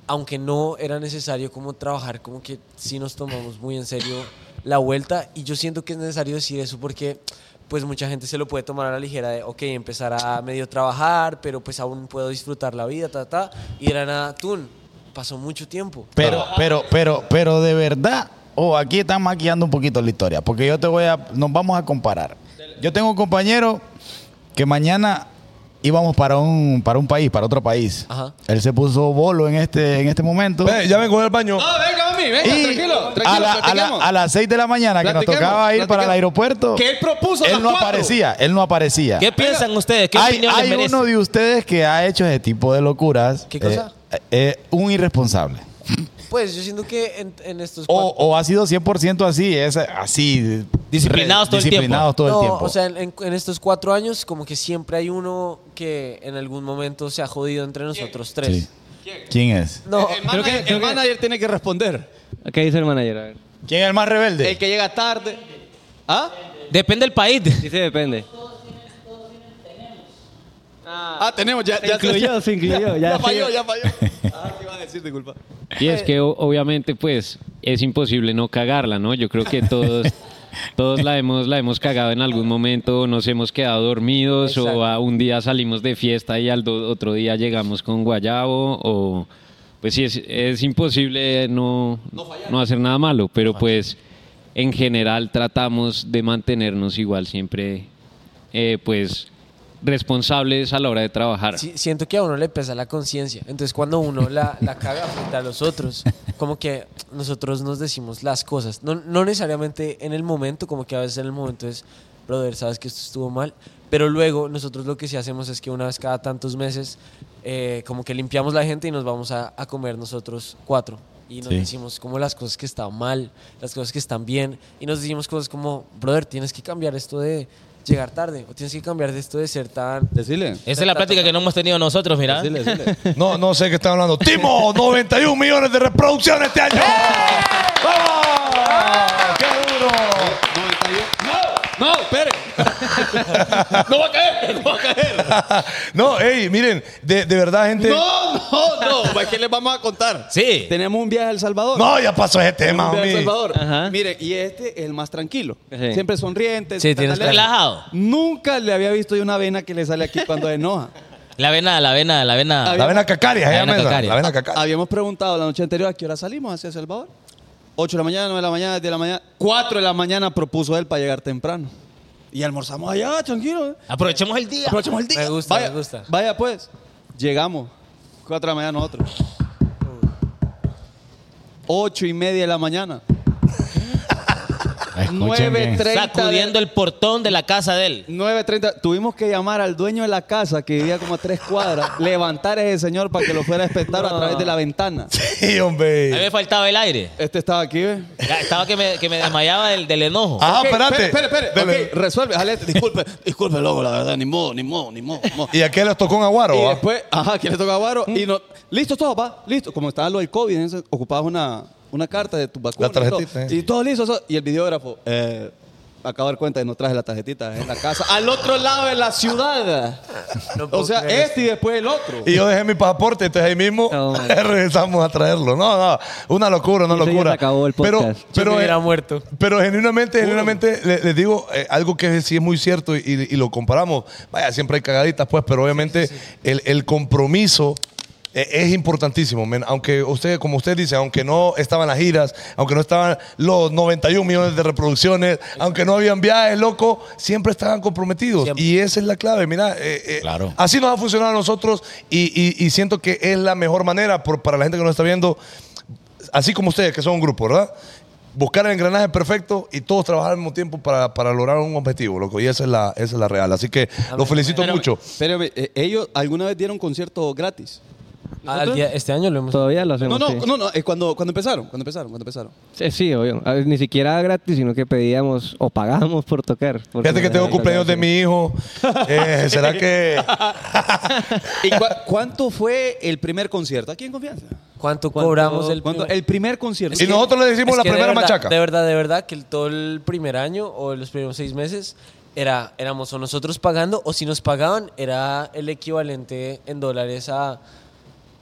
H: Aunque no era necesario como trabajar, como que sí nos tomamos muy en serio la vuelta y yo siento que es necesario decir eso porque pues mucha gente se lo puede tomar a la ligera de, ok, empezar a medio trabajar, pero pues aún puedo disfrutar la vida, ta, ta, y era nada, tun, pasó mucho tiempo.
B: Pero, pero, pero, pero de verdad, o aquí están maquillando un poquito la historia, porque yo te voy a, nos vamos a comparar. Yo tengo un compañero que mañana íbamos para un, para un país, para otro país.
H: Ajá.
B: Él se puso bolo en este, en este momento.
C: ya vengo del baño.
E: venga, mami, venga,
B: Y
E: tranquilo, tranquilo,
B: a, la- a, la-
E: platiquemos.
B: a las 6 de la mañana que nos
E: Platiquemos,
B: tocaba ir para el
E: platiquemos.
B: aeropuerto.
E: Que él propuso a
B: Él
E: las
B: no
E: cuatro.
B: aparecía, él no aparecía.
F: ¿Qué piensan ustedes? ¿Qué
B: hay
F: opinión les
B: hay
F: merece?
B: uno de ustedes que ha hecho ese tipo de locuras.
H: ¿Qué cosa?
B: Eh, eh, un irresponsable.
H: Pues yo siento que en, en estos
B: O, o ha sido 100% así, es así.
F: Disciplinados todo el tiempo.
B: disciplinados todo el
H: no,
B: tiempo.
H: O sea, en, en- en estos cuatro años, como que siempre hay uno que en algún momento se ha jodido entre nosotros tres.
B: Sí. ¿Quién es?
H: No,
E: Creo que el manager tiene que responder.
G: ¿Qué dice el manager? A ver.
B: ¿Quién es el más rebelde?
E: El que llega tarde. ¿Ah?
F: Depende del país.
G: Dice depende.
E: Ah, tenemos, ya.
G: Se
E: ya
G: incluyó, se incluyó, ya.
E: Ya falló, ya falló. Ah, te iba a decir, disculpa.
K: Y es que o- obviamente pues es imposible no cagarla, ¿no? Yo creo que todos todos la hemos la hemos cagado en algún momento, nos hemos quedado dormidos o a un día salimos de fiesta y al do- otro día llegamos con guayabo o pues sí es, es imposible no no hacer nada malo, pero pues en general tratamos de mantenernos igual siempre eh, pues responsables a la hora de trabajar.
H: Sí, siento que a uno le pesa la conciencia. Entonces, cuando uno la, la caga frente a los otros, como que nosotros nos decimos las cosas. No, no necesariamente en el momento, como que a veces en el momento es, brother, sabes que esto estuvo mal. Pero luego, nosotros lo que sí hacemos es que una vez cada tantos meses, eh, como que limpiamos la gente y nos vamos a, a comer nosotros cuatro. Y nos
B: Sí.
H: decimos como las cosas que están mal, las cosas que están bien. Y nos decimos cosas como, brother, tienes que cambiar esto de llegar tarde. O tienes que cambiar de esto de ser tan
E: Decile.
F: Esa es la plática que no hemos tenido nosotros, mira.
E: Decile, decile.
C: No, no sé qué están hablando. Timo, 91 millones de reproducciones este año. ¡Vamos! ¡Qué duro!
E: No, espere. no va a caer, no va a caer.
C: no, hey, miren, de, de verdad, gente.
E: No, no, no. ¿Qué les vamos a contar?
F: Sí.
E: Tenemos un viaje a El Salvador.
C: No, ya pasó ese tema,
E: Un viaje a El
C: homie.
E: Salvador.
G: Ajá.
E: Mire, y este es el más tranquilo.
G: Sí.
E: Siempre sonriente.
H: Sí, tienes
E: tatalero.
F: Relajado.
E: Nunca le había visto yo una vena que le sale aquí cuando se enoja.
F: La vena, la vena, la vena.
C: La vena cacaria, se
F: La
C: llama
F: vena
C: esa.
F: cacaria.
C: La vena cacaria.
E: Habíamos preguntado la noche anterior a qué hora salimos hacia El Salvador. 8 de la mañana, 9 de la mañana, 10 de la mañana. 4 de la mañana propuso él para llegar temprano. Y almorzamos allá, tranquilo. eh.
F: Aprovechemos el día.
E: Aprovechamos el día.
H: Me gusta,
E: vaya,
H: me gusta.
E: Vaya pues, llegamos. 4 de la mañana nosotros. 8 y media de la mañana.
B: Escuchen bien.
E: 9.30.
F: Sacudiendo el portón de la casa de él.
E: 9.30, tuvimos que llamar al dueño de la casa que vivía como a tres cuadras, levantar a ese señor para que lo fuera a espectar a través de la ventana.
C: Sí,
F: A mí
C: hombre.
F: me faltaba el aire.
E: Este estaba aquí, ¿ves?
F: Ya Estaba que me, que me desmayaba del, del enojo.
C: Ajá,
B: Ah,
E: Ok,
C: espérate.
E: Espere, espere, espere.
C: Dele.
E: Ok, resuelve, jale, Ah, disculpe, disculpe, loco, la verdad, ni modo, ni modo, ni modo. ni modo.
C: ¿Y a qué les tocó en Aguaro? Mm.
E: Y
C: ah?
E: después, ajá, que le toca a Guaro. Y no, listo todo, pa, listo. Como estaba lo del COVID, entonces, ocupabas una, una carta de tu vacuna. y todo.
C: tarjetita,
E: Y
C: eh.
E: todo, listo. eso. Y el videógrafo, eh, acabo de dar cuenta que no traje la tarjetita en la casa. Al otro lado de la ciudad.
H: No puedo
E: o sea,
H: creer
E: este y después el otro.
C: Y yo dejé mi pasaporte, entonces ahí mismo
G: No.
C: regresamos a traerlo. No, no, una locura, una
G: Oh Eso ya
C: locura.
G: se acabó el
C: Pero,
G: podcast.
C: pero,
H: me hubiera
C: eh,
H: muerto.
C: pero genuinamente, genuinamente le- les digo eh, algo que sí es muy cierto y, y lo comparamos. Vaya, siempre hay cagaditas, pues, pero obviamente El, el compromiso. eh, Es importantísimo, men. aunque usted, como usted dice, aunque no estaban las giras, aunque no estaban los 91 millones de reproducciones, aunque no habían viajes, loco, siempre estaban comprometidos.
H: Siempre.
C: Y esa es la clave, mira, eh, eh,
B: Claro.
C: Así nos ha funcionado a nosotros y, y- y siento que es la mejor manera por- para la gente que nos está viendo, así como ustedes, que son un grupo, ¿verdad? Buscar el engranaje perfecto y todos trabajar al mismo tiempo para, para lograr un objetivo, loco. Y esa es la, esa es la real. Así que los felicito mucho.
E: Pero eh, ellos alguna vez dieron concierto gratis.
H: Al día- este año lo hemos.
G: Todavía lo
E: No,
G: hacemos.
E: no,
G: sí.
E: no, no, es cuando, cuando empezaron, cuando empezaron, cuando empezaron.
G: Sí, sí, obvio. A ver, ni siquiera gratis, sino que pedíamos o pagábamos por tocar. porque
C: Fíjate que
G: no
C: tengo
G: era
C: cumpleaños de
G: gratis.
C: mi hijo. Eh, ¿Será que...?
E: ¿Y cua- cuánto fue el primer concierto? Aquí en confianza.
H: ¿Cuánto, cobramos el
E: ¿Cuánto-
H: primer-
E: el primer concierto.
C: Y nosotros le decimos
H: Es
C: la
H: que de
C: primera
H: verdad-
C: machaca.
H: De verdad, de verdad, que el- todo el primer año o los primeros seis meses era, éramos o nosotros pagando o si nos pagaban era el equivalente en dólares a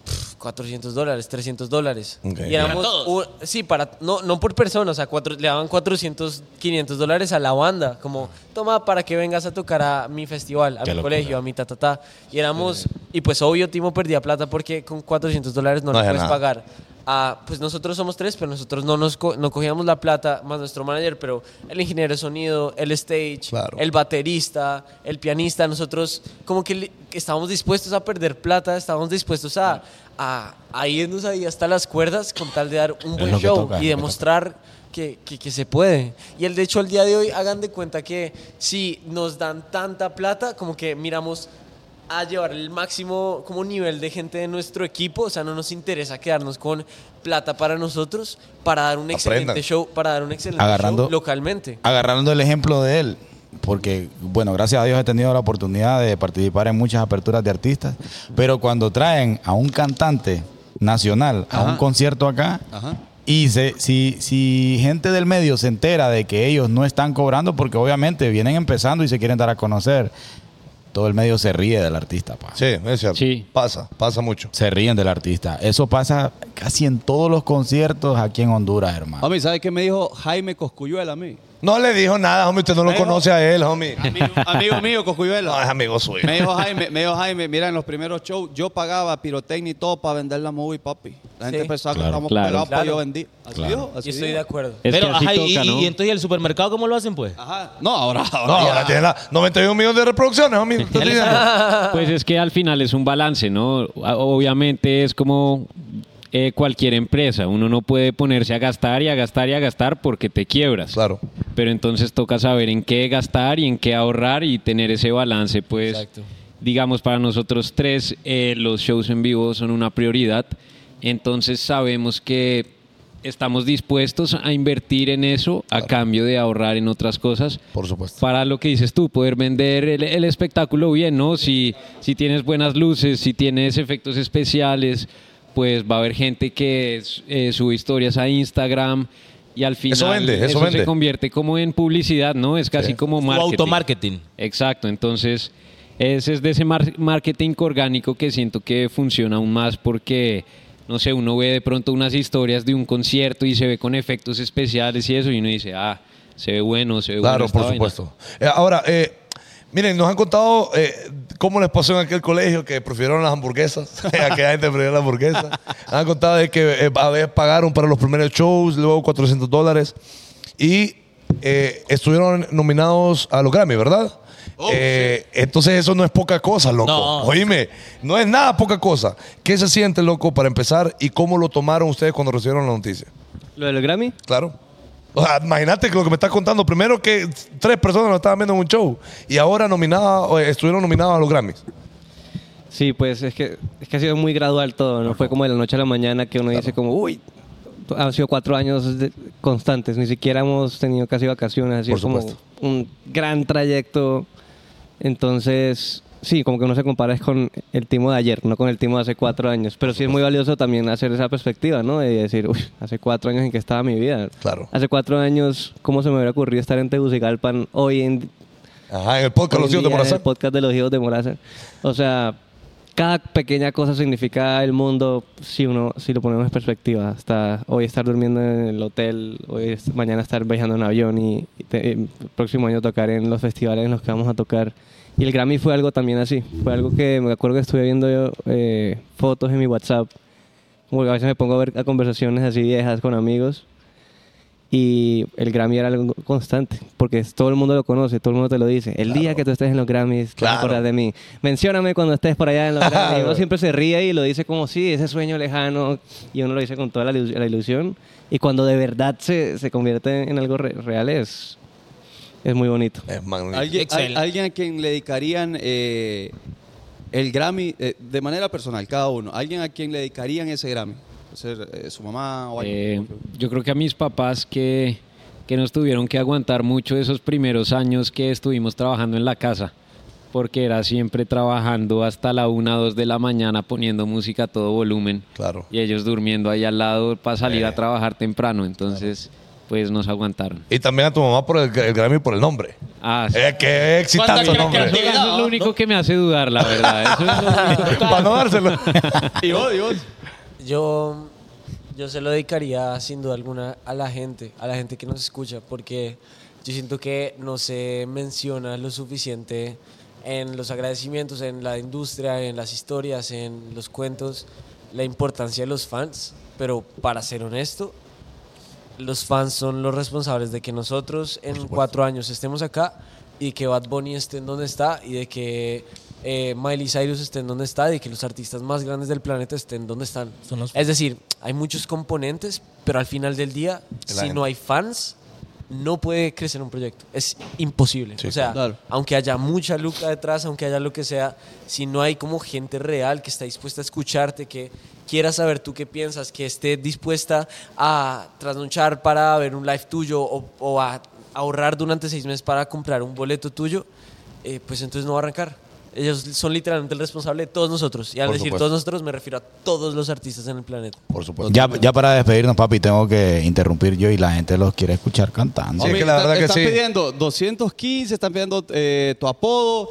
H: pff, 400 dólares, 300 dólares.
C: Ok.
H: Y éramos,
F: ¿Para
H: un- sí, para, no, no por persona, o sea, cuatro- le daban 400, 500 dólares a la banda, como, toma para que vengas a tocar a mi festival, a mi colegio, a mi ta, ta, ta. Y éramos, y pues obvio, Timo perdía plata porque con 400 dólares no,
C: No
H: le
C: era
H: puedes
C: nada.
H: pagar a, pues nosotros somos tres, pero nosotros no, nos co- no cogíamos la plata, más nuestro manager, pero el ingeniero de sonido, el stage,
C: Claro.
H: el baterista, el pianista, nosotros como que li- que estábamos dispuestos a perder plata, estábamos dispuestos a, a, a irnos ahí hasta las cuerdas con tal de dar un buen
E: lo que
H: show
E: toca, es lo
H: y
E: que
H: demostrar que, que- que se puede. Y el de hecho, al día de hoy, hagan de cuenta que si nos dan tanta plata, como que miramos a llevar el máximo como nivel de gente de nuestro equipo, o sea, no nos interesa quedarnos con plata para nosotros, para dar un excelente show, para dar un excelente
B: Agarrando-
H: show localmente.
B: Agarrando el ejemplo de él, porque, bueno, gracias a Dios he tenido la oportunidad de participar en muchas aperturas de artistas, pero cuando traen a un cantante nacional a un concierto acá, y se- si, si gente del medio se entera de que ellos no están cobrando, porque obviamente vienen empezando y se quieren dar a conocer, todo el medio se ríe del artista. pa.
C: Sí, es cierto. Pasa, pasa mucho.
B: Se ríen del artista. Eso pasa casi en todos los conciertos aquí en Honduras, hermano.
E: Homie, ¿sabes qué me dijo Jaime Coscuyuela a mí?
C: No le dijo nada, homie. Usted no lo conoce a él, homie.
E: Amigo mío, Coscuyuela.
C: No, es amigo suyo.
E: Me dijo Jaime, me dijo Jaime, mira, en los primeros shows yo pagaba pirotecnia y todo para vender la movie, papi. La gente
F: Sí.
E: pensaba que
F: Claro,
E: estamos
F: claro.
E: pelados, pero
F: Claro.
E: yo vendí. Así
F: Claro.
E: dijo, así
H: Yo estoy
E: dijo.
H: de acuerdo.
F: Pero,
C: que así
F: ajá, y,
C: toca, ¿no?
F: y- y entonces, ¿y el supermercado cómo lo hacen, pues?
E: No, ahora,
C: No, ahora tiene la 91 millones de reproducciones, homie. No tiene nada.
K: Pues es que al final es un balance, ¿no? A- Obviamente es como eh, cualquier empresa, uno no puede ponerse a gastar y a gastar y a gastar porque te quiebras.
C: Claro.
K: Pero entonces toca saber en qué gastar y en qué ahorrar y tener ese balance, pues digamos para nosotros tres eh, los shows en vivo son una prioridad, entonces sabemos que estamos dispuestos a invertir en eso a cambio de ahorrar en otras cosas.
C: Por supuesto.
K: Para lo que dices tú, poder vender el, el espectáculo bien, ¿no? Si, si tienes buenas luces, si tienes efectos especiales, pues va a haber gente que s- eh, sube historias a Instagram y al final
C: Eso vende, eso vende.
K: se convierte como en publicidad, ¿no? Es casi
C: Sí.
K: como
F: Tu
K: marketing.
F: automarketing.
K: Exacto, entonces ese es de ese mar- marketing orgánico que siento que funciona aún más porque, no sé, uno ve de pronto unas historias de un concierto y se ve con efectos especiales y eso y uno dice, ah, se ve bueno, se ve
C: Claro,
K: bueno. esta
C: por
K: vaina".
C: supuesto. Eh, ahora, eh, miren, nos han contado eh, cómo les pasó en aquel colegio que prefirieron las hamburguesas. Aquella gente prefirió las hamburguesas. Nos han contado de que eh, a veces pagaron para los primeros shows, luego 400 dólares. Y eh, estuvieron nominados a los Grammy, ¿verdad? Eh, Entonces eso no es poca cosa, loco.
F: No.
C: Oíme, no es nada poca cosa. ¿Qué se siente, loco, para empezar? ¿Y cómo lo tomaron ustedes cuando recibieron la noticia?
G: ¿Lo del Grammy?
C: Claro. O sea, imagínate que lo que me estás contando. Primero que tres personas lo estaban viendo en un show y ahora nominada, o, eh, estuvieron nominados a los Grammys.
G: Sí, pues es que, es que ha sido muy gradual todo, ¿no? Fue como de la noche a la mañana que uno dice como, uy, han sido cuatro años de- constantes, ni siquiera hemos tenido casi vacaciones, así
C: Por
G: es como
C: supuesto.
G: un gran trayecto. Entonces, sí, como que uno se compara es con el timo de ayer, no con el timo de hace cuatro años, pero sí es muy valioso también hacer esa perspectiva, ¿no? De decir, uy, hace cuatro años en que estaba mi vida.
C: Claro.
G: Hace cuatro años, ¿cómo se me hubiera ocurrido estar en Tegucigalpan hoy en,
C: Ajá, Ah, en el podcast
G: Hoy
C: Los
G: en
C: Hijos
G: día
C: de
G: es
C: Morazán.
G: El podcast de los hijos de Morazán. O sea, cada pequeña cosa significa el mundo si uno si lo ponemos en perspectiva. Hasta hoy estar durmiendo en el hotel, hoy es- mañana estar viajando en avión y, y te- y próximo año tocar en los festivales en los que vamos a tocar. Y el Grammy fue algo también así. Fue algo que me acuerdo que estuve viendo yo, eh, fotos en mi WhatsApp. Como que a veces me pongo a ver a conversaciones así viejas con amigos y el Grammy era algo constante, porque es- todo el mundo lo conoce, todo el mundo te lo dice. El día que tú estés en los Grammys, te vas a
C: Claro.
G: acordar de mí. Mencióname cuando estés por allá en los Grammys. Uno siempre se ríe y lo dice como sí, ese sueño lejano, y uno lo dice con toda la, ilus- la ilusión. Y cuando de verdad se, se convierte en algo re- real, es, es muy bonito.
C: Es magnífico.
E: Alguien,
F: Excel.
E: al- alguien a quien le dedicarían eh, el Grammy, eh, de manera personal, cada uno. Alguien a quien le dedicarían ese Grammy. Puede ser, eh, su mamá o
K: Eh,
E: alguien.
K: yo creo que a mis papás que, que nos tuvieron que aguantar mucho esos primeros años que estuvimos trabajando en la casa, porque era siempre trabajando hasta la 1, 2 de la mañana poniendo música a todo volumen
C: Claro. Eh.
K: y ellos durmiendo ahí al lado para salir a trabajar temprano, entonces pues nos aguantaron.
C: Y también a tu mamá por el, el Grammy por el nombre.
K: Ah, sí.
C: Eh, qué exitazo
K: Eso
C: nombre.
K: es lo único que me hace dudar, la verdad. Eso es lo único.
C: Para no dárselo.
E: Y vos, y vos.
H: Yo, yo se lo dedicaría sin duda alguna a la gente, a la gente que nos escucha, porque yo siento que no se menciona lo suficiente en los agradecimientos, en la industria, en las historias, en los cuentos, la importancia de los fans. pero para ser honesto, los fans son los responsables de que nosotros en cuatro años estemos acá y que Bad Bunny esté en donde está y de que eh, Miley Cyrus esté en donde está y de que los artistas más grandes del planeta estén donde están.
O: Son los-
H: Es decir, hay muchos componentes, pero al final del día,
O: La
H: si
O: gente.
H: no hay fans, no puede crecer un proyecto. Es imposible.
O: Sí,
H: o sea,
O: claro.
H: aunque haya mucha luca detrás, aunque haya lo que sea, si no hay como gente real que está dispuesta a escucharte, que quiera saber tú qué piensas, que esté dispuesta a trasnochar para ver un live tuyo o, o a ahorrar durante seis meses para comprar un boleto tuyo, eh, pues entonces no va a arrancar. Ellos son literalmente el responsable de todos nosotros. Y al
C: Por
H: decir
C: supuesto.
H: todos nosotros me refiero a todos los artistas en el planeta.
C: Por supuesto.
B: Ya, ya para despedirnos, papi, tengo que interrumpir yo y la gente los quiere escuchar cantando.
E: Homie, está- están pidiendo 215, están pidiendo eh, tu apodo.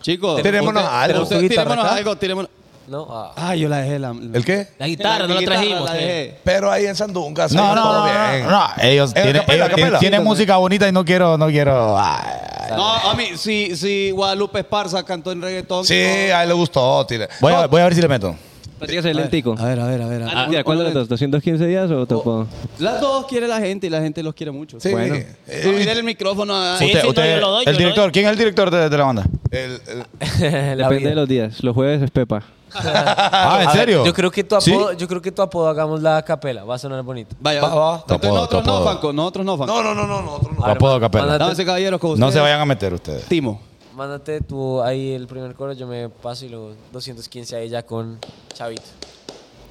E: Chicos,
C: Tirémonos
E: usted-
C: algo.
E: usted-
C: ¿Tu guitarra
E: tirémonos
C: acá?
E: algo, tirémonos-
H: No, ah.
E: Ah, yo la dejé. La,
C: ¿El qué?
E: La guitarra, no la trajimos, eh. sí.
C: Pero ahí en Sandunga. se
B: No,
C: hizo
B: no,
C: todo
B: no,
C: bien.
B: no, no, ellos
C: Eh,
B: tienen,
C: capela,
B: ellos tienen-
C: capela.
B: tienen música bonita y no quiero, no quiero. ah.
E: No, a mí, si, si Guadalupe Esparza cantó en reggaetón.
C: Sí, a él le gustó. tire.
B: Voy, a, voy a ver si le meto.
G: el lentico.
E: A ver, a ver, a ver. a ver.
G: ¿Cuál de los dos? ¿215 días o topo?
E: Las dos quiere la gente y la gente los quiere mucho.
G: Sí. Bueno.
E: No, mire el micrófono. a-
B: Usted- usted- el director, ¿quién es el director de, de la banda?
G: Depende de los días. Los jueves es Pepa.
B: Ah, ¿en
H: A ver,
B: serio?
H: Yo creo que tu
B: Sí.
H: apodo, yo creo que tu apodo hagamos la capela, va a sonar bonito.
E: Vaya,
H: va,
E: Entonces,
B: Topo,
E: nosotros
B: topo.
E: no, Fanco, nosotros no, Fanco.
C: No, no, no, no, nosotros
B: Lo puedo capela.
H: Mándate- Dámese, caballeros, con
B: No
H: ustedes.
B: se vayan a meter ustedes.
E: Timo.
H: Mándate tú ahí el primer coro, yo me paso y luego 215 ahí ya con Chavito.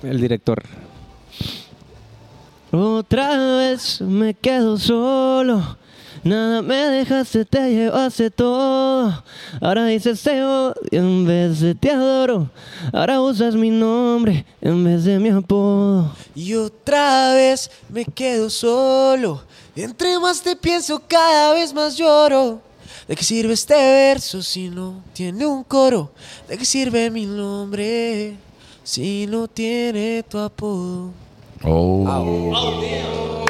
G: El director. Otra vez me quedo solo. Nada me dejaste, te llevaste todo. Ahora dices te odio en vez de te adoro. Ahora usas mi nombre en vez de mi apodo.
O: Y otra vez me quedo solo. Entre más te pienso, cada vez más lloro. ¿De qué sirve este verso si no tiene un coro? ¿De qué sirve mi nombre si no tiene tu apodo?
B: Oh.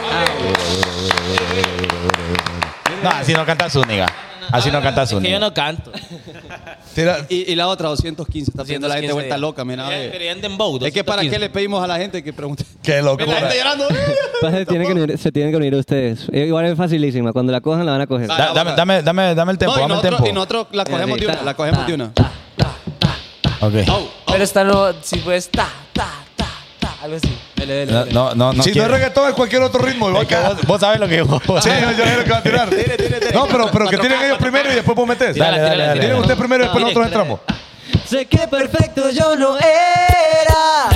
B: No, así no canta Zúñiga. Así no canta
F: que
B: Zúñiga.
F: yo no canto.
E: Y, y la otra, 215, está pidiendo la gente
F: 215
E: vuelta
F: días. Eh,
E: loca, mira. ve.
F: Pero ya anda en bow,
E: Es que para
F: 215.
E: qué le pedimos a la gente que pregunte.
C: Qué locura.
E: La gente llorando.
G: Pasa, se, tienen que unir, se tienen que unir ustedes. Eh, Igual es facilísima. Cuando la cojan, la van a coger.
B: Da- dame, dame, dame, dame el tempo,
E: No, y
B: dame el
E: nosotros-
B: tempo.
E: y nosotros la cogemos de una, la cogemos de una.
B: Ok.
H: Pero esta no, si puedes, ta, ta, ta, ta, algo así.
B: No, no, no, no
C: si
B: quiero.
C: no es reggaetón, es cualquier otro ritmo. Igual que
B: vos, vos sabés lo que yo.
C: Sí, yo, yo sé lo que va a tirar. No, pero, pero que tiren ellos primero y después vos metés.
B: Dale, dale, dale.
C: Tiren ustedes primero y después nosotros entramos.
O: Sé que perfecto yo no era,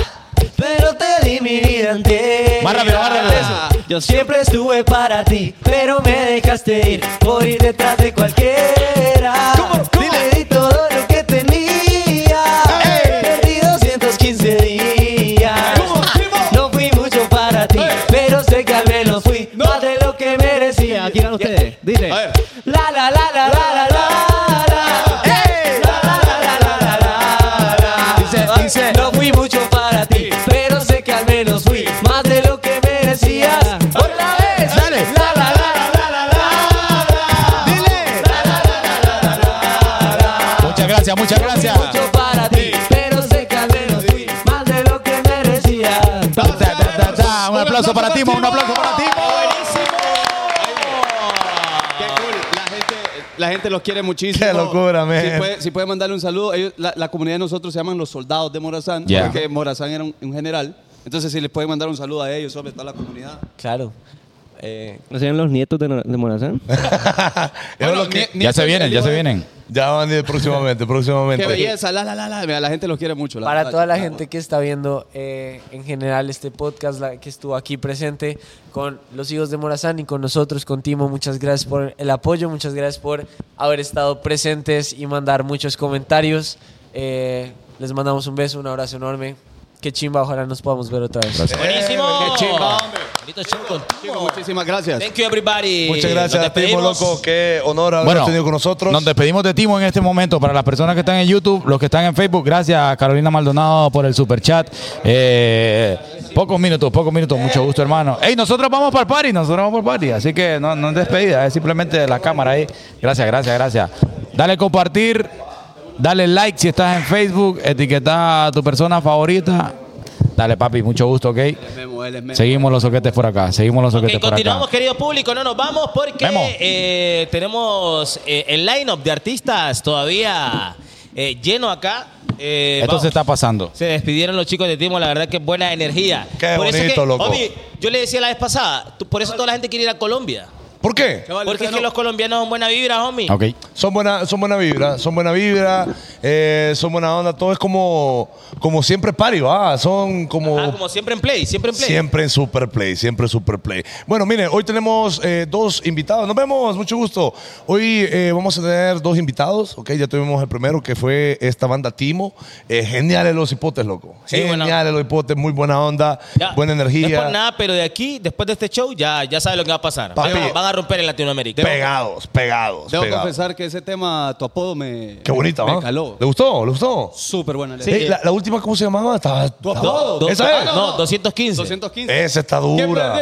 O: pero te di mi vida entera.
B: Más rápido, más rápido.
O: Yo siempre estuve para ti, pero me dejaste ir por ir detrás de cualquiera. Te di todo lo que tenía. Perdí 215 días. No fui mucho para ti, pero sé que al menos fui más de lo que merecía. Aquí van ustedes.
G: Dile.
O: La la la la la la la la. La, la, la, la, la, la, la, la. No fui mucho para ti, pero sé que al menos fui más de lo que merecías. Otra vez, dale. La la la la la la la.
B: Muchas gracias, Ah, muchas gracias.
O: Mucho para ti, pero sé que al menos fui más de lo que merecías.
B: Un aplauso para Timo, un aplauso para Timo.
E: La gente los quiere muchísimo.
C: Qué locura, man.
E: Si puede, si puede mandarle un saludo. Ellos- la, la comunidad de nosotros se llaman los soldados de Morazán,
B: Ya.
E: porque Morazán era un, un general. Entonces, si les puede mandar un saludo a ellos, sobre toda la comunidad. Eh,
H: Claro.
G: ¿No serían los nietos de, Nor- de Morazán?
B: Ya se vienen, ya se vienen.
C: Ya van a ir próximamente, próximamente.
E: Qué belleza, la, la, la, la. Mira, la gente los quiere mucho.
H: Para
E: verdad,
H: toda la
E: chicos.
H: gente que está viendo eh, en general este podcast, la que estuvo aquí presente con los hijos de Morazán y con nosotros, con Timo, muchas gracias por el apoyo, muchas gracias por haber estado presentes y mandar muchos comentarios. Eh, les mandamos un beso, un abrazo enorme. Qué chimba, ojalá nos podamos ver otra vez.
F: Buenísimo.
E: qué chimba, hombre.
F: Bonito show con Timo.
E: Muchísimas gracias.
F: Thank you, everybody.
C: Muchas gracias
F: Nos
C: a Timo,
F: despedimos.
C: loco. Qué honor haber
B: Bueno,
C: tenido con nosotros.
B: Nos despedimos de Timo en este momento. Para las personas que están en YouTube, los que están en Facebook, gracias a Carolina Maldonado por el super chat. pocos minutos, pocos minutos. Mucho gusto, hermano. Ey, nosotros vamos para el party, nosotros vamos para el party. Así que no, no es despedida, es simplemente la cámara ahí. Gracias, gracias, gracias. Dale compartir, dale like si estás en Facebook, etiqueta a tu persona favorita. Dale, papi, mucho gusto, ¿ok?
M: Memo, él es Memo.
B: Seguimos los soquetes por acá, seguimos los soquetes por acá.
F: Continuamos, querido público, no nos vamos porque eh, tenemos eh, el line-up de artistas todavía eh, lleno acá. Eh,
B: Esto
F: vamos.
B: se está pasando.
F: Se despidieron los chicos de Timo, la verdad que buena energía.
B: Qué
F: Por eso es
B: bonito,
F: que,
B: loco.
F: Omi, yo le decía la vez pasada, tú- por eso toda la gente quiere ir a Colombia.
C: ¿Por qué?
F: Porque es que los colombianos son buena vibra, homie.
C: Son buena, son buena vibra, son buena vibra, eh, son buena onda, todo es como, como siempre pari, va, son como,
F: Ah, como siempre en play, siempre en play.
C: siempre en super play, siempre en super play. Bueno, mire, hoy tenemos eh, dos invitados, nos vemos, mucho gusto. Hoy eh, vamos a tener dos invitados, ok, ya tuvimos el primero que fue esta banda Timo, eh, geniales los hipotes, loco,
F: Sí, buena-
C: geniales los hipotes, muy buena onda,
F: Ya,
C: buena
F: No es
C: energía.
F: por nada, pero de aquí, después de este show, ya, ya sabes lo que va a pasar.
C: Papi.
F: van, a- van a romper en Latinoamérica.
C: Pegados, pegados,
E: Debo
C: pegados.
E: confesar que ese tema, tu apodo me.
C: Qué bonita,
E: Me
C: ¿va?
E: caló.
C: ¿Le gustó? ¿Le gustó?
E: Súper buena
C: Sí. Eh, la, la última, ¿cómo se llamaba? Estaba,
E: Tu apodo.
C: ¿Esa
E: Ah,
C: es?
E: no, no.
F: 215.
E: 215.
C: Esa está dura.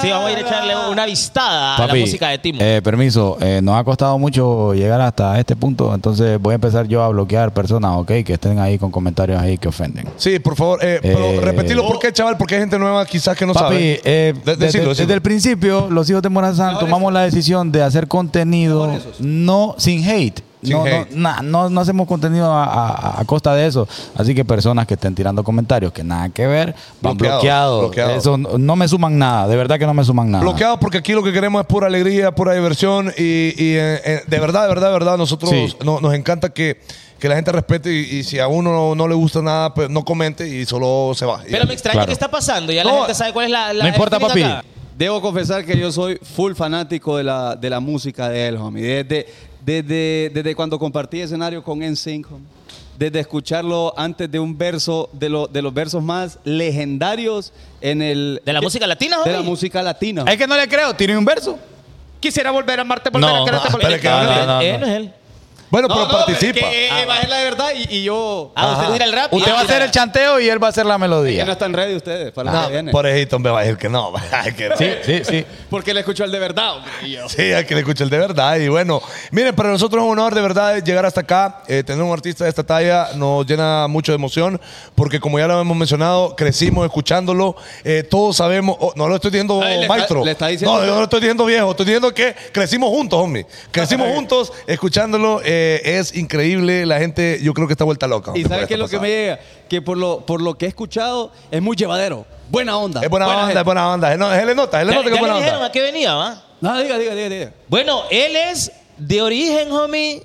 F: Sí, vamos a ir a echarle una vistada a la música de Timo.
B: eh, permiso, eh, nos ha costado mucho llegar hasta este punto, entonces voy a empezar yo a bloquear personas, ¿ok? Que estén ahí con comentarios ahí que ofenden.
C: Sí, por favor, eh, pero
B: Eh,
C: repetilo por qué, chaval, porque hay gente nueva quizás que no
B: Papi,
C: sabe.
B: eh,
C: De-
B: desde,
C: decilo,
B: desde
C: decilo.
B: el principio, los hijos de Morazán tomamos la decisión de hacer contenido no sin hate.
C: Sin
B: no, no-
C: hate.
B: na- no, no hacemos contenido a, a- a costa de eso. Así que personas que estén tirando comentarios que nada que ver, van
C: Bloqueados,
B: bloqueados.
C: bloqueados.
B: Eso no- no me suman nada, de verdad que no me suman nada.
C: Bloqueados porque aquí lo que queremos es pura alegría, pura diversión y, y, eh, eh, de verdad, de verdad, de verdad, nosotros
B: Sí.
C: no- nos encanta que, que la gente respete y, y si a uno no, no le gusta nada, pues no comente y solo se va. Y
F: Pero me extraña
C: Claro.
F: que está pasando. Ya la
C: No,
F: gente sabe cuál es la. la
C: no importa,
F: espinita
C: papi.
F: acá.
E: Debo confesar que yo soy full fanático de la, de la música de él, homie. Desde, desde, desde cuando compartí escenario con NSYNC, homie. desde escucharlo antes de un verso, de, lo- de los versos más legendarios en el...
F: ¿De la música latina, homie?
E: De la música latina.
B: Es que no le creo, tiene un verso.
F: Quisiera volver a Marte,
E: volver a quererte, volver a quererte.
F: Él Eh, no es él. Ah.
C: Bueno,
E: No,
C: pero
E: no, es
C: participa.
E: que, eh, eh, va a ser la verdad y, y yo...
B: Ajá. Usted va a hacer el
E: chat.
B: chanteo y él va a hacer la melodía.
E: Que no están ready ustedes para lo que
C: No,
E: viene.
C: pobrecito, me va a decir que no. que no.
B: Sí, sí, sí.
E: Porque le escucho el de verdad, hombre, y yo.
C: Sí, hay que le escuche el de verdad. Y bueno, miren, para nosotros es un honor de verdad llegar hasta acá. Eh, tener un artista de esta talla nos llena mucho de emoción, porque como ya lo hemos mencionado, crecimos escuchándolo. Eh, todos sabemos, oh, no lo estoy diciendo
E: Ay, le está-
C: maestro.
E: le está diciendo-
C: No, yo no lo estoy diciendo viejo, estoy diciendo que crecimos juntos, homie. Crecimos juntos escuchándolo. Eh, es increíble. La gente, yo creo que está vuelta loca.
E: Y
C: homie, por
E: sabes
C: esta
E: qué es lo que
C: pasada.
E: me llega, que por lo, por lo que he escuchado es muy llevadero, buena onda.
C: Es buena, onda,
E: gente.
C: es buena onda. Él no- él le nota, él le
F: Ya,
C: nota que
F: ya
C: es buena
F: le dijeron
C: onda.
F: a qué venía, ¿va?
E: No, diga, diga, diga, diga.
F: Bueno, él es de
D: Eh,
F: origen, homie.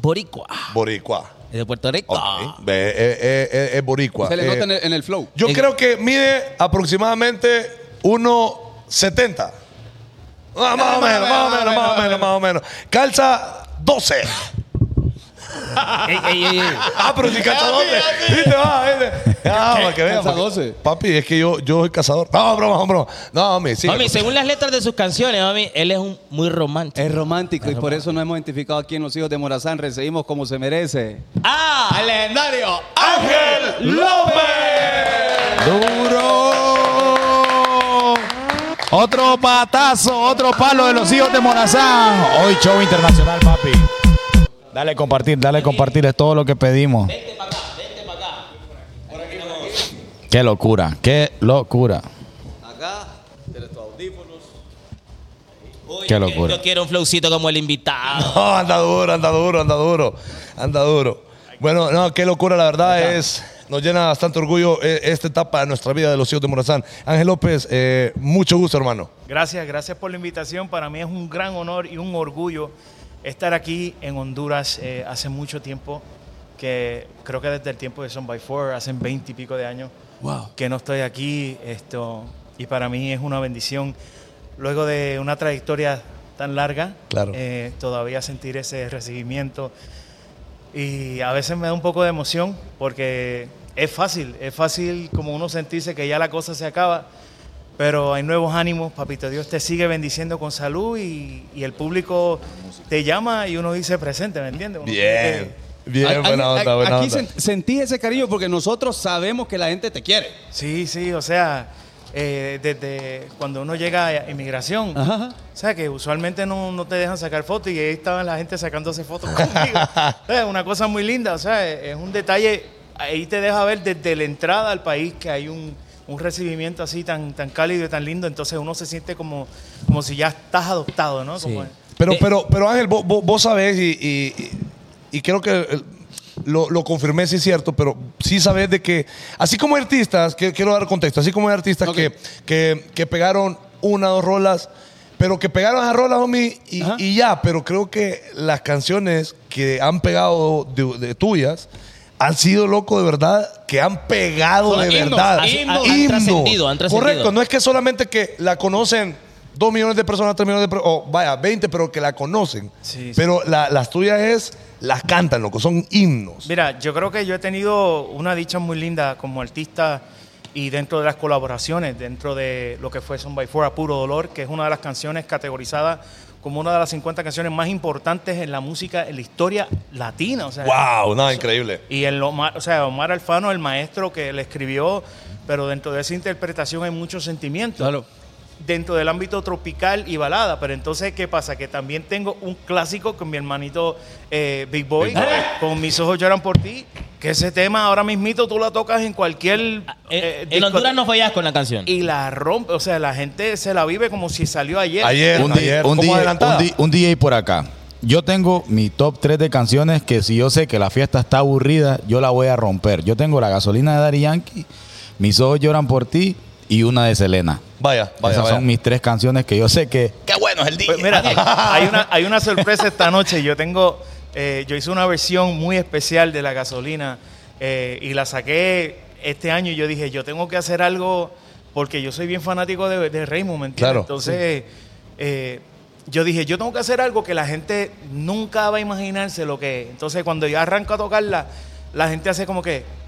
F: Boricua.
C: Boricua.
F: Es de Puerto Rico.
C: Ok. Ve, eh, eh, eh, es boricua.
E: Se le
C: Eh,
E: nota en el, en el flow.
C: Yo creo que mide aproximadamente 1,70. Ah, más o menos, más o menos, más o menos, más o menos. Calza 12. Ah, pero si calza 12. Viste, va, viste. Ah, para que vean.
E: Calza
C: porque-
E: 12.
C: Papi, es que yo, yo soy cazador. No, broma, no, broma. No, hombre, sí.
F: Homie, según las letras de sus canciones, homie, él es un muy romántico.
E: Es romántico y por eso nos hemos identificado aquí en Los Hijos de Morazán. Recibimos como se merece.
F: ¡Ah!
E: ¡Al legendario!
P: Ángel López.
B: ¡Duro! Otro patazo, otro palo de los hijos de Morazán. Hoy show internacional, papi. Dale compartir, dale compartir, es todo lo que pedimos. Qué locura, qué locura.
E: Acá, tienes tus audífonos.
B: Qué locura.
F: Yo quiero un flowcito como el invitado.
C: No, anda duro, anda duro, anda duro. Anda duro. Bueno, no, qué locura, la verdad es. Nos llena bastante orgullo eh, esta etapa de nuestra vida de los hijos de Morazán. Ángel López, eh, mucho gusto, hermano.
Q: Gracias, gracias por la invitación. Para mí es un gran honor y un orgullo estar aquí en Honduras eh, hace mucho tiempo, que creo que desde el tiempo de Son by Four, hace veinte y pico de años, que no estoy aquí. Esto, y para mí es una bendición, luego de una trayectoria tan larga,
C: Claro.
Q: eh, todavía sentir ese recibimiento. Y a veces me da un poco de emoción porque es fácil, es fácil como uno sentirse que ya la cosa se acaba, pero hay nuevos ánimos, papito Dios te sigue bendiciendo con salud y, y el público te llama y uno dice presente, ¿me entiendes? Uno tiene que-
E: Ay, ay, ay, Aquí
Q: onda.
E: sen- sentí ese cariño porque nosotros sabemos que la gente te quiere.
Q: Sí, sí, o sea, eh, desde cuando uno llega a inmigración. O sea, que usualmente no, no te dejan sacar fotos y ahí estaban la gente sacándose fotos conmigo. O sea, es una cosa muy linda, o sea, es es un detalle, ahí te deja ver desde la entrada al país que hay un, un recibimiento así tan, tan cálido y tan lindo, entonces uno se siente como, como si ya estás adoptado, ¿no? Como-
C: Pero, pero, pero Ángel, vos, vos- vos sabés y, y- y- y creo que eh, lo, lo confirmé, sí es cierto, pero sí sabés de que, así como hay artistas, que quiero dar contexto, así como hay artistas que, que, que pegaron una, dos rolas, pero que pegaron a rolas, homie, y, y ya, pero creo que las canciones que han pegado de, de tuyas han sido loco de verdad, que han pegado
F: Son
C: de
F: himnos,
C: verdad.
F: así- han- han
C: Himnos.
F: trascendido, han trascendido.
C: Correcto, no es que solamente que la conocen dos millones de personas, tres millones de personas, o vaya, 20, pero que la conocen. Pero la- las tuyas es, las cantan, loco, son himnos.
Q: Mira, yo creo que yo he tenido una dicha muy linda como artista y dentro de las colaboraciones, dentro de lo que fue Son by Four a Puro Dolor, que es una de las canciones categorizadas como una de las 50 canciones más importantes en la música, en la historia latina. O sea,
C: wow, nada, increíble.
Q: y el Omar, o sea, Omar Alfano, el maestro que le escribió, pero dentro de esa interpretación hay muchos sentimientos. Dentro del ámbito tropical y balada, pero entonces, ¿qué pasa? Que también tengo un clásico con mi hermanito eh, Big Boy, con mis ojos lloran por ti, que ese tema ahora mismito tú la tocas en cualquier.
B: Ah,
Q: eh,
F: En
Q: discoteca
F: Honduras no fallas con la canción.
Q: Y la rompe, o sea, la gente se la vive como si salió ayer.
B: un, di- un DJ, un di- un DJ por acá. Yo tengo mi top 3 de canciones que si yo sé que la fiesta está aburrida, yo la voy a romper. Yo tengo la gasolina de Daddy Yankee, Mis ojos lloran por ti y una de Selena.
C: Vaya, vaya,
B: Esas
C: vaya.
B: son mis tres canciones que yo sé que
Q: Qué bueno es el día. Pues mira, hay una, hay una sorpresa esta noche. Yo tengo, eh, yo hice una versión muy especial de la gasolina eh, y la saqué este año y yo dije, yo tengo que hacer algo porque yo soy bien fanático de, de Raymond, ¿me entiendes?
C: Claro,
Q: Entonces, eh, yo dije, yo tengo que hacer algo que la gente nunca va a imaginarse lo que es. Entonces, cuando yo arranco a tocarla, la gente hace como que,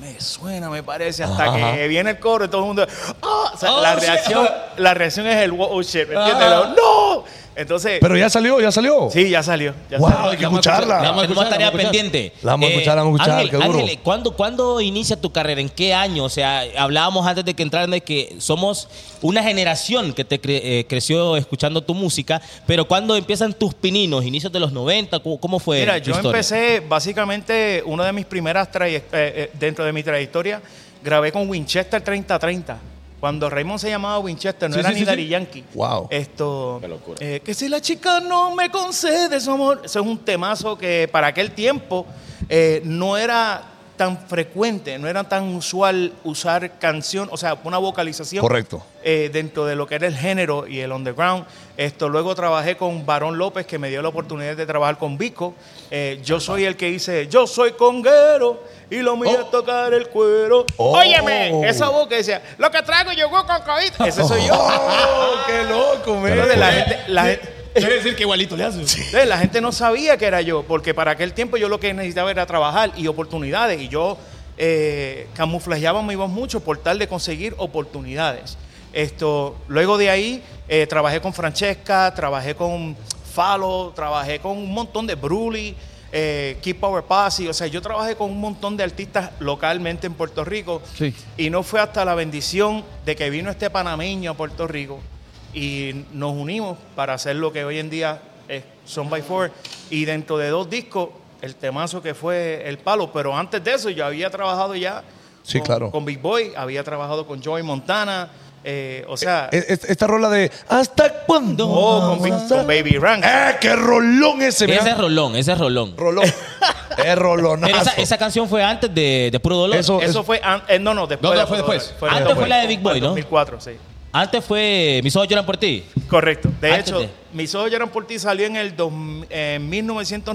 Q: me suena, me parece, hasta
P: Ajá.
Q: que viene el coro y todo el mundo. "Ah", o sea,
P: Oh,
Q: la,
P: shit.
Q: reacción, la reacción es el wow shit, ¿me entiendes?
P: Ajá.
Q: Lo- ¡No! Entonces.
C: Pero ya salió, ya salió.
Q: Sí, ya salió. ya
C: Wow,
Q: salió.
C: hay que escucharla.
F: La vamos a escuchar, tarea pendiente.
C: La vamos a escuchar, la vamos a escuchar,
F: Ángel,
C: qué duro.
F: Ángel, ¿cuándo, cuándo inicia tu carrera? ¿En qué año? O sea, hablábamos antes de que entraran de que somos una generación que te cre- eh, creció escuchando tu música, pero ¿cuándo empiezan tus pininos? ¿Inicios de los 90? ¿Cómo, cómo fue?
Q: Mira,
F: tu
Q: yo
F: historia?
Q: empecé básicamente una de mis primeras traye- eh, eh, dentro de mi trayectoria, grabé con Winchester 3030. Cuando Raymond se llamaba Winchester, no
C: Sí,
Q: era
C: sí,
Q: ni
C: sí, sí.
Q: Daddy Yankee.
C: Wow.
Q: Esto. eh, que si la chica no me concede su amor. Eso es un temazo que para aquel tiempo eh, no era tan frecuente, no era tan usual usar canción, o sea, una vocalización
C: Correcto.
Q: eh, dentro de lo que era el género y el underground. Esto luego trabajé con Barón López, que me dio la oportunidad de trabajar con Vico. Eh, yo soy el que hice, yo soy conguero y lo mío es tocar el cuero.
P: Oh.
Q: Óyeme, esa voz que decía, lo que traigo yo con coito. Ese soy yo.
P: Oh,
C: ¡Qué loco, man!
Q: la gente, la gente-
N: Quiere decir que igualito le haces.
Q: entonces, la gente no sabía que era yo, porque para aquel tiempo yo lo que necesitaba era trabajar y oportunidades. Y yo eh, camuflajeaba mi voz mucho por tal de conseguir oportunidades. Esto, luego de ahí, eh, trabajé con Francesca, trabajé con Falo, trabajé con un montón de Bruli, eh, Keep Power Passy. O sea, yo trabajé con un montón de artistas localmente en Puerto Rico.
G: Sí.
Q: Y no fue hasta la bendición de que vino este panameño a Puerto Rico y nos unimos para hacer lo que hoy en día es Son by Four. Y dentro de dos discos, el temazo que fue El Palo. Pero antes de eso, yo había trabajado ya
C: Sí,
Q: con,
C: claro.
Q: con Big Boy, había trabajado con Joey Montana. eh, o sea,
C: Es- E-, es- Esta rola de ¿Hasta cuándo?
Q: oh, con, Big- con Baby Rank.
C: ¡Eh, qué rolón ese! mira.
F: Ese es Rolón, ese es Rolón.
C: Rolón. es
F: Pero
C: rolonazo.
F: esa, esa canción fue antes de, de Puro Dolor.
Q: Eso, fue. an- eh, no, no, después.
F: No, no,
Q: de
F: fue
Q: Puro
F: después.
Q: Dolor.
F: Antes
Q: después.
F: fue la de Big Boy,
Q: Al
F: ¿no?
Q: 2004, sí.
F: Antes fue Mis ojos lloran por ti.
Q: Correcto. De
F: Antes
Q: hecho,
F: de-
Q: Mis ojos lloran por ti salió en el dos- en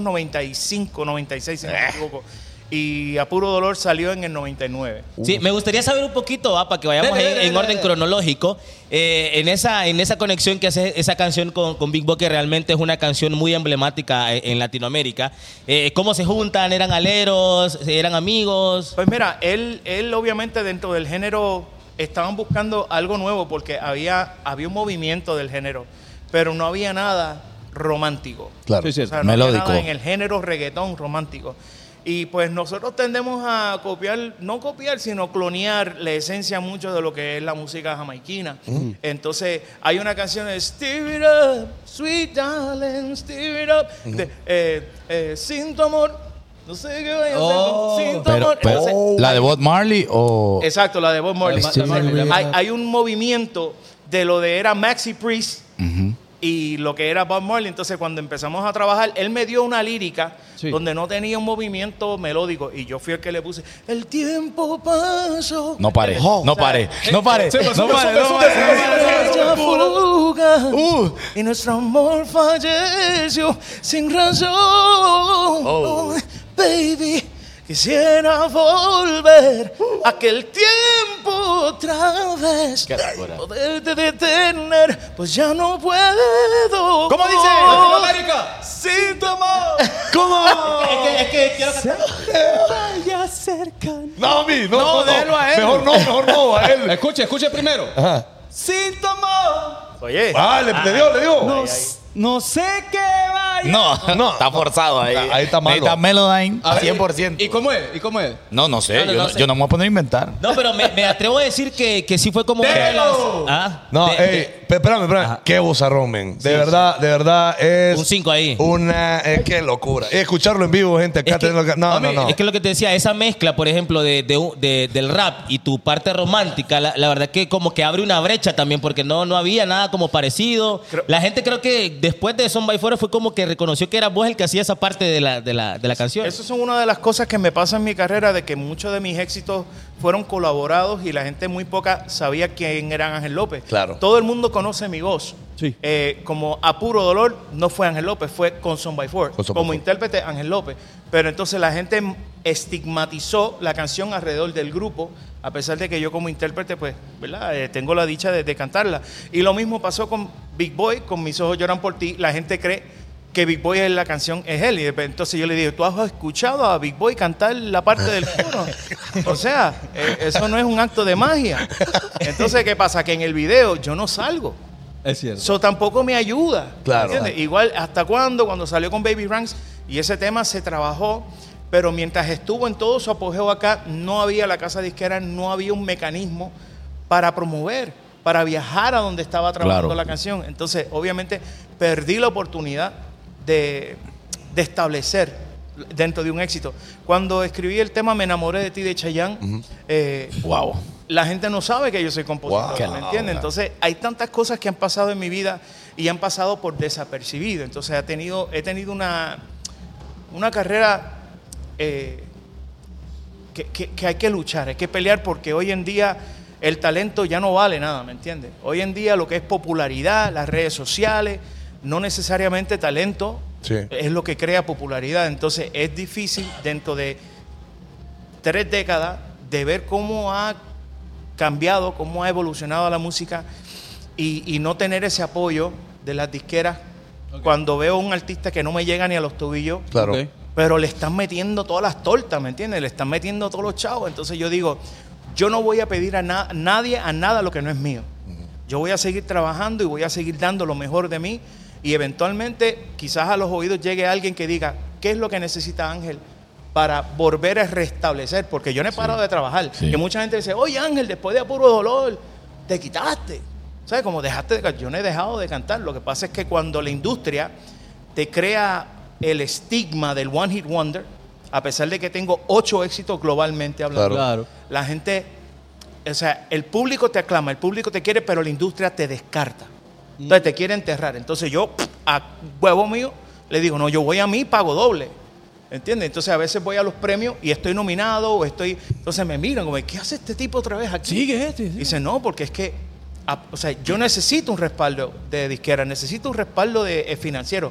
Q: 1995, 96, si no me equivoco. Y A Puro Dolor salió en el 99.
F: Sí, me gustaría saber un poquito, va, para que vayamos
Q: Dele,
F: ahí
Q: dele,
F: en
Q: dele,
F: orden
Q: dele.
F: cronológico, eh, en, esa, en esa conexión que hace esa canción con, con Big Boy, que realmente es una canción muy emblemática en, en Latinoamérica. Eh, ¿Cómo se juntan? ¿Eran aleros? ¿Eran amigos?
Q: Pues mira, él, él obviamente dentro del género estaban buscando algo nuevo porque había, había un movimiento del género, pero no había nada romántico.
B: Claro. Sí, sí,
Q: O sea, no había
B: melódico.
Q: nada en el género reggaetón romántico. Y pues nosotros tendemos a copiar, no copiar, sino clonear la esencia mucho de lo que es la música jamaiquina.
P: Mm.
Q: Entonces, hay una canción de Steve It Up, Sweet Darling, Steve It Up, de, eh, eh, Sin tu amor. No sé qué voy a hacer
B: Oh.
Q: con Sin tu
B: Pero,
Q: amor.
B: pero,
Q: Entonces,
B: ¿La de Bob Marley o...?
Q: Exacto, la de Bob Marley.
B: La de Bob Marley, la de-
Q: Hay, hay un movimiento de lo de era Maxi Priest y lo que era Bob Marley. Entonces, cuando empezamos a trabajar, él me dio una lírica
P: Sí.
Q: donde no tenía un movimiento melódico y yo fui el que le puse.
P: El tiempo pasó.
B: No pare, no pare, no pare,
P: sube,
B: no
P: sube,
B: pare,
P: sube,
B: no
P: sube,
B: pare.
P: sube,
Q: Ella
P: fuga, y nuestro amor falleció sin razón.
B: Oh.
P: Baby, quisiera volver
Q: Uh.
P: aquel tiempo otra vez. Poderte detener, pues ya no puedo.
Q: ¿Cómo dice?
P: Oh,
Q: Latinoamérica.
P: Sin tu amor. ¿Cómo?
Q: Es que, es que quiero cantar.
P: Vaya cerca.
C: No, mi, no,
P: No,
C: no, no.
P: déjalo a él.
C: Mejor no, mejor no, a él.
E: Escuche, escuche primero.
P: Sin tu amor.
Q: Oye.
C: Ah, le, le dio, le dio.
P: No, no sé qué vaya.
B: No, no. Está forzado ahí. Ahí está malo. Ah, Ahí está Melodyne,
E: A ver,
B: 100%.
E: ¿Y cómo es? ¿Y cómo es?
B: No, no sé,
F: No, no,
B: yo,
F: no
B: no,
F: sé.
B: yo no me voy a poner a inventar.
F: No, pero me, me atrevo a decir que, que sí fue como una de las. Ah,
C: No,
F: de-
C: ey, pe- espérame, espérame. Qué bozarrón, men. De verdad, de verdad es. Un
F: 5 ahí.
C: Una. eh, qué locura. Escucharlo en vivo, gente. Acá tenerlo acá- No, no, no.
F: Es que lo que te decía, esa mezcla, por ejemplo, de, de un- de- del rap y tu parte romántica, la, la verdad que como que abre una brecha también, porque no, no había nada como parecido. la gente creo que después de Son by Four fue como que reconoció que eras vos el que hacía esa parte de la, de la, de la canción.
Q: Eso son una de las cosas que me pasa en mi carrera, de que muchos de mis éxitos fueron colaborados y la gente muy poca sabía quién era Ángel López.
C: Claro.
Q: Todo el mundo conoce mi voz. Eh, como a puro dolor, no fue Ángel López, fue con Son by Four.
C: Con Son by
Q: como
C: Four.
Q: intérprete, Ángel López. Pero entonces la gente estigmatizó la canción alrededor del grupo, a pesar de que yo como intérprete, pues, ¿verdad? Eh, tengo la dicha de, de cantarla. Y lo mismo pasó con Big Boy, con Mis Ojos Lloran por Ti. La gente cree que Big Boy en la canción es él. Y de- entonces yo le digo, ¿tú has escuchado a Big Boy cantar la parte del coro? o sea, eh, eso no es un acto de magia. Entonces, ¿qué pasa? Que en el video yo no salgo.
E: Es cierto.
Q: Eso tampoco me ayuda.
E: Claro.
Q: ¿entiendes?
E: Claro.
Q: Igual, ¿hasta cuándo? Cuando salió con Baby Ranks y ese tema se trabajó, pero mientras estuvo en todo su apogeo acá, no había la casa disquera, no había un mecanismo para promover, para viajar a donde estaba trabajando
B: Claro.
Q: la canción. Entonces, obviamente, perdí la oportunidad de, de establecer dentro de un éxito. Cuando escribí el tema Me enamoré de ti de Chayanne, eh,
B: Wow.
Q: la gente no sabe que yo soy compositor,
B: Wow.
Q: ¿me entiendes? Entonces, hay tantas cosas que han pasado en mi vida y han pasado por desapercibido. Entonces, ha tenido, he tenido una, una carrera eh, que, que- que hay que luchar, hay que pelear porque hoy en día el talento ya no vale nada, ¿me entiendes? Hoy en día lo que es popularidad, las redes sociales, no necesariamente talento
C: Sí.
Q: es lo que crea popularidad. Entonces, es difícil dentro de tres décadas de ver cómo ha cambiado, cómo ha evolucionado la música y, y no tener ese apoyo de las disqueras. Cuando veo a un artista que no me llega ni a los tobillos,
C: Claro. Ok.
Q: pero le están metiendo todas las tortas, ¿me entiendes? Le están metiendo todos los chavos. Entonces yo digo, yo no voy a pedir a na- nadie, a nada lo que no es mío. Yo voy a seguir trabajando y voy a seguir dando lo mejor de mí y eventualmente quizás a los oídos llegue alguien que diga, ¿qué es lo que necesita Ángel? para volver a restablecer, porque yo no he parado de trabajar. Que mucha gente dice, oye Ángel, después de apuro dolor, te quitaste. ¿Sabes? Como dejaste de cantar. Yo no he dejado de cantar. Lo que pasa es que cuando la industria te crea el estigma del One Hit Wonder, a pesar de que tengo ocho éxitos globalmente hablando,
E: Claro. Claro.
Q: la gente, o sea, el público te aclama, el público te quiere, pero la industria te descarta. Entonces te quiere enterrar. Entonces yo, a huevo mío, le digo, no, yo voy a mí, pago doble. ¿Entiendes? Entonces a veces voy a los premios y estoy nominado o estoy. Entonces me miran como, ¿qué hace este tipo otra vez aquí? Sigue este. Dice, no, porque es que. a- o sea, yo necesito un respaldo de disquera, necesito un respaldo de, eh, financiero.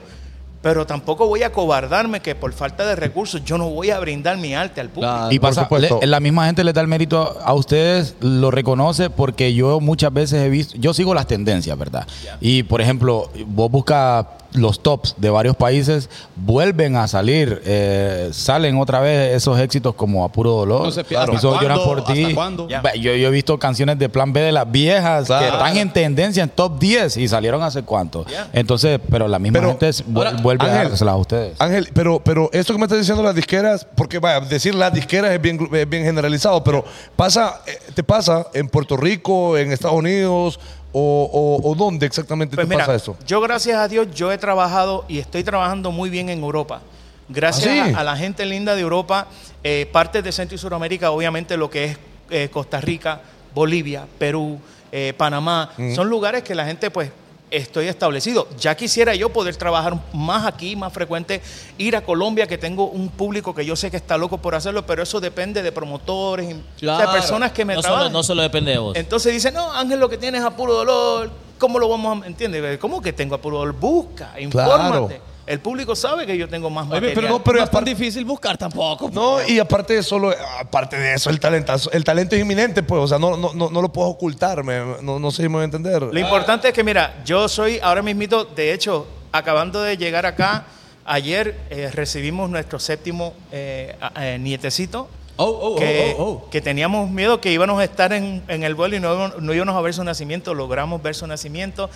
Q: Pero tampoco voy a cobardarme que por falta de recursos yo no voy a brindar mi arte al público.
B: Y pasa, le- la misma gente les da el mérito a, a ustedes, lo reconoce porque yo muchas veces he visto, yo sigo las tendencias, ¿verdad? Y por ejemplo, vos buscas los tops de varios países, vuelven a salir, eh, salen otra vez esos éxitos como a puro dolor.
E: No se pierdan.
B: Mis ojos
E: ¿Hasta
B: lloran
E: cuándo?
B: por ti.
E: ¿Hasta cuándo?
B: Bah, Yo, yo he visto canciones de Plan B de las viejas que
E: Claro.
B: están en tendencia en top 10 y salieron hace cuánto. Entonces, pero la misma gente es- vuel-
E: Ahora,
B: vuelve a
C: Ángel.
B: dárselas a ustedes.
C: Ángel, pero, pero esto que me estás diciendo las disqueras, porque vaya, decir las disqueras es bien, es bien generalizado, pero pasa, eh, te pasa en Puerto Rico, en Estados Unidos, o, o- o dónde exactamente
Q: Pues
C: te
Q: mira,
C: pasa esto.
Q: yo gracias a Dios yo he trabajado y estoy trabajando muy bien en Europa. Gracias
C: ¿Ah, sí?
Q: a, a la gente linda de Europa, eh, partes de Centro y Sudamérica, obviamente lo que es eh, Costa Rica, Bolivia, Perú, eh, Panamá,
R: Mm.
Q: son lugares que la gente pues estoy establecido. Ya quisiera yo poder trabajar más aquí, más frecuente, ir a Colombia, que tengo un público que yo sé que está loco por hacerlo, pero eso depende de promotores, y- o sea,
F: Claro.
Q: personas que me
F: no
Q: trabajan.
F: solo, no solo depende de vos.
Q: Entonces dice, no, Ángel, lo que tienes es a puro dolor. ¿Cómo lo vamos a...? ¿Entiendes? ¿Cómo que tengo a puro dolor? Busca, infórmate. El público sabe que yo tengo más material.
C: pero no, pero No es
Q: tan difícil buscar tampoco.
C: No, y aparte de solo, aparte de eso, el talentazo, el talento es inminente, pues, o sea, no, no, no, no lo puedes ocultar, me- no, no sé si me voy a entender.
Q: Lo importante es que, mira, yo soy ahora mismito, de hecho, acabando de llegar acá, ayer eh, recibimos nuestro séptimo eh, a- eh, nietecito. que,
P: oh,
Q: que teníamos miedo que íbamos a estar en, en el vuelo y no, no íbamos a ver su nacimiento, logramos ver su nacimiento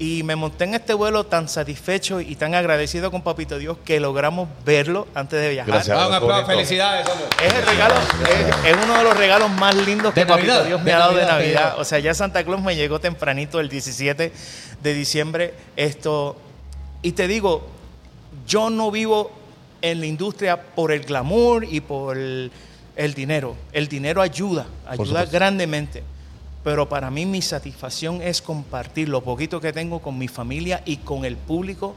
Q: y me monté en este vuelo tan satisfecho y tan agradecido con Papito Dios que logramos verlo antes de viajar.
N: Ah, un aplauso, felicidades.
Q: Es el regalo, Eh, es, es uno de los regalos más lindos que
N: De
Q: Papito
N: Navidad,
Q: Dios me
N: de
Q: ha dado de
N: Navidad, te
Q: Navidad.
N: digo.
Q: O sea, ya Santa Claus me llegó tempranito el 17 de diciembre. Esto, y te digo, yo no vivo en la industria por el glamour y por el, el dinero. El dinero ayuda, ayuda
C: supuesto.
Q: grandemente. Pero para mí mi satisfacción es compartir lo poquito que tengo con mi familia y con el público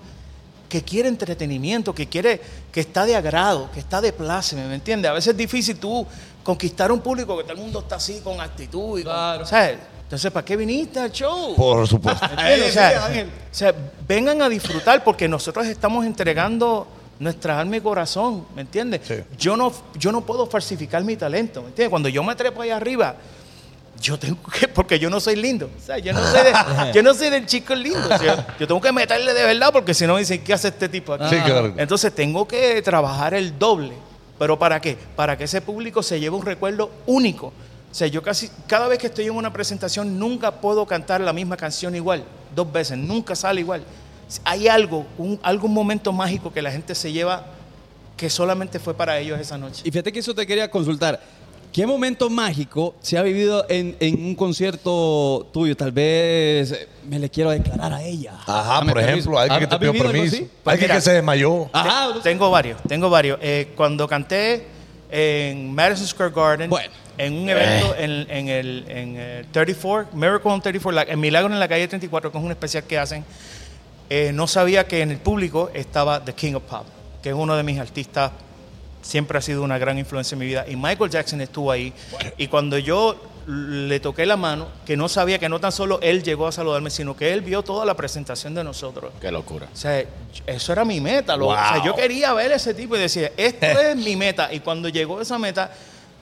Q: que quiere entretenimiento, que quiere, que está de agrado, que está de pláceme, ¿me entiendes? A veces es difícil tú conquistar un público que todo el mundo está así con actitud y con- ¿sabes? Entonces, ¿para qué viniste al show?
C: Por supuesto.
Q: ¿Entiendes? O sea, o sea, vengan a disfrutar porque nosotros estamos entregando nuestra alma y corazón, ¿me entiendes? Yo, no, yo no puedo falsificar mi talento, ¿me entiendes? Cuando yo me trepo allá arriba, yo tengo que, porque yo no soy lindo, o sea, yo no soy, de- yo no soy del chico lindo, o sea, yo tengo que meterle de verdad porque si no dicen, ¿qué hace este tipo aquí?
C: Sí, claro.
Q: Entonces tengo que trabajar el doble, pero ¿para qué? Para que ese público se lleve un recuerdo único. O sea, yo casi, cada vez que estoy en una presentación, nunca puedo cantar la misma canción igual, dos veces, nunca sale igual. Hay algo, un, algún momento mágico que la gente se lleva que solamente fue para ellos esa noche.
E: Y fíjate que eso te quería consultar. ¿Qué momento mágico se ha vivido en, en un concierto tuyo? Tal vez eh, me le quiero declarar a ella.
Q: Ah,
C: Ajá,
E: Dame
C: por ejemplo, alguien que
E: ¿Ha-
C: te
E: ha
C: pidió
E: vivido algo
C: permiso.
E: así?
C: Alguien
Q: Pues Mira.
C: que se desmayó.
Q: Te- tengo varios, tengo varios. Eh, cuando canté en Madison Square Garden, en un evento en, en el, en el 34, Miracle on 34, la- el Milagro en la calle 34, que es un especial que hacen, eh, no sabía que en el público estaba The King of Pop, que es uno de mis artistas, siempre ha sido una gran influencia en mi vida. Y Michael Jackson estuvo ahí. Y cuando yo le toqué la mano, que no sabía que no tan solo él llegó a saludarme, sino que él vio toda la presentación de nosotros.
B: Qué locura.
Q: O sea, eso era mi meta. loco. O sea,
B: Wow.
Q: yo quería ver ese tipo y decía, esto es mi meta. Y cuando llegó esa meta,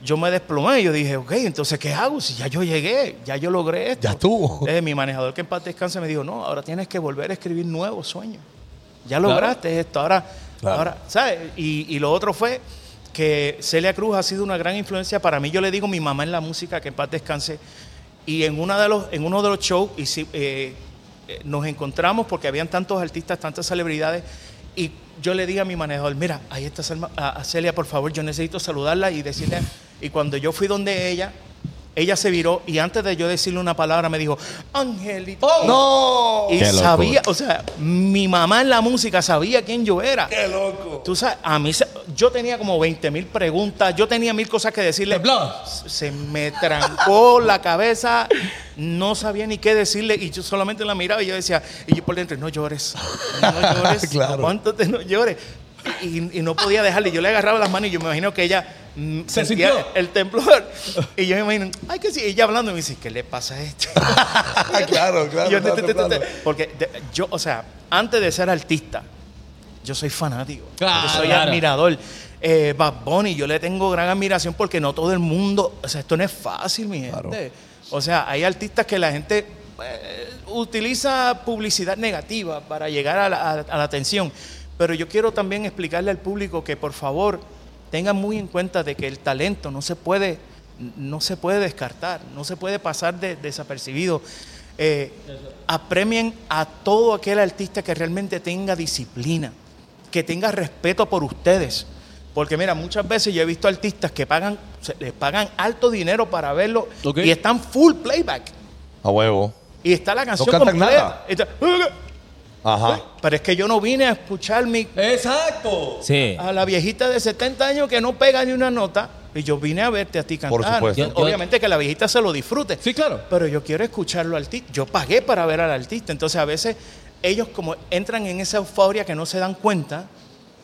Q: yo me desplomé. Yo dije, ok, entonces, ¿qué hago? Si ya yo llegué, ya yo logré esto. Ya
C: estuvo.
Q: mi manejador, que en paz descanse, me dijo, no, ahora tienes que volver a escribir nuevos sueños. Ya
N: Claro.
Q: lograste esto, ahora,
N: Claro.
Q: ahora ¿sabes? Y, y lo otro fue que Celia Cruz ha sido una gran influencia para mí. Yo le digo mi mamá en la música, que en paz descanse. Y en, una de los, en uno de los shows y si- eh, eh, nos encontramos porque habían tantos artistas, tantas celebridades. Y yo le dije a mi manejador, mira, ahí está Selma- a- a Celia, por favor, yo necesito saludarla y decirle. Y cuando yo fui donde ella, ella se viró y antes de yo decirle una palabra me dijo, Angelito.
C: ¡No!
Q: Oh. Y
C: Qué locura.
Q: sabía, o sea, mi mamá en la música sabía quién yo era.
C: ¡Qué loco!
Q: Tú sabes, a mí se- yo tenía como 20 mil preguntas, yo tenía mil cosas que decirle. Se se me trancó la cabeza, no sabía ni qué decirle y yo solamente la miraba y yo decía, y yo por dentro, no llores, no llores,
C: Claro.
Q: ¿cuánto te no llores? Y, y no podía dejarle, yo le agarraba las manos y yo me imagino que ella mm,
N: Se
Q: sentía
N: sintió.
Q: el temblor. Y yo me imagino, ay, que sí, ella hablando y me dice, ¿qué le pasa a este?
C: claro, claro.
Q: Yo,
C: claro,
Q: te- te- te-
C: claro.
Q: te- porque de- yo, o sea, antes de ser artista, yo soy fanático.
N: Claro.
Q: Yo soy admirador. Eh, Bad Bunny, yo le tengo gran admiración porque no todo el mundo, o sea, esto no es fácil, mi gente. O sea, hay artistas que la gente eh, utiliza publicidad negativa para llegar a la, a- a la atención. Pero yo quiero también explicarle al público que por favor tengan muy en cuenta de que el talento no se puede, no se puede descartar, no se puede pasar de- desapercibido. Eh, apremien a todo aquel artista que realmente tenga disciplina. que tenga respeto por ustedes. Porque mira, muchas veces yo he visto artistas que pagan, se- les pagan alto dinero para verlo y están full playback.
C: A huevo.
Q: Y está la canción
C: cantan
Q: completa.
C: nada.
Q: Está-
C: Ajá.
Q: Pero es que yo no vine a escuchar mi... Exacto.
F: Sí.
Q: A la viejita de 70 años que no pega ni una nota. Y yo vine a verte a ti cantar.
C: Por supuesto.
Q: Yo-
C: Yo-
Q: Obviamente que la viejita se lo disfrute. Sí, claro. Pero yo quiero escucharlo al artista. Yo pagué para ver al artista. Entonces a veces ellos como entran en esa euforia que no se dan cuenta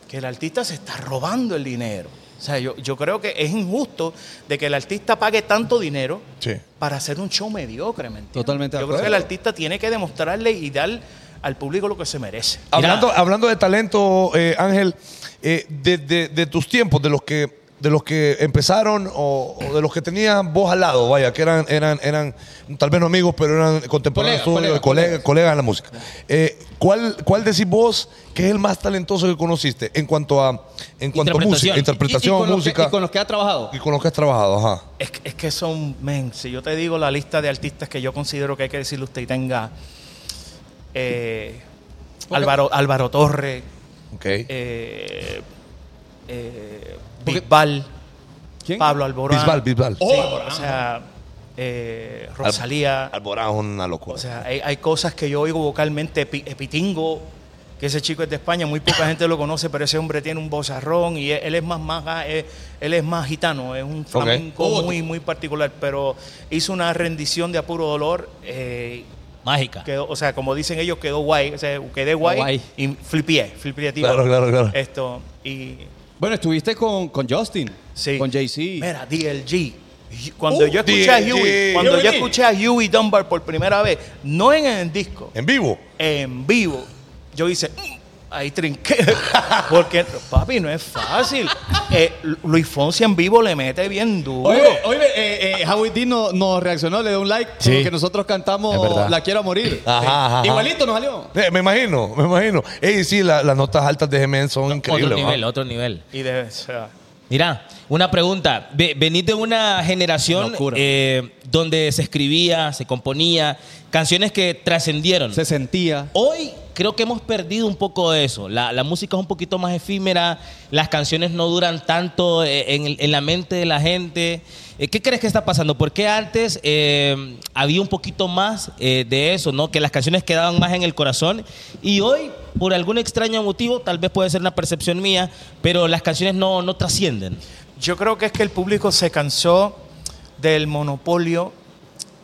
Q: que el artista se está robando el dinero. O sea, yo, yo creo que es injusto de que el artista pague tanto dinero
C: Sí.
Q: para hacer un show mediocre, ¿me entiendes?
E: Totalmente de
Q: Yo creo que el
E: acuerdo.
Q: artista tiene que demostrarle y dar al público lo que se merece.
C: Hablando, hablando de talento, eh, Ángel, eh, de, de- de tus tiempos, de los que de los que empezaron o, o de los que tenían vos al lado, vaya, que eran, eran, eran tal vez no amigos, pero eran contemporáneos
P: Colegas,
C: tuyos, colegas, colegas, en la música. Eh, ¿cuál, ¿Cuál decís vos que es el más talentoso que conociste en cuanto a, en cuanto a música, interpretación, música?
Q: los que ha trabajado.
C: y con los que has trabajado, ajá.
Q: Es, que- es que son, men, si yo te digo la lista de artistas que yo considero que hay que decirle usted y tenga eh, Álvaro, Álvaro Torre, eh, eh, Bisbal, Pablo Alborán.
C: Bisbal, Bisbal.
Q: Sí, o sea, eh, Rosalía.
C: Alborán Ah, es una locura.
Q: O sea, hay, hay cosas que yo oigo vocalmente, Epi- Epitingo, que ese chico es de España, muy poca gente lo conoce, pero ese hombre tiene un bozarrón y él, él es más maga, él, él es más gitano, es un flamenco
F: Oh,
Q: muy, muy particular, pero hizo una rendición de a puro dolor. eh,
F: Mágica.
Q: quedó- o sea, como dicen ellos, quedó guay, o sea, quedé guay,
E: Guay.
Q: y flipié, flipié, tipo, Eh,
E: Claro, claro, claro.
Q: Esto, y
E: Bueno, estuviste con, con Justin, con Jay-Z.
Q: Mira, DLG. Cuando
C: Uh,
Q: yo escuché a
E: DLG.
Q: Huey, cuando yo
E: DLG.
Q: escuché a Huey Dunbar por primera vez, no en el disco.
C: ¿En vivo?
Q: En vivo. Yo hice, "Mm", ahí trinqué. Porque, papi, no es fácil. Eh, Lu- Luis Fonsi en vivo le mete bien duro.
E: Oye, oye, eh, eh, Howie D no- nos reaccionó, le dio un like
C: Sí.
E: con lo que nosotros
C: Es verdad.
E: cantamos La Quiero a Morir.
C: Ajá,
E: Sí.
C: ajá, ajá.
E: Igualito nos salió.
C: Eh, me imagino, me imagino. Ey, sí, la- las notas altas de G-Men son increíbles.
F: Otro
C: ¿va?
F: nivel, otro nivel.
Q: Y de, o sea,
F: Mira, una pregunta. Ve- Venís de una generación eh, donde se escribía, se componía, canciones que trascendieron. Se
E: sentía.
F: Hoy creo que hemos perdido un poco de eso. La, la música es un poquito más efímera, las canciones no duran tanto eh, en, el- en la mente de la gente. Eh, ¿Qué crees que está pasando? ¿Por qué antes eh, había un poquito más eh, de eso, no? Que las canciones quedaban más en el corazón y hoy, por algún extraño motivo, tal vez puede ser una percepción mía, pero las canciones no, no trascienden.
Q: Yo creo que es que el público se cansó del monopolio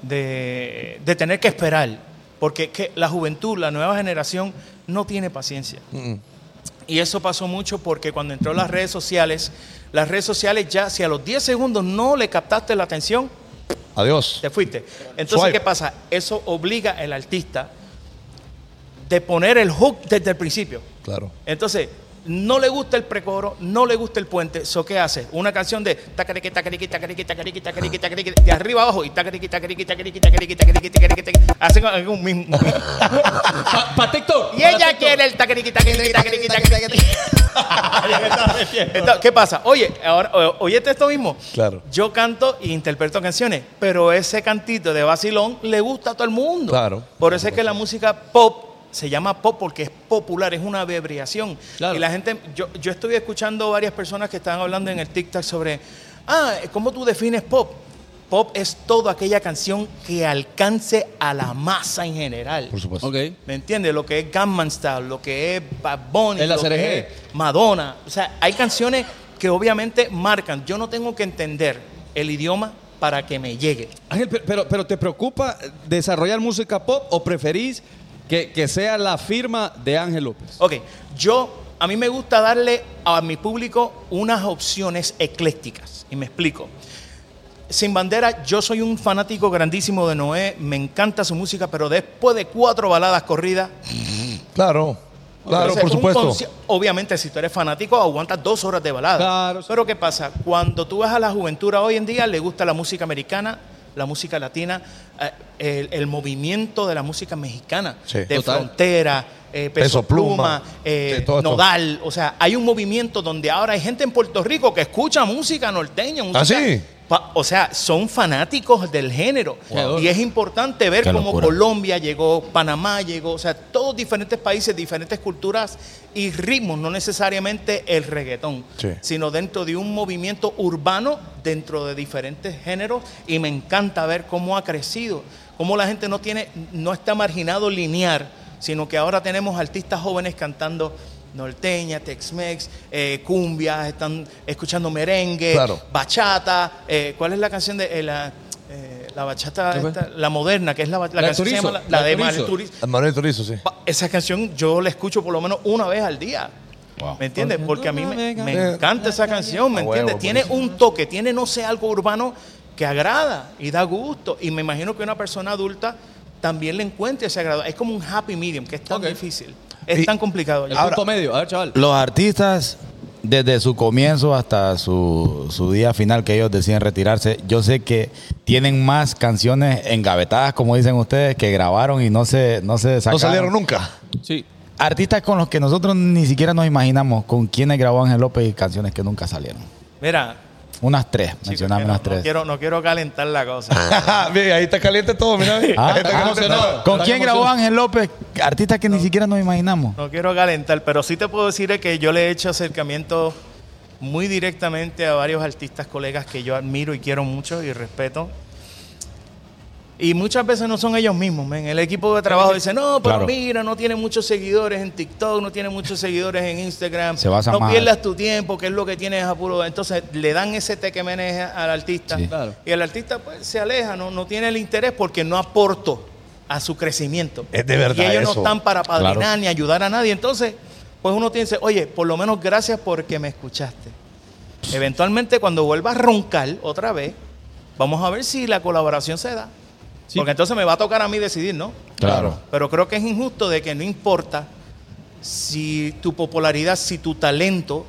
Q: de, de tener que esperar. Porque es que la juventud, la nueva generación, no tiene paciencia.
C: Mm,
Q: Y eso pasó mucho porque cuando entró las redes sociales, las redes sociales ya, si a los 10 segundos no le captaste la atención,
C: Adiós.
Q: te fuiste. Entonces,
C: Swipe.
Q: ¿qué pasa? Eso obliga al artista de poner el hook desde el principio.
C: Claro.
Q: Entonces, no le gusta el precoro, no le gusta el puente. ¿So qué hace? Una canción de tacariqui, tacariqui, tacariqui, tacariqui, tacariqui, tacariqui, de arriba abajo y tacariqui, tacariqui, tacariqui, tacariqui, tacariqui, tacariqui, tacariqui. Hacen algún mismo. Para TikTok. Y ella quiere el tacariqui, tacariqui, tacariqui, tacariqui. Entonces, ¿qué pasa? Oye, ahora, o- oyete esto mismo.
C: Claro.
Q: Yo canto e interpreto canciones, pero ese cantito de vacilón le gusta a todo el mundo.
C: Claro.
Q: Por eso es que la música pop se llama pop porque es popular, es una abreviación. Y la gente, yo, yo estuve escuchando varias personas que estaban hablando en el TikTok sobre, ah, ¿cómo tú defines pop? Pop es toda aquella canción que alcance a la masa en general. Por
C: supuesto.
Q: ¿Me entiendes? Lo que es Gunman Style, lo que es Bad Bunny,
E: El
Q: lo
E: ACRG.
Q: que es Madonna. O sea, hay canciones que obviamente marcan. Yo no tengo que entender el idioma para que me llegue.
E: Ángel, pe- pero, pero ¿te preocupa desarrollar música pop o preferís que, que sea la firma de Ángel López?
Q: Ok, yo, a mí me gusta darle a mi público unas opciones eclécticas. Y me explico. Sin Bandera, yo soy un fanático grandísimo de Noé, me encanta su música, pero después de cuatro baladas corridas,
C: Claro, claro,
Q: Entonces,
C: por
Q: un
C: supuesto.
Q: conci- Obviamente, si tú eres fanático, aguantas dos horas de balada. Pero ¿qué pasa? Cuando tú ves a la juventud hoy en día, le gusta la música americana, la música latina, eh, el, el movimiento de la música mexicana,
C: Sí.
Q: de
C: Total.
Q: frontera, eh, peso,
C: Peso Pluma,
Q: pluma, eh,
C: sí, todo esto.
B: ¿Ah,
Q: nodal. O sea, hay un movimiento donde ahora hay gente en Puerto Rico que escucha música norteña. música
C: Ah, sí?
Q: pa- o sea, son fanáticos del género.
P: Wow.
Q: Y es importante ver
P: Qué
Q: cómo
P: locura.
Q: Colombia llegó, Panamá llegó, o sea, todos diferentes países, diferentes culturas y ritmos, no necesariamente el reggaetón,
C: Sí.
Q: sino dentro de un movimiento urbano, dentro de diferentes géneros. Y me encanta ver cómo ha crecido, cómo la gente no tiene, no está marginado lineal, sino que ahora tenemos artistas jóvenes cantando norteña, Tex-Mex, eh, cumbia, están escuchando merengue,
C: Claro.
Q: Eh, bachata. eh, ¿Cuál es la canción de eh, la, eh, la bachata,
C: ¿Qué fue?
Q: esta, la moderna, que es la, ba- la
C: de
Q: canción que se
C: Turizo,
Q: llama la, la de Manuel Turizo?
C: Manuel Turizo, sí.
Q: Esa canción yo la escucho por lo menos una vez al día. ¿Me entiendes? Porque a mí me, me encanta esa canción, ¿me
C: A huevo,
Q: entiendes? Tiene un toque, tiene, no sé, algo urbano que agrada y da gusto. Y me imagino que una persona adulta también le encuentre ese agrado. Es como un happy medium, que es tan difícil. Es tan complicado.
E: El punto medio, a ver, chaval.
B: Los artistas, desde su comienzo hasta su, su día final que ellos deciden retirarse, yo sé que tienen más canciones engavetadas, como dicen ustedes, que grabaron y no se, no se
C: No
B: sacaron.
C: salieron nunca.
E: Sí.
B: Artistas con los que nosotros ni siquiera nos imaginamos con quienes grabó Ángel López y canciones que nunca salieron.
Q: Mira,
B: Unas tres, mencioname unas
Q: no
B: tres.
Q: quiero, no quiero calentar la cosa.
C: Mira, ahí está caliente todo, mira.
B: Ah, ah, ¿Con quién grabó Ángel López? Artistas que ni siquiera nos imaginamos.
Q: No quiero calentar, pero sí te puedo decir es que yo le he hecho acercamiento muy directamente a varios artistas, colegas que yo admiro y quiero mucho y respeto. Y muchas veces no son ellos mismos, men. El equipo de trabajo dice, no, pero
B: Claro.
Q: mira, no tiene muchos seguidores en TikTok, no tiene muchos seguidores en Instagram.
B: Se basa
Q: no
B: más-
Q: pierdas tu tiempo, que es lo que tienes a puro. Entonces le dan ese tequemenes al artista.
B: Sí.
Q: Y el artista pues, se aleja, no, no tiene el interés porque no aportó a su crecimiento.
C: Es de verdad
Q: Y ellos
C: eso.
Q: no están para padrinar
C: Claro.
Q: ni ayudar a nadie. Entonces, pues uno piensa, oye, por lo menos gracias porque me escuchaste. Eventualmente, cuando vuelva a roncar otra vez, vamos a ver si la colaboración se da. Porque entonces me va a tocar a mí decidir, ¿no?
B: Claro.
Q: Pero creo que es injusto de que no importa si tu popularidad, si tu talento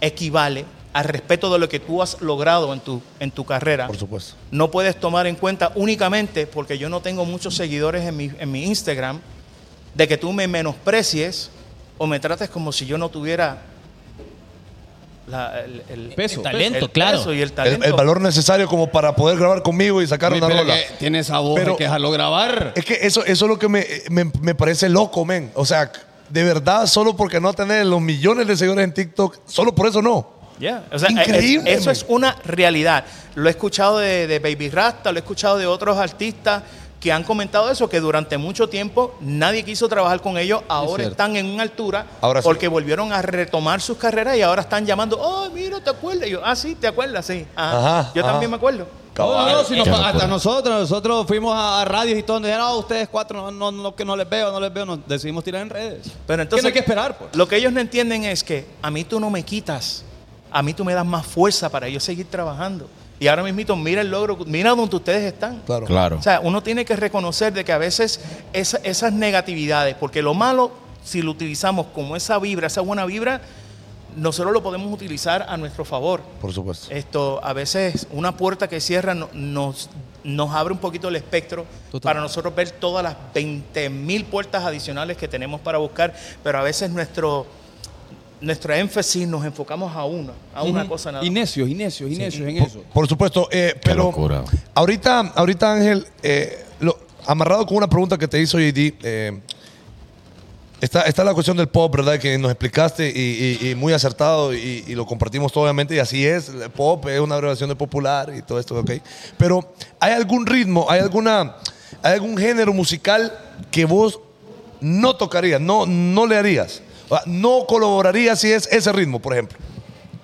Q: equivale al respeto de lo que tú has logrado en tu, en tu carrera.
C: Por supuesto.
Q: No puedes tomar en cuenta únicamente, porque yo no tengo muchos seguidores en mi, en mi Instagram, de que tú me menosprecies o me trates como si yo no tuviera la- el, peso,
F: talento, claro.
Q: peso y el
C: El,
Q: talento.
C: el valor necesario como para poder grabar conmigo y sacar
Q: Uy,
C: una
Q: pero
C: rola.
Q: que
C: tiene esa voz
Q: hay que dejarlo
C: grabar. Es que eso, eso es lo que me, eh, me- me parece loco, men. O sea, de verdad, solo porque no tener los millones de seguidores en TikTok, solo por eso no.
Q: Yeah, o sea,
C: Increíble,
Q: es- eso
C: man.
Q: es una realidad. Lo he escuchado de, de Baby Rasta, lo he escuchado de otros artistas que han comentado eso, que durante mucho tiempo nadie quiso trabajar con ellos, ahora
C: cierto.
Q: están en una altura
C: Ahora sí.
Q: porque volvieron a retomar sus carreras y ahora están llamando, oh, mira, ¿te acuerdas? Y yo, ah, sí, ¿te acuerdas? Sí, ajá,
E: Ajá,
Q: yo
E: ajá.
Q: también me acuerdo.
E: No, no, no, si nos
Q: Qué
E: pa-
Q: locura.
E: hasta nosotros, nosotros fuimos a, a radios y todo, nos dijeron, "Ah, ustedes cuatro, no, no, no, que no les veo, no les veo, nos decidimos tirar en redes.
Q: Pero entonces,
E: Que no hay que esperar, pues.
Q: Lo que ellos no entienden es que a mí tú no me quitas, a mí tú me das más fuerza para yo seguir trabajando. Y ahora mismito, mira el logro, mira donde ustedes están.
C: Claro.
B: Claro.
Q: O sea, uno tiene que reconocer de que a veces esa- esas negatividades, porque lo malo, si lo utilizamos como esa vibra, esa buena vibra, nosotros lo podemos utilizar a nuestro favor.
C: Por supuesto.
Q: Esto, a veces una puerta que cierra no- nos, nos abre un poquito el espectro para nosotros ver todas las 20 mil puertas adicionales que tenemos para buscar, pero a veces nuestro, nuestro énfasis nos enfocamos a una, a una
E: Ujú.
Q: cosa nada
E: Y
Q: más.
E: necios, y necios, y necios en eso.
C: Por supuesto, eh, pero ahorita, ahorita Ángel, eh, lo- amarrado con una pregunta que te hizo JD, eh, está, está la cuestión del pop, ¿verdad? Que nos explicaste y, y- y muy acertado y, y lo compartimos todo, obviamente, y así es, el pop es una abreviación de popular y todo esto, ¿ok? Pero ¿hay algún ritmo, hay, alguna, hay algún género musical que vos no tocarías, no, no le harías? O sea, No colaborarías si es ese ritmo, por ejemplo.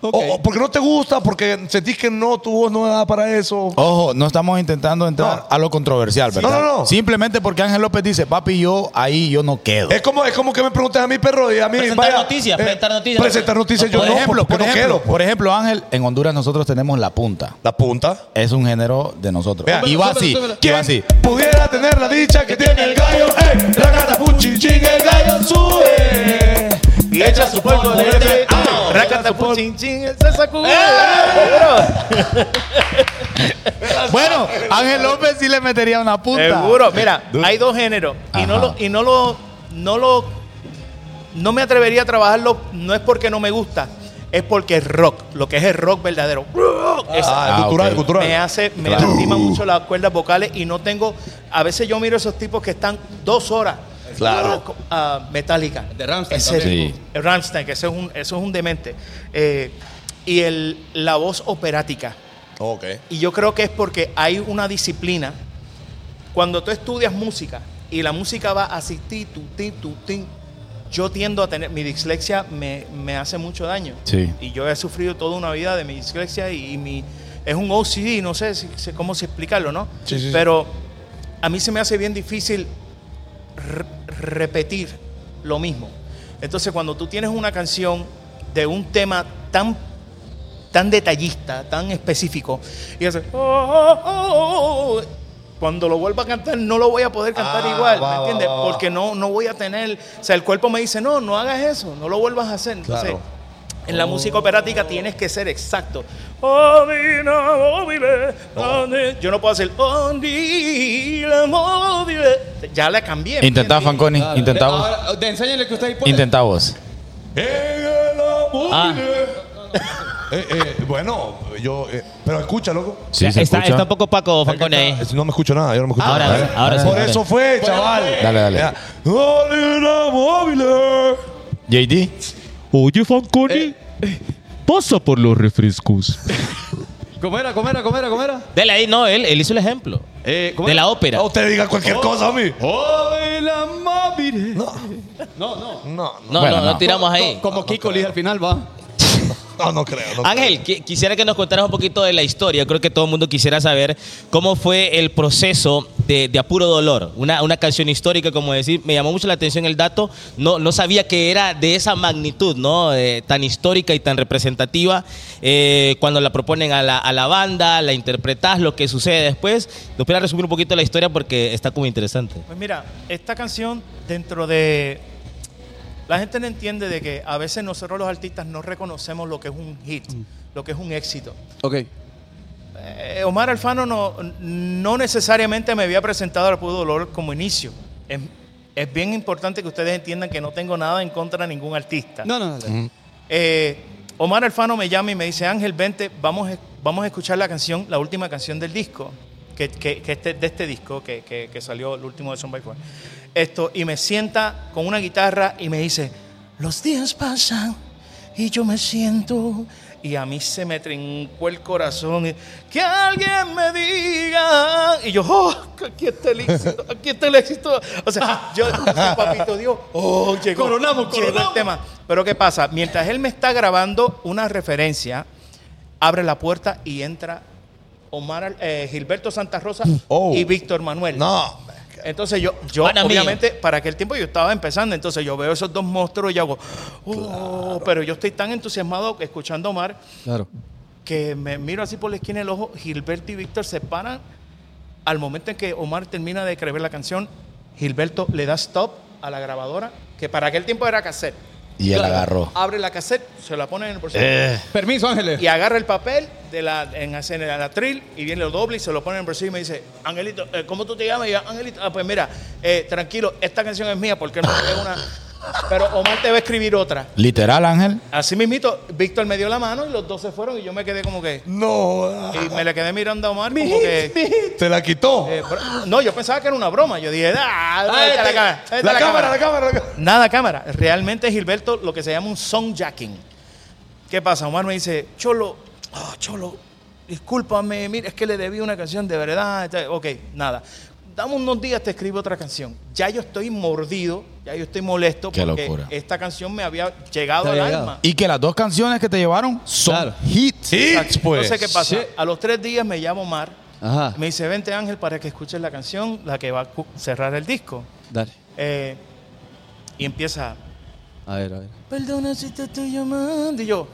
C: O- o porque no te gusta, porque sentís que no, tu voz no da para eso.
B: Ojo, no estamos intentando entrar a lo controversial, ¿verdad?
C: No, no, no.
B: Simplemente porque Ángel López dice, papi, yo ahí yo no quedo.
C: Es como, es como que me preguntes a mi perro y a mí. eh,
F: Presentar noticias, presentar noticias.
C: Presentar noticias yo
B: por
C: no,
B: ejemplo,
C: porque
B: por
C: no
B: ejemplo,
C: quedo.
B: por ejemplo, Ángel, en Honduras nosotros tenemos la punta.
C: La punta
B: es un género de nosotros.
C: Vea.
B: y va
C: Súbelo,
B: así,
C: súbelo.
B: y va así.
C: Pudiera tener la dicha que tiene el gallo, ey, la gata puchichín, el gallo sube.
Q: Y echa su polvo de este, ah, rácata, pum, chin, chin, él se sacude.
C: eh.
B: Bueno, Ángel López sí le metería una punta.
Q: Seguro, mira, hay dos géneros y no lo y no lo no lo no me atrevería a trabajarlo no es porque no me gusta, es porque es rock, lo que es el rock verdadero. Es-
C: Ah, cultural, cultural.
Q: Me hace, me
C: Claro.
Q: lastima
B: Uh.
Q: mucho las cuerdas vocales y no tengo. A veces yo miro esos tipos que están dos horas.
C: Claro.
Q: Ah, metálica. De Ramstein.
C: también.
Q: Ramstein, que eso es un, eso es un demente. Eh, y el, la voz operática.
C: Ok. Eh,
Q: Y yo creo que es porque hay una disciplina. Cuando tú estudias música y la música va así, ti, tu, ti, tu, ti, yo tiendo a tener, mi dislexia me, me hace mucho daño.
B: Sí.
Q: Y yo he sufrido toda una vida de mi dislexia y, y mi, es un OCD, no sé si- si- cómo se explicarlo, ¿no?
C: Sí, sí, sí.
Q: Pero a mí se me hace bien difícil re- repetir lo mismo. Entonces cuando tú tienes una canción de un tema tan tan detallista, tan específico. Y hace, "Oh, oh, oh, oh". cuando lo vuelva a cantar, no lo voy a poder cantar
C: Ah,
Q: igual,
C: va,
Q: ¿me
C: va,
Q: entiendes?
C: va, va.
Q: Porque no, no voy a tener, o sea, el cuerpo me dice, no, no hagas eso, no lo vuelvas a hacer. Entonces,
C: Claro. Oh.
Q: en la música operática tienes que ser exacto. Oh, vina, oh, vile, ande. Yo no puedo hacer, oh, vila, oh, vile. ya la cambié. ¿me
B: Intentá,
Q: entiendes?
B: Fanconi, intentá vos.
Q: enséñale que usted ahí pone.
B: Intentá vos.
F: Ah.
C: Eh, eh, bueno, yo. eh, pero escucha, loco.
B: Sí, se
F: está,
B: escucha.
F: está un poco Paco Fanconi ahí.
C: No me escucho nada, yo no me escucho
F: Ahora
C: nada. ¿eh?
F: sí, ahora sí,
C: Por
F: dale.
C: eso fue, chaval.
B: Dale, dale.
C: Ya. Olina móvil.
B: JD.
N: Oye, Fanconi,
C: Eh.
N: pasa por los refrescos.
E: ¿Cómo era, cómo era, cómo era, cómo era? Eh,
F: Dele ahí, no, él, él hizo el ejemplo. de la ópera.
C: usted diga cualquier
E: Oh.
C: cosa a mí.
E: No,
C: No, no. No,
F: No, no, no tiramos ahí.
E: Como Kiko le dije al final, va.
C: Ah, No, no creo. no
F: Ángel, qui- quisiera que nos contaras un poquito de la historia. Creo que todo el mundo quisiera saber cómo fue el proceso de, de Apuro Dolor. Una, una canción histórica, como decir, me llamó mucho la atención el dato. No, no sabía que era de esa magnitud, ¿no? Eh, tan histórica y tan representativa. Eh, cuando la proponen a la, a la banda, la interpretas, lo que sucede después. Nos pudiera resumir un poquito la historia porque está como interesante.
Q: Pues mira, esta canción dentro de... La gente no entiende de que a veces nosotros los artistas no reconocemos lo que es un hit,
E: Mm.
Q: lo que es un éxito.
E: Ok.
Q: Eh, Omar Alfano no, no necesariamente me había presentado al Puro Dolor como inicio. Es, es bien importante que ustedes entiendan que no tengo nada en contra de ningún artista.
E: No, no, dale.
Q: Eh, Omar Alfano me llama y me dice, Ángel, vente, vamos, a- vamos a escuchar la canción, la última canción del disco, que, que- que este, de este disco que, que- que salió el último de Son by Four". Esto, y me sienta con una guitarra y me dice, los días pasan y yo me siento... Y a mí se me trincó el corazón. y, Que alguien me diga. Y yo, oh, aquí está el éxito, aquí está el éxito. O sea, yo, papito Dios, oh, llegó.
E: Coronamos,
Q: llegó el
E: coronamos.
Q: tema. Pero ¿qué pasa? Mientras él me está grabando una referencia, abre la puerta y entra Omar, Al- eh, Gilberto Santa Rosa
C: Oh.
Q: y Víctor Manuel.
C: No.
Q: Entonces yo, yo
F: Pana mío.
Q: obviamente, para aquel tiempo yo estaba empezando, entonces yo veo esos dos monstruos y hago, oh, pero yo estoy tan entusiasmado escuchando a Omar
E: Claro.
Q: que me miro así por la esquina del ojo, Gilberto y Víctor se paran. Al momento en que Omar termina de escribir la canción, Gilberto le da stop a la grabadora, que para aquel tiempo era cassette.
B: Y él agarró.
Q: Abre la cassette, se la pone en el bolsillo.
B: Eh.
E: Permiso, Ángeles.
Q: Y agarra el papel de la, en, en el atril y viene lo doble y se lo pone en el bolsillo y me dice, Angelito, eh, ¿cómo tú te llamas? Y yo, Angelito, ah, pues mira, eh, tranquilo, esta canción es mía porque no es una... Pero Omar te va a escribir otra.
B: Literal, Ángel.
Q: Así mismito, Víctor me dio la mano y los dos se fueron y yo me quedé como que...
C: No.
Q: Y me le quedé mirando a Omar como que...
C: Te la quitó.
Q: eh, bro- no, yo pensaba que era una broma. Yo dije, ah,
C: Ah,
Q: ahí está
C: este-
Q: la cámara. ahí está
C: la cámara, la cámara, la cámara.
Q: Nada cámara. Realmente Gilberto lo que se llama un songjacking. ¿Qué pasa? Omar me dice, Cholo, ah, Cholo, discúlpame, mira, es que le debí una canción de verdad. Está- Ok, nada. Dame unos días, te escribo otra canción. Ya yo estoy mordido, ya yo estoy molesto
B: Qué
Q: porque
B: locura.
Q: esta canción me había llegado al
E: había llegado.
Q: alma.
B: Y que las dos canciones que te llevaron son hits.
C: Hits, pues.
Q: Entonces, ¿qué pasa? A los tres días me llama Omar.
E: Ajá.
Q: Me dice, vente Ángel para que escuches la canción, la que va a cu- cerrar el disco.
E: Dale.
Q: Eh, y empieza,
E: A ver, a ver.
Q: perdona si te estoy llamando. Y yo,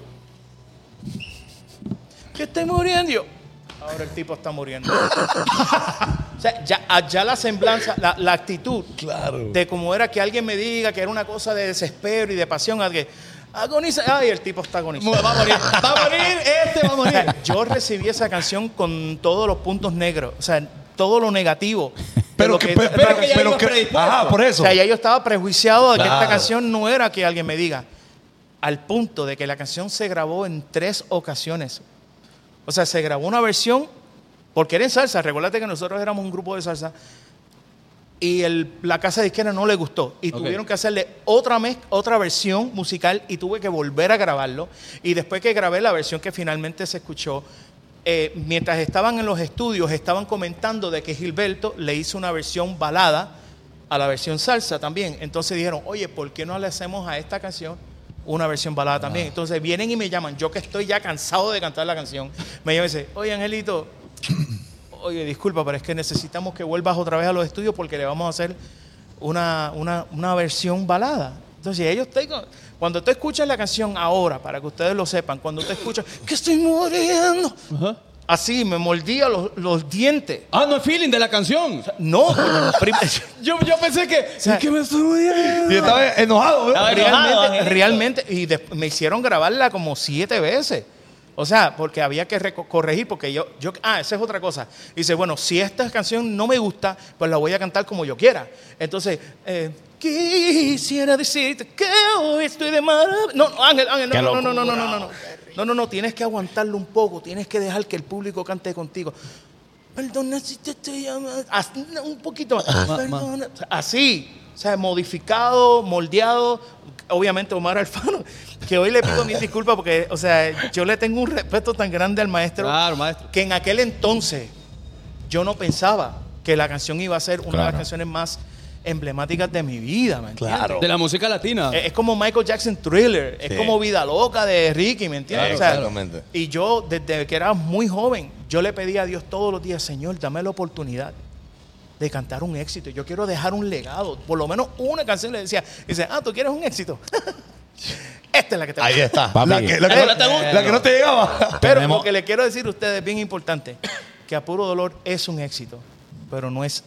Q: que estoy muriendo. Y yo, ahora el tipo está muriendo. o sea, ya, allá la semblanza, la, la actitud
C: Claro.
Q: de cómo era que alguien me diga que era una cosa de desespero y de pasión. a que Agoniza. Ay, el tipo está agonizando.
E: Va a morir, va a morir, este va a morir.
Q: Yo recibí esa canción con todos los puntos negros, o sea, todo lo negativo. de
C: Pero
Q: lo
C: que, pero, pero, pero que- ajá, por eso.
Q: O sea, ya yo estaba prejuiciado de que
C: Claro.
Q: esta canción no era que alguien me diga. al punto de que la canción se grabó en tres ocasiones. O sea, se grabó una versión porque era en salsa. Recuérdate que nosotros éramos un grupo de salsa y el- la casa disquera no le gustó y
P: Ok.
Q: tuvieron que hacerle otra mez- otra versión musical y tuve que volver a grabarlo y después que grabé la versión que finalmente se escuchó eh, mientras estaban en los estudios estaban comentando de que Gilberto le hizo una versión balada a la versión salsa también entonces dijeron oye ¿por qué no le hacemos a esta canción una versión balada también entonces vienen y me llaman yo que estoy ya cansado de cantar la canción me llaman y dicen oye Angelito Oye, disculpa, pero es que necesitamos que vuelvas otra vez a los estudios porque le vamos a hacer una, una- una versión balada. Entonces, ellos te, cuando tú escuchas la canción ahora, para que ustedes lo sepan, cuando tú escuchas que estoy muriendo, así me mordía los, los dientes.
E: Ah, no es feeling de la canción.
Q: No, prim-
E: Yo, yo pensé que.
Q: sea,
E: es que me estoy muriendo.
Q: Y estaba enojado. ¿eh?
E: Estaba enojado,
Q: realmente,
E: Angelito.
Q: realmente, y des- me hicieron grabarla como siete veces. O sea, porque había que reco- corregir, porque yo, yo, ah, esa es otra cosa. Dice, bueno, si esta canción no me gusta, pues la voy a cantar como yo quiera. Entonces, eh, quisiera decirte que hoy estoy de maravilla. No, no, Ángel, Ángel,
P: Qué
Q: no, no, no, no, no,
P: locura,
Q: no, no, no. No, no, no, tienes que aguantarlo un poco, tienes que dejar que el público cante contigo. Perdona si te estoy llamando. As- no, Un poquito más.
P: Ah, ma- ma-
Q: Perdona. Así. O sea, modificado, moldeado. Obviamente Omar Alfano. Que hoy le pido mis disculpas porque, o sea, yo le tengo un respeto tan grande al maestro. Que en aquel entonces yo no pensaba que la canción iba a ser una de las
E: Claro.
Q: canciones más emblemáticas de mi vida, ¿me entiendes?
E: De la música latina.
Q: Es, es como Michael Jackson Thriller,
E: Sí.
Q: es como Vida Loca de Ricky, ¿me entiendes?
C: Claro,
Q: O sea,
C: claramente.
Q: y yo, desde que era muy joven, yo le pedía a Dios todos los días, Señor, dame la oportunidad de cantar un éxito. Yo quiero dejar un legado, por lo menos una canción le decía. Dice, ah, ¿tú quieres un éxito? Esta es la que te
C: Ahí está.
Q: Papi.
C: La que, la que-
Q: Eh, no te gusta.
C: la que no te llegaba.
Q: Pero lo que le quiero decir a ustedes es bien importante, que a puro dolor es un éxito, pero no es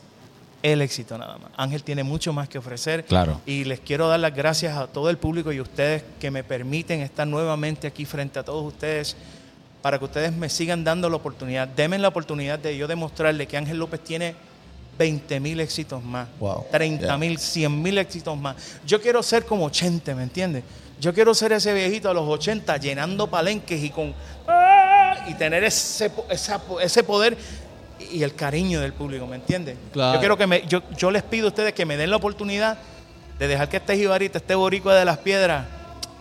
Q: el éxito nada más. Ángel tiene mucho más que ofrecer.
B: Claro.
Q: Y les quiero dar las gracias a todo el público y a ustedes que me permiten estar nuevamente aquí frente a todos ustedes para que ustedes me sigan dando la oportunidad. Denme la oportunidad de yo demostrarle que Ángel López tiene 20 mil éxitos más.
C: Wow.
Q: 30 mil, 100 mil éxitos más. Yo quiero ser como 80, ¿me entiendes? Yo quiero ser ese viejito a los 80 llenando palenques y con ¡ah! y tener ese, po- esa po- ese poder y el cariño del público, ¿me entiendes?
E: Claro.
Q: Yo quiero que me, yo, yo les pido a ustedes que me den la oportunidad de dejar que este jibarita, este boricua de las piedras.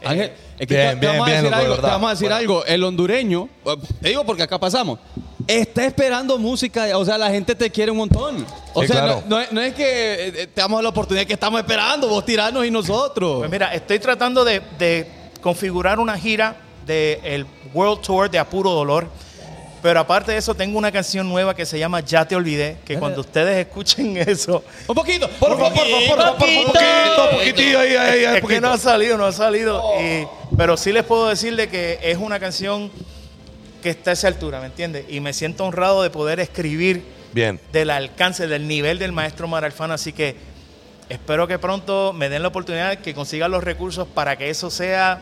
Q: eh,
E: Ángel, es que te- te, vamos a decir, algo, te vamos a decir algo. El hondureño, eh, te digo porque acá pasamos, está esperando música. O sea, la gente te quiere un montón. O
Q: Sí,
E: sea,
Q: claro.
E: no, no es- no es que eh, eh, te damos la oportunidad que estamos esperando, vos tiranos y nosotros.
Q: Pues mira, estoy tratando de, de configurar una gira del World Tour de Apuro Dolor. Pero aparte de eso, tengo una canción nueva que se llama Ya te olvidé, que cuando ustedes escuchen eso...
E: Un poquito,
Q: eh. por favor, por favor, por favor,
P: poquito.
C: poquitito, ahí, ahí, ahí,
Q: Es que
C: poquito.
Q: no ha salido, no ha salido. y- pero sí les puedo decir de que es una canción que está a esa altura, ¿me entiendes? Y me siento honrado de poder escribir
C: Bien.
Q: del alcance, del nivel del maestro Maralfano. Así que espero que pronto me den la oportunidad, que consigan los recursos para que eso sea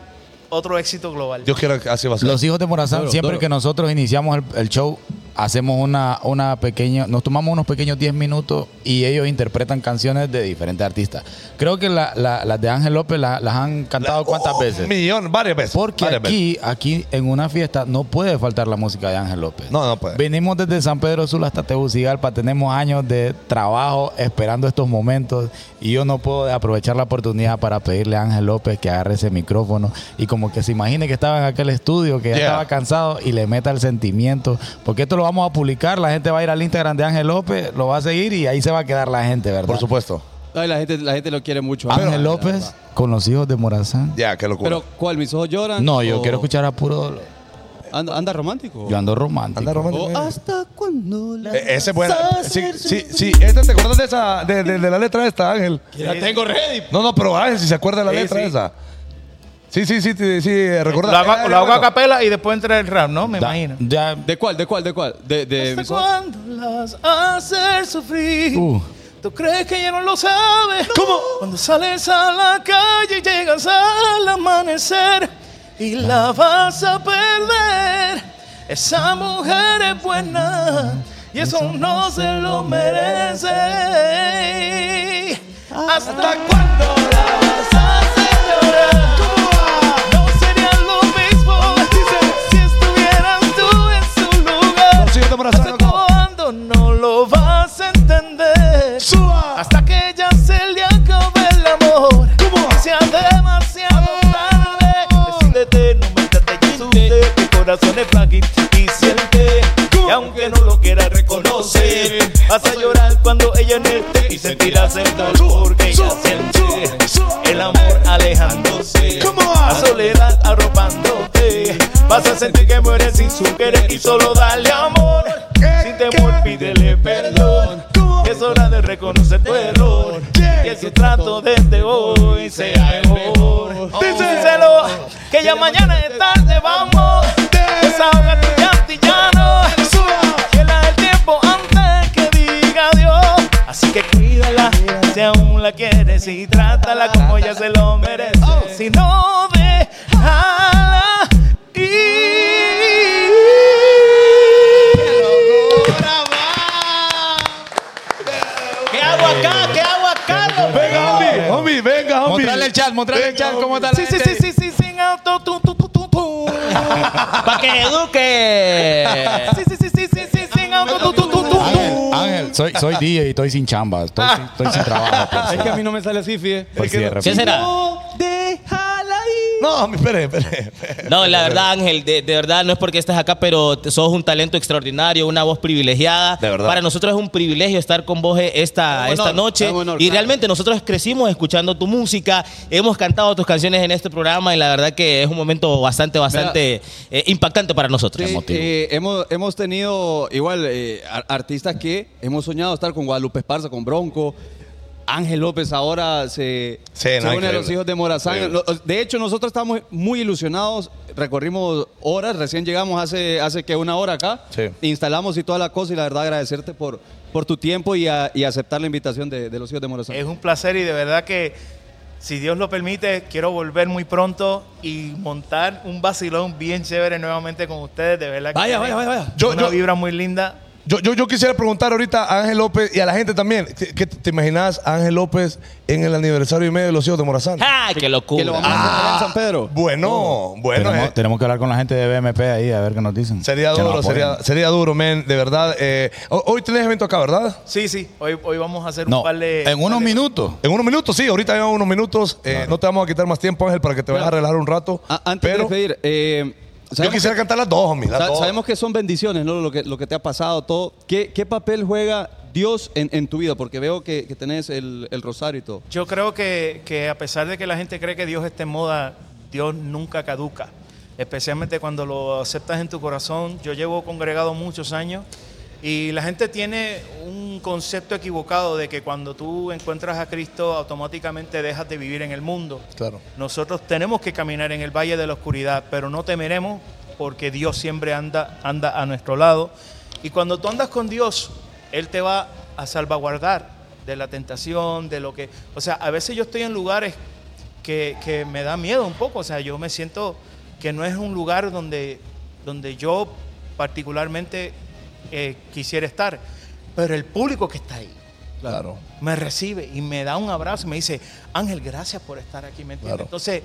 Q: otro éxito global.
C: Dios quiera que así va a ser.
B: Los hijos de Morazán,
C: Duro,
B: siempre
C: duro.
B: que nosotros iniciamos el, el show, hacemos una, una pequeña, nos tomamos unos pequeños 10 minutos y ellos interpretan canciones de diferentes artistas. Creo que la- la- las de Ángel López la- las han cantado cuántas veces.
C: Oh, millón, varias veces.
B: Porque
C: varias veces.
B: aquí, aquí en una fiesta no puede faltar la música de Ángel López.
C: No, no puede.
B: Venimos desde San Pedro Sula hasta Tegucigalpa, tenemos años de trabajo esperando estos momentos y yo no puedo aprovechar la oportunidad para pedirle a Ángel López que agarre ese micrófono y como que se imagine que estaba en aquel estudio, que ya
C: Yeah.
B: estaba cansado y le meta el sentimiento, porque esto lo vamos a publicar, la gente va a ir al Instagram de Ángel López, lo va a seguir y ahí se va a quedar la gente, ¿verdad? Por
C: supuesto.
E: Ay, la, gente, la gente lo quiere mucho.
B: Ángel López con los hijos de Morazán.
C: Ya, qué locura.
E: Pero, ¿cuál? ¿Mis ojos lloran?
B: No, yo
E: ¿O
B: quiero escuchar a puro dolor.
E: Anda, anda romántico.
B: Yo ando romántico.
E: ¿O hasta cuándo la
C: E- Ese es bueno.
E: vas a
C: Sí,
E: hacer
C: sí, sí. Este, ¿Te acuerdas de, esa, de, de- de la letra de esta, Ángel?
E: La tengo ready.
C: No, no, pero Ángel, si se acuerda de la
Q: Sí,
C: letra
Q: sí.
C: esa. Sí, sí, sí, sí, sí eh, recuerda.
Q: Lo hago,
C: Eh,
Q: lo hago a
C: bueno.
Q: capela y después entra el rap, ¿no? Me imagino.
E: ¿De cuál? ¿De cuál? ¿De cuál? ¿De, de mis ojos?
Q: ¿Cuándo las hacer sufrir?
E: Uh.
Q: ¿Tú crees que ya no lo sabes? ¿Cómo? Cuando sales a la calle y llegas al amanecer y la vas a perder. Esa mujer es buena y eso no se lo merece. ¿Hasta cuándo la vas a hacer llorar? No
P: viene Paggy y siente. Y aunque no lo quiera reconocer, vas a llorar cuando ella enerte y sentirás el dolor que ella siente. El amor alejándose, la soledad arropándote. Vas a sentir que mueres sin su querer y solo dale amor. Sin temor, pídele perdón. Que es hora de reconocer tu error. Que su trato desde hoy sea el mejor. Díselo, que ya mañana es tarde, vamos. Desahoga tu llanto y ya no. Queda el tiempo antes que diga adiós. Así que cuídala, si aún la quieres y trátala como ella se lo merece. Si no, déjala ir.
F: ¿Qué hago acá? ¿Qué hago acá?
C: Venga, homie, homie, venga, homie.
B: Mostrarle el chat, mostrarle el
C: Venga,
B: chat, cómo está la
P: Sí, sí,
B: gente.
P: sí, sí, sí, sin auto, tum, tum, tum, tum, tum.
F: Para que
B: Eh,
F: eduque.
P: Sí, sí, sí, sí, sí, sí, sin auto, tum, tum, tum, tum.
B: Ángel, Ángel, soy, soy DJ y estoy sin chamba, estoy, sin, estoy sin trabajo. por
E: Es que a
B: si-
E: mí no me sale así, fíjate.
B: por si de
F: ¿Qué
B: repente-
F: será?
P: Déjala ir.
C: No, homie, espere, espere. espere.
F: No, la verdad, Ángel, de, de verdad no es porque estés acá, pero t- sos un talento extraordinario, una voz privilegiada.
C: De verdad.
F: Para nosotros es un privilegio estar con vos eh, esta,
E: Es un
F: esta
E: honor,
F: noche.
E: es un honor,
F: y
E: claro.
F: realmente nosotros crecimos escuchando tu música, hemos cantado tus canciones en este programa y la verdad que es un momento bastante, bastante eh, impactante para nosotros.
E: Sí, eh, hemos, hemos tenido igual eh, ar- artistas que hemos soñado estar con Guadalupe Esparza, con Bronco. Ángel López ahora se,
C: Sí,
E: se
C: no,
E: une a
C: increíble.
E: los hijos de Morazán.
C: Increíble.
E: Lo- De hecho, nosotros estamos muy ilusionados. Recorrimos horas, recién llegamos hace, hace que una hora acá.
C: Sí.
E: Instalamos y toda la cosa. Y la verdad, agradecerte por, por tu tiempo y, a- y aceptar la invitación de, de los hijos de Morazán.
Q: Es un placer y de verdad que, si Dios lo permite, quiero volver muy pronto y montar un vacilón bien chévere nuevamente con ustedes. De verdad que
E: Vaya,
Q: tiene
E: vaya, vaya, vaya.
C: Yo-
Q: una
C: yo-
Q: vibra muy linda.
C: Yo, yo, yo quisiera preguntar ahorita a Ángel López y a la gente también. ¿Qué, qué te te imaginas a Ángel López en el aniversario y medio de los hijos de Morazán? Ah,
F: ¡Ah, qué locura!
E: Que lo vamos a hacer allá en San Pedro.
C: Bueno, bueno.
B: tenemos,
C: eh.
B: tenemos que hablar con la gente de BMP ahí a ver qué nos dicen.
C: Sería
B: Que nos
C: duro,
B: apoyen.
C: sería, sería duro, men, de verdad. eh, ho- hoy tenés evento acá, ¿verdad?
Q: Sí, sí, hoy, hoy vamos a hacer
B: No,
Q: un par de.
B: en unos minutos.
C: En unos minutos, sí, ahorita llevan unos minutos. eh, No te vamos a quitar más tiempo, Ángel, para que te vayas a relajar un rato.
E: A- Ah, antes
C: pero
E: de despedir, eh,
C: yo
E: sabemos que-
C: quisiera cantar las dos, homie. las
E: Sa-
C: dos.
E: sabemos que son bendiciones, ¿no? Lo que, lo que te ha pasado, todo. ¿Qué, qué papel juega Dios en, en tu vida? Porque veo que, que tenés el, el rosario y todo.
Q: Yo creo que, que a pesar de que la gente cree que Dios está en moda, Dios nunca caduca. Especialmente cuando lo aceptas en tu corazón. Yo llevo congregado muchos años y la gente tiene un concepto equivocado de que cuando tú encuentras a Cristo automáticamente dejas de vivir en el mundo.
C: Claro.
Q: Nosotros tenemos que caminar en el valle de la oscuridad, pero no temeremos porque Dios siempre anda, anda a nuestro lado. Y cuando tú andas con Dios, Él te va a salvaguardar de la tentación, de lo que... O sea, a veces yo estoy en lugares que, que me da miedo un poco, o sea, yo me siento que no es un lugar donde, donde yo particularmente eh, quisiera estar, pero el público que está ahí,
C: Claro.
Q: me recibe y me da un abrazo y me dice, Ángel, gracias por estar aquí, ¿me entiendes?
C: Claro.
Q: Entonces,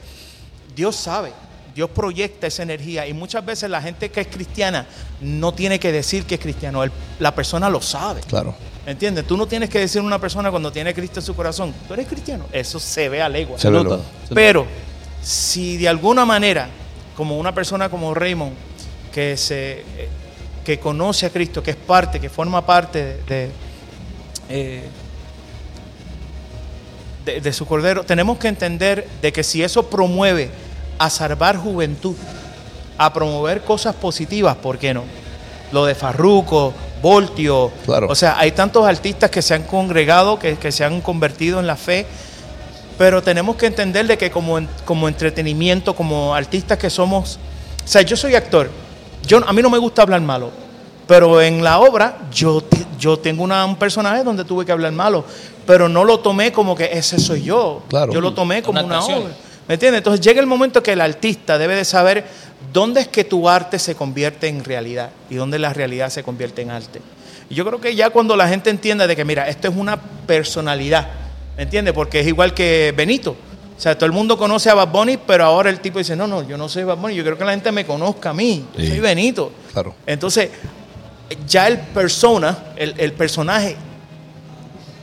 Q: Dios sabe, Dios proyecta esa energía y muchas veces la gente que es cristiana no tiene que decir que es cristiano, el- la persona lo sabe.
C: Claro.
Q: ¿Entiendes? Tú no tienes que decir a una persona cuando tiene a Cristo en su corazón, tú eres cristiano. Eso se ve a legua.
C: Se ve Nota. luego.
Q: Pero si de alguna manera, como una persona como Raymond, que, se, eh, que conoce a Cristo, que es parte, que forma parte de, de, eh, de- de su cordero, tenemos que entender de que si eso promueve a salvar juventud, a promover cosas positivas, ¿por qué no? Lo de Farruco, Voltio.
C: Claro.
Q: O sea, hay tantos artistas que se han congregado, que, que se han convertido en la fe. Pero tenemos que entender de que como, en- como entretenimiento, como artistas que somos... O sea, yo soy actor. Yo, a mí no me gusta hablar malo. Pero en la obra yo, te- yo tengo una- un personaje donde tuve que hablar malo. Pero no lo tomé como que ese soy yo.
C: Claro.
Q: Yo lo tomé como
F: Una
Q: una,
F: actuación.
Q: obra. ¿Me entiendes? Entonces llega el momento que el artista debe de saber dónde es que tu arte se convierte en realidad y dónde la realidad se convierte en arte. Y yo creo que ya cuando la gente entienda de que, mira, esto es una personalidad, ¿me entiendes? Porque es igual que Benito. O sea, todo el mundo conoce a Bad Bunny, pero ahora el tipo dice, no, no, yo no soy Bad Bunny, yo quiero que la gente me conozca a mí, yo
B: Sí.
Q: soy Benito.
C: Claro.
Q: Entonces, ya el persona, el, el personaje,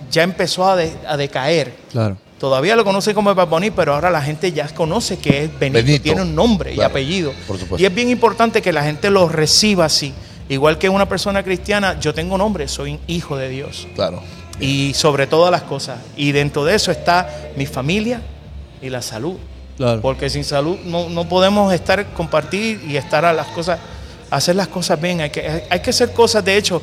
Q: ya empezó a, de- a decaer.
E: Claro.
Q: Todavía lo conoce como Bad Bunny, pero ahora la gente ya conoce que es Benito.
C: Benito.
Q: Tiene un nombre y
C: Claro,
Q: apellido.
C: por supuesto.
Q: Y es bien importante que la gente lo reciba así. Igual que una persona cristiana, yo tengo nombre, soy un hijo de Dios.
C: Claro.
Q: Y sobre todas las cosas. Y dentro de eso está mi familia y la salud. Porque sin salud no, no podemos estar, compartir y estar a las cosas, hacer las cosas bien. Hay que, hay que hacer cosas. De hecho,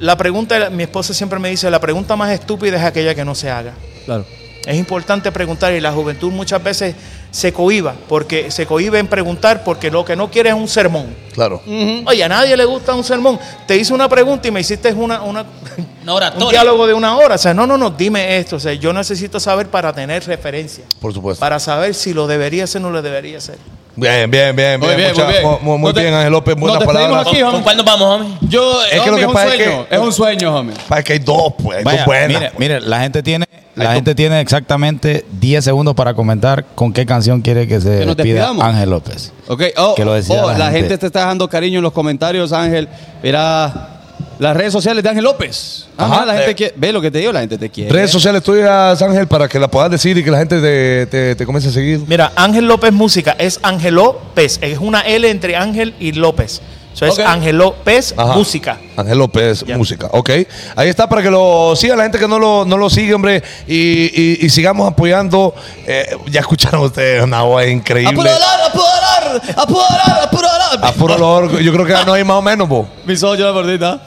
Q: la pregunta, mi esposa siempre me dice, la pregunta más estúpida es aquella que no se haga.
M: Claro.
Q: Es importante preguntar y la juventud muchas veces se cohiba, porque se cohibe en preguntar porque lo que no quiere es un sermón.
C: Claro.
Q: Oye, a nadie le gusta un sermón. Te hice una pregunta y me hiciste una, una-
F: Una
Q: un
F: oratoria.
Q: diálogo de una hora. O sea, no, no, no, dime esto. O sea, yo necesito saber para tener referencia,
C: Por supuesto.
Q: para saber si lo debería hacer o no lo debería hacer.
C: Bien, bien, bien,
Q: Muy bien,
C: bien. mucha-
Q: muy
C: mu-
Q: bien.
C: mu- Muy,
Q: Nos de-
C: bien, Ángel López. Buenas
Q: nos despedimos
C: palabras.
Q: aquí, homie. ¿Con
F: cuándo vamos, homie?
E: Yo,
C: Es que lo que pasa es que-
E: sueño, homie.
C: Para que hay dos, pues. Hay dos
B: Vaya,
C: buenas.
B: mire, mire, la gente tiene la gente tiene exactamente 10 segundos para comentar con qué canción quiere que se
E: Que nos
B: despida
E: despidamos.
B: Ángel López.
E: Ok, oh,
B: Que lo decida
E: oh,
B: la
E: la,
B: gente.
E: gente. te está dejando cariño en los comentarios, Ángel. Mira las redes sociales de Ángel López. Ajá,
C: Ajá.
E: la gente
C: Eh.
E: quiere, ve lo que te digo, la gente te quiere.
C: Redes sociales tuyas, Ángel, para que la puedas decir y que la gente te, te- te comience a seguir.
Q: Mira, Ángel López Música es Ángel López. Es una L entre Ángel y López. Eso es
C: Ok.
Q: Ángel López
C: Ajá.
Q: Música.
C: Ángel López, música. Ok. Ahí está para que lo siga la gente que no lo, no lo sigue, hombre. Y, y- y sigamos apoyando. Eh, ya escucharon ustedes una voz increíble.
E: apurar, apurar, apurar.
C: A puro olor. Yo creo que ya no hay más o menos, vos.
E: Mi socio, la gordita.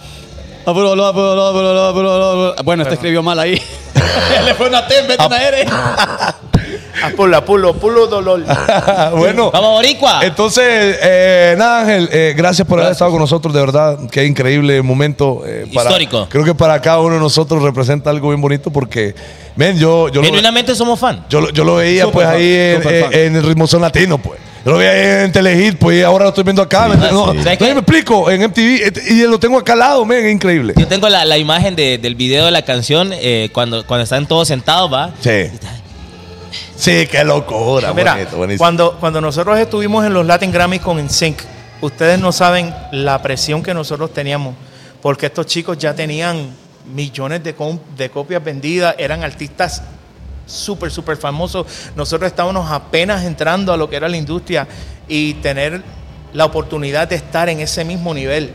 E: Apuro, apuro, apuro, apuro, apuro, apuro. Bueno, este escribió mal ahí. Ah, Le fue una T en vez de una R.
Q: Apulo, apulo, apulo dolor.
C: bueno.
F: Vamos, Boricua.
C: Entonces, eh, nada, Ángel, eh, gracias por haber estado con nosotros, de verdad, qué increíble momento. eh, para-
F: Histórico.
C: Creo que para cada uno de nosotros representa algo bien bonito porque, ven, yo, yo, lo,
F: Genuinamente somos fan.
C: yo, lo- yo lo veía
F: Súper
C: pues
F: fan,
C: ahí en,
F: súper
C: eh,
F: fan.
C: en el ritmo son latino, pues. Yo lo veía en Telehit, pues, y ahora lo estoy viendo acá. ¿me entiendes? No,
F: sí.
C: no,
F: ¿Sabes
C: yo me explico, en MTV, et- eh, y lo tengo acá al lado, men, es increíble.
F: Yo tengo la, la imagen de- del video de la canción eh, cuando, cuando están todos sentados, va.
C: Sí. Sí, qué locura,
Q: Mira,
C: bonito, buenísimo.
Q: Cuando, cuando nosotros estuvimos en los Latin Grammys con NSYNC, ustedes no saben la presión que nosotros teníamos, porque estos chicos ya tenían millones de, com- de copias vendidas, eran artistas súper, súper famosos. Nosotros estábamos apenas entrando a lo que era la industria y tener la oportunidad de estar en ese mismo nivel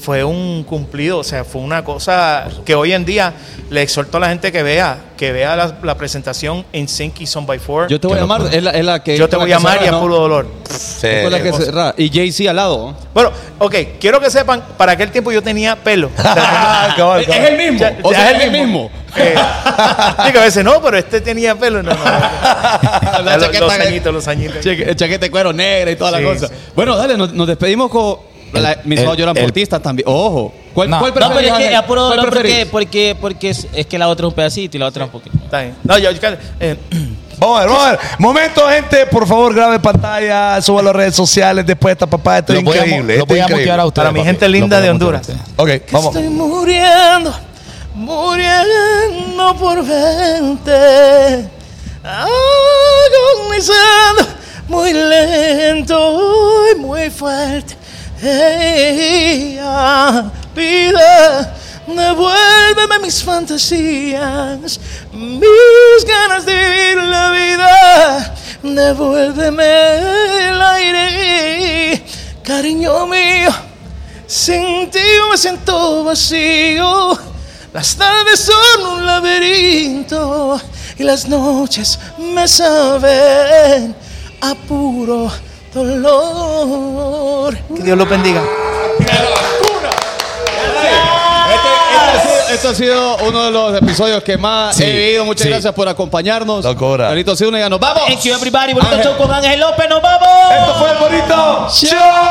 Q: fue un cumplido, o sea, fue una cosa que hoy en día le exhorto a la gente que vea, que vea la, la presentación en Sync y Son by Four.
E: Yo te voy a llamar, es la, es la que.
Q: Yo te
E: con
Q: voy
E: la
Q: a
E: que
Q: llamar y
E: cerra,
Q: a
E: ¿no?
Q: puro dolor.
E: Con la que cerra. Y Jay-Z al lado.
Q: Bueno, ok, quiero que sepan, para aquel tiempo yo tenía pelo.
E: Es el mismo.
Q: Ya-
E: O
Q: ya
E: sea, es el mismo.
Q: Eh, digo, a veces no, pero este tenía pelo. No, no, no. Ya
E: La
Q: lo-
E: chaqueta
Q: los
E: que-
Q: añitos, los añitos.
E: Cheque- el chaquete de cuero negra y toda
Q: Sí,
E: la cosa.
Q: sí.
E: Bueno, dale, nos, nos despedimos con. la- mis
B: el-
E: ojos lloran
B: el-
E: por artistas también. Ojo. ¿Cuál,
B: No.
E: cuál
F: No, pero
E: preferís,
F: es que
E: Ángel?
F: a puro
E: ¿Cuál
F: dolor, ¿por
E: preferís?
F: qué? Porque, porque es, es que la otra es un pedacito y la otra un poquito.
Q: Está bien. No, yo, yo- eh,
C: Vamos a ver, vamos a ver. Momento, gente, por favor, grabe pantalla, suba a las redes sociales después de esta papá. Esto es
B: Lo voy a mu-
C: increíble.
B: lo
C: esto es
B: voy a
C: increíble.
B: mutear a ustedes,
Q: Para mi
B: papi.
Q: gente
B: Lo
Q: linda
B: voy a
Q: de
B: mutear a
Q: Honduras.
B: ustedes.
C: Ok, vamos.
P: Estoy muriendo, muriendo por verte. Agonizando muy lento y muy fuerte. Hey, ah, vida, devuélveme mis fantasías, mis ganas de vivir la vida. Devuélveme el aire, cariño mío. Sin ti me siento vacío. Las tardes son un laberinto y las noches me saben a puro dolor.
Q: que Dios los bendiga.
E: Este ha sido- Este ha sido uno de los episodios que más
C: Sí,
E: he vivido. Muchas
C: sí.
E: gracias por acompañarnos.
C: Locura.
E: Carlitos Zúñiga, nos vamos.
F: Thank you everybody. Bonito
E: Ángel.
F: show con Ángel López. ¡Nos vamos!
C: Esto fue el bonito. ¡Chao!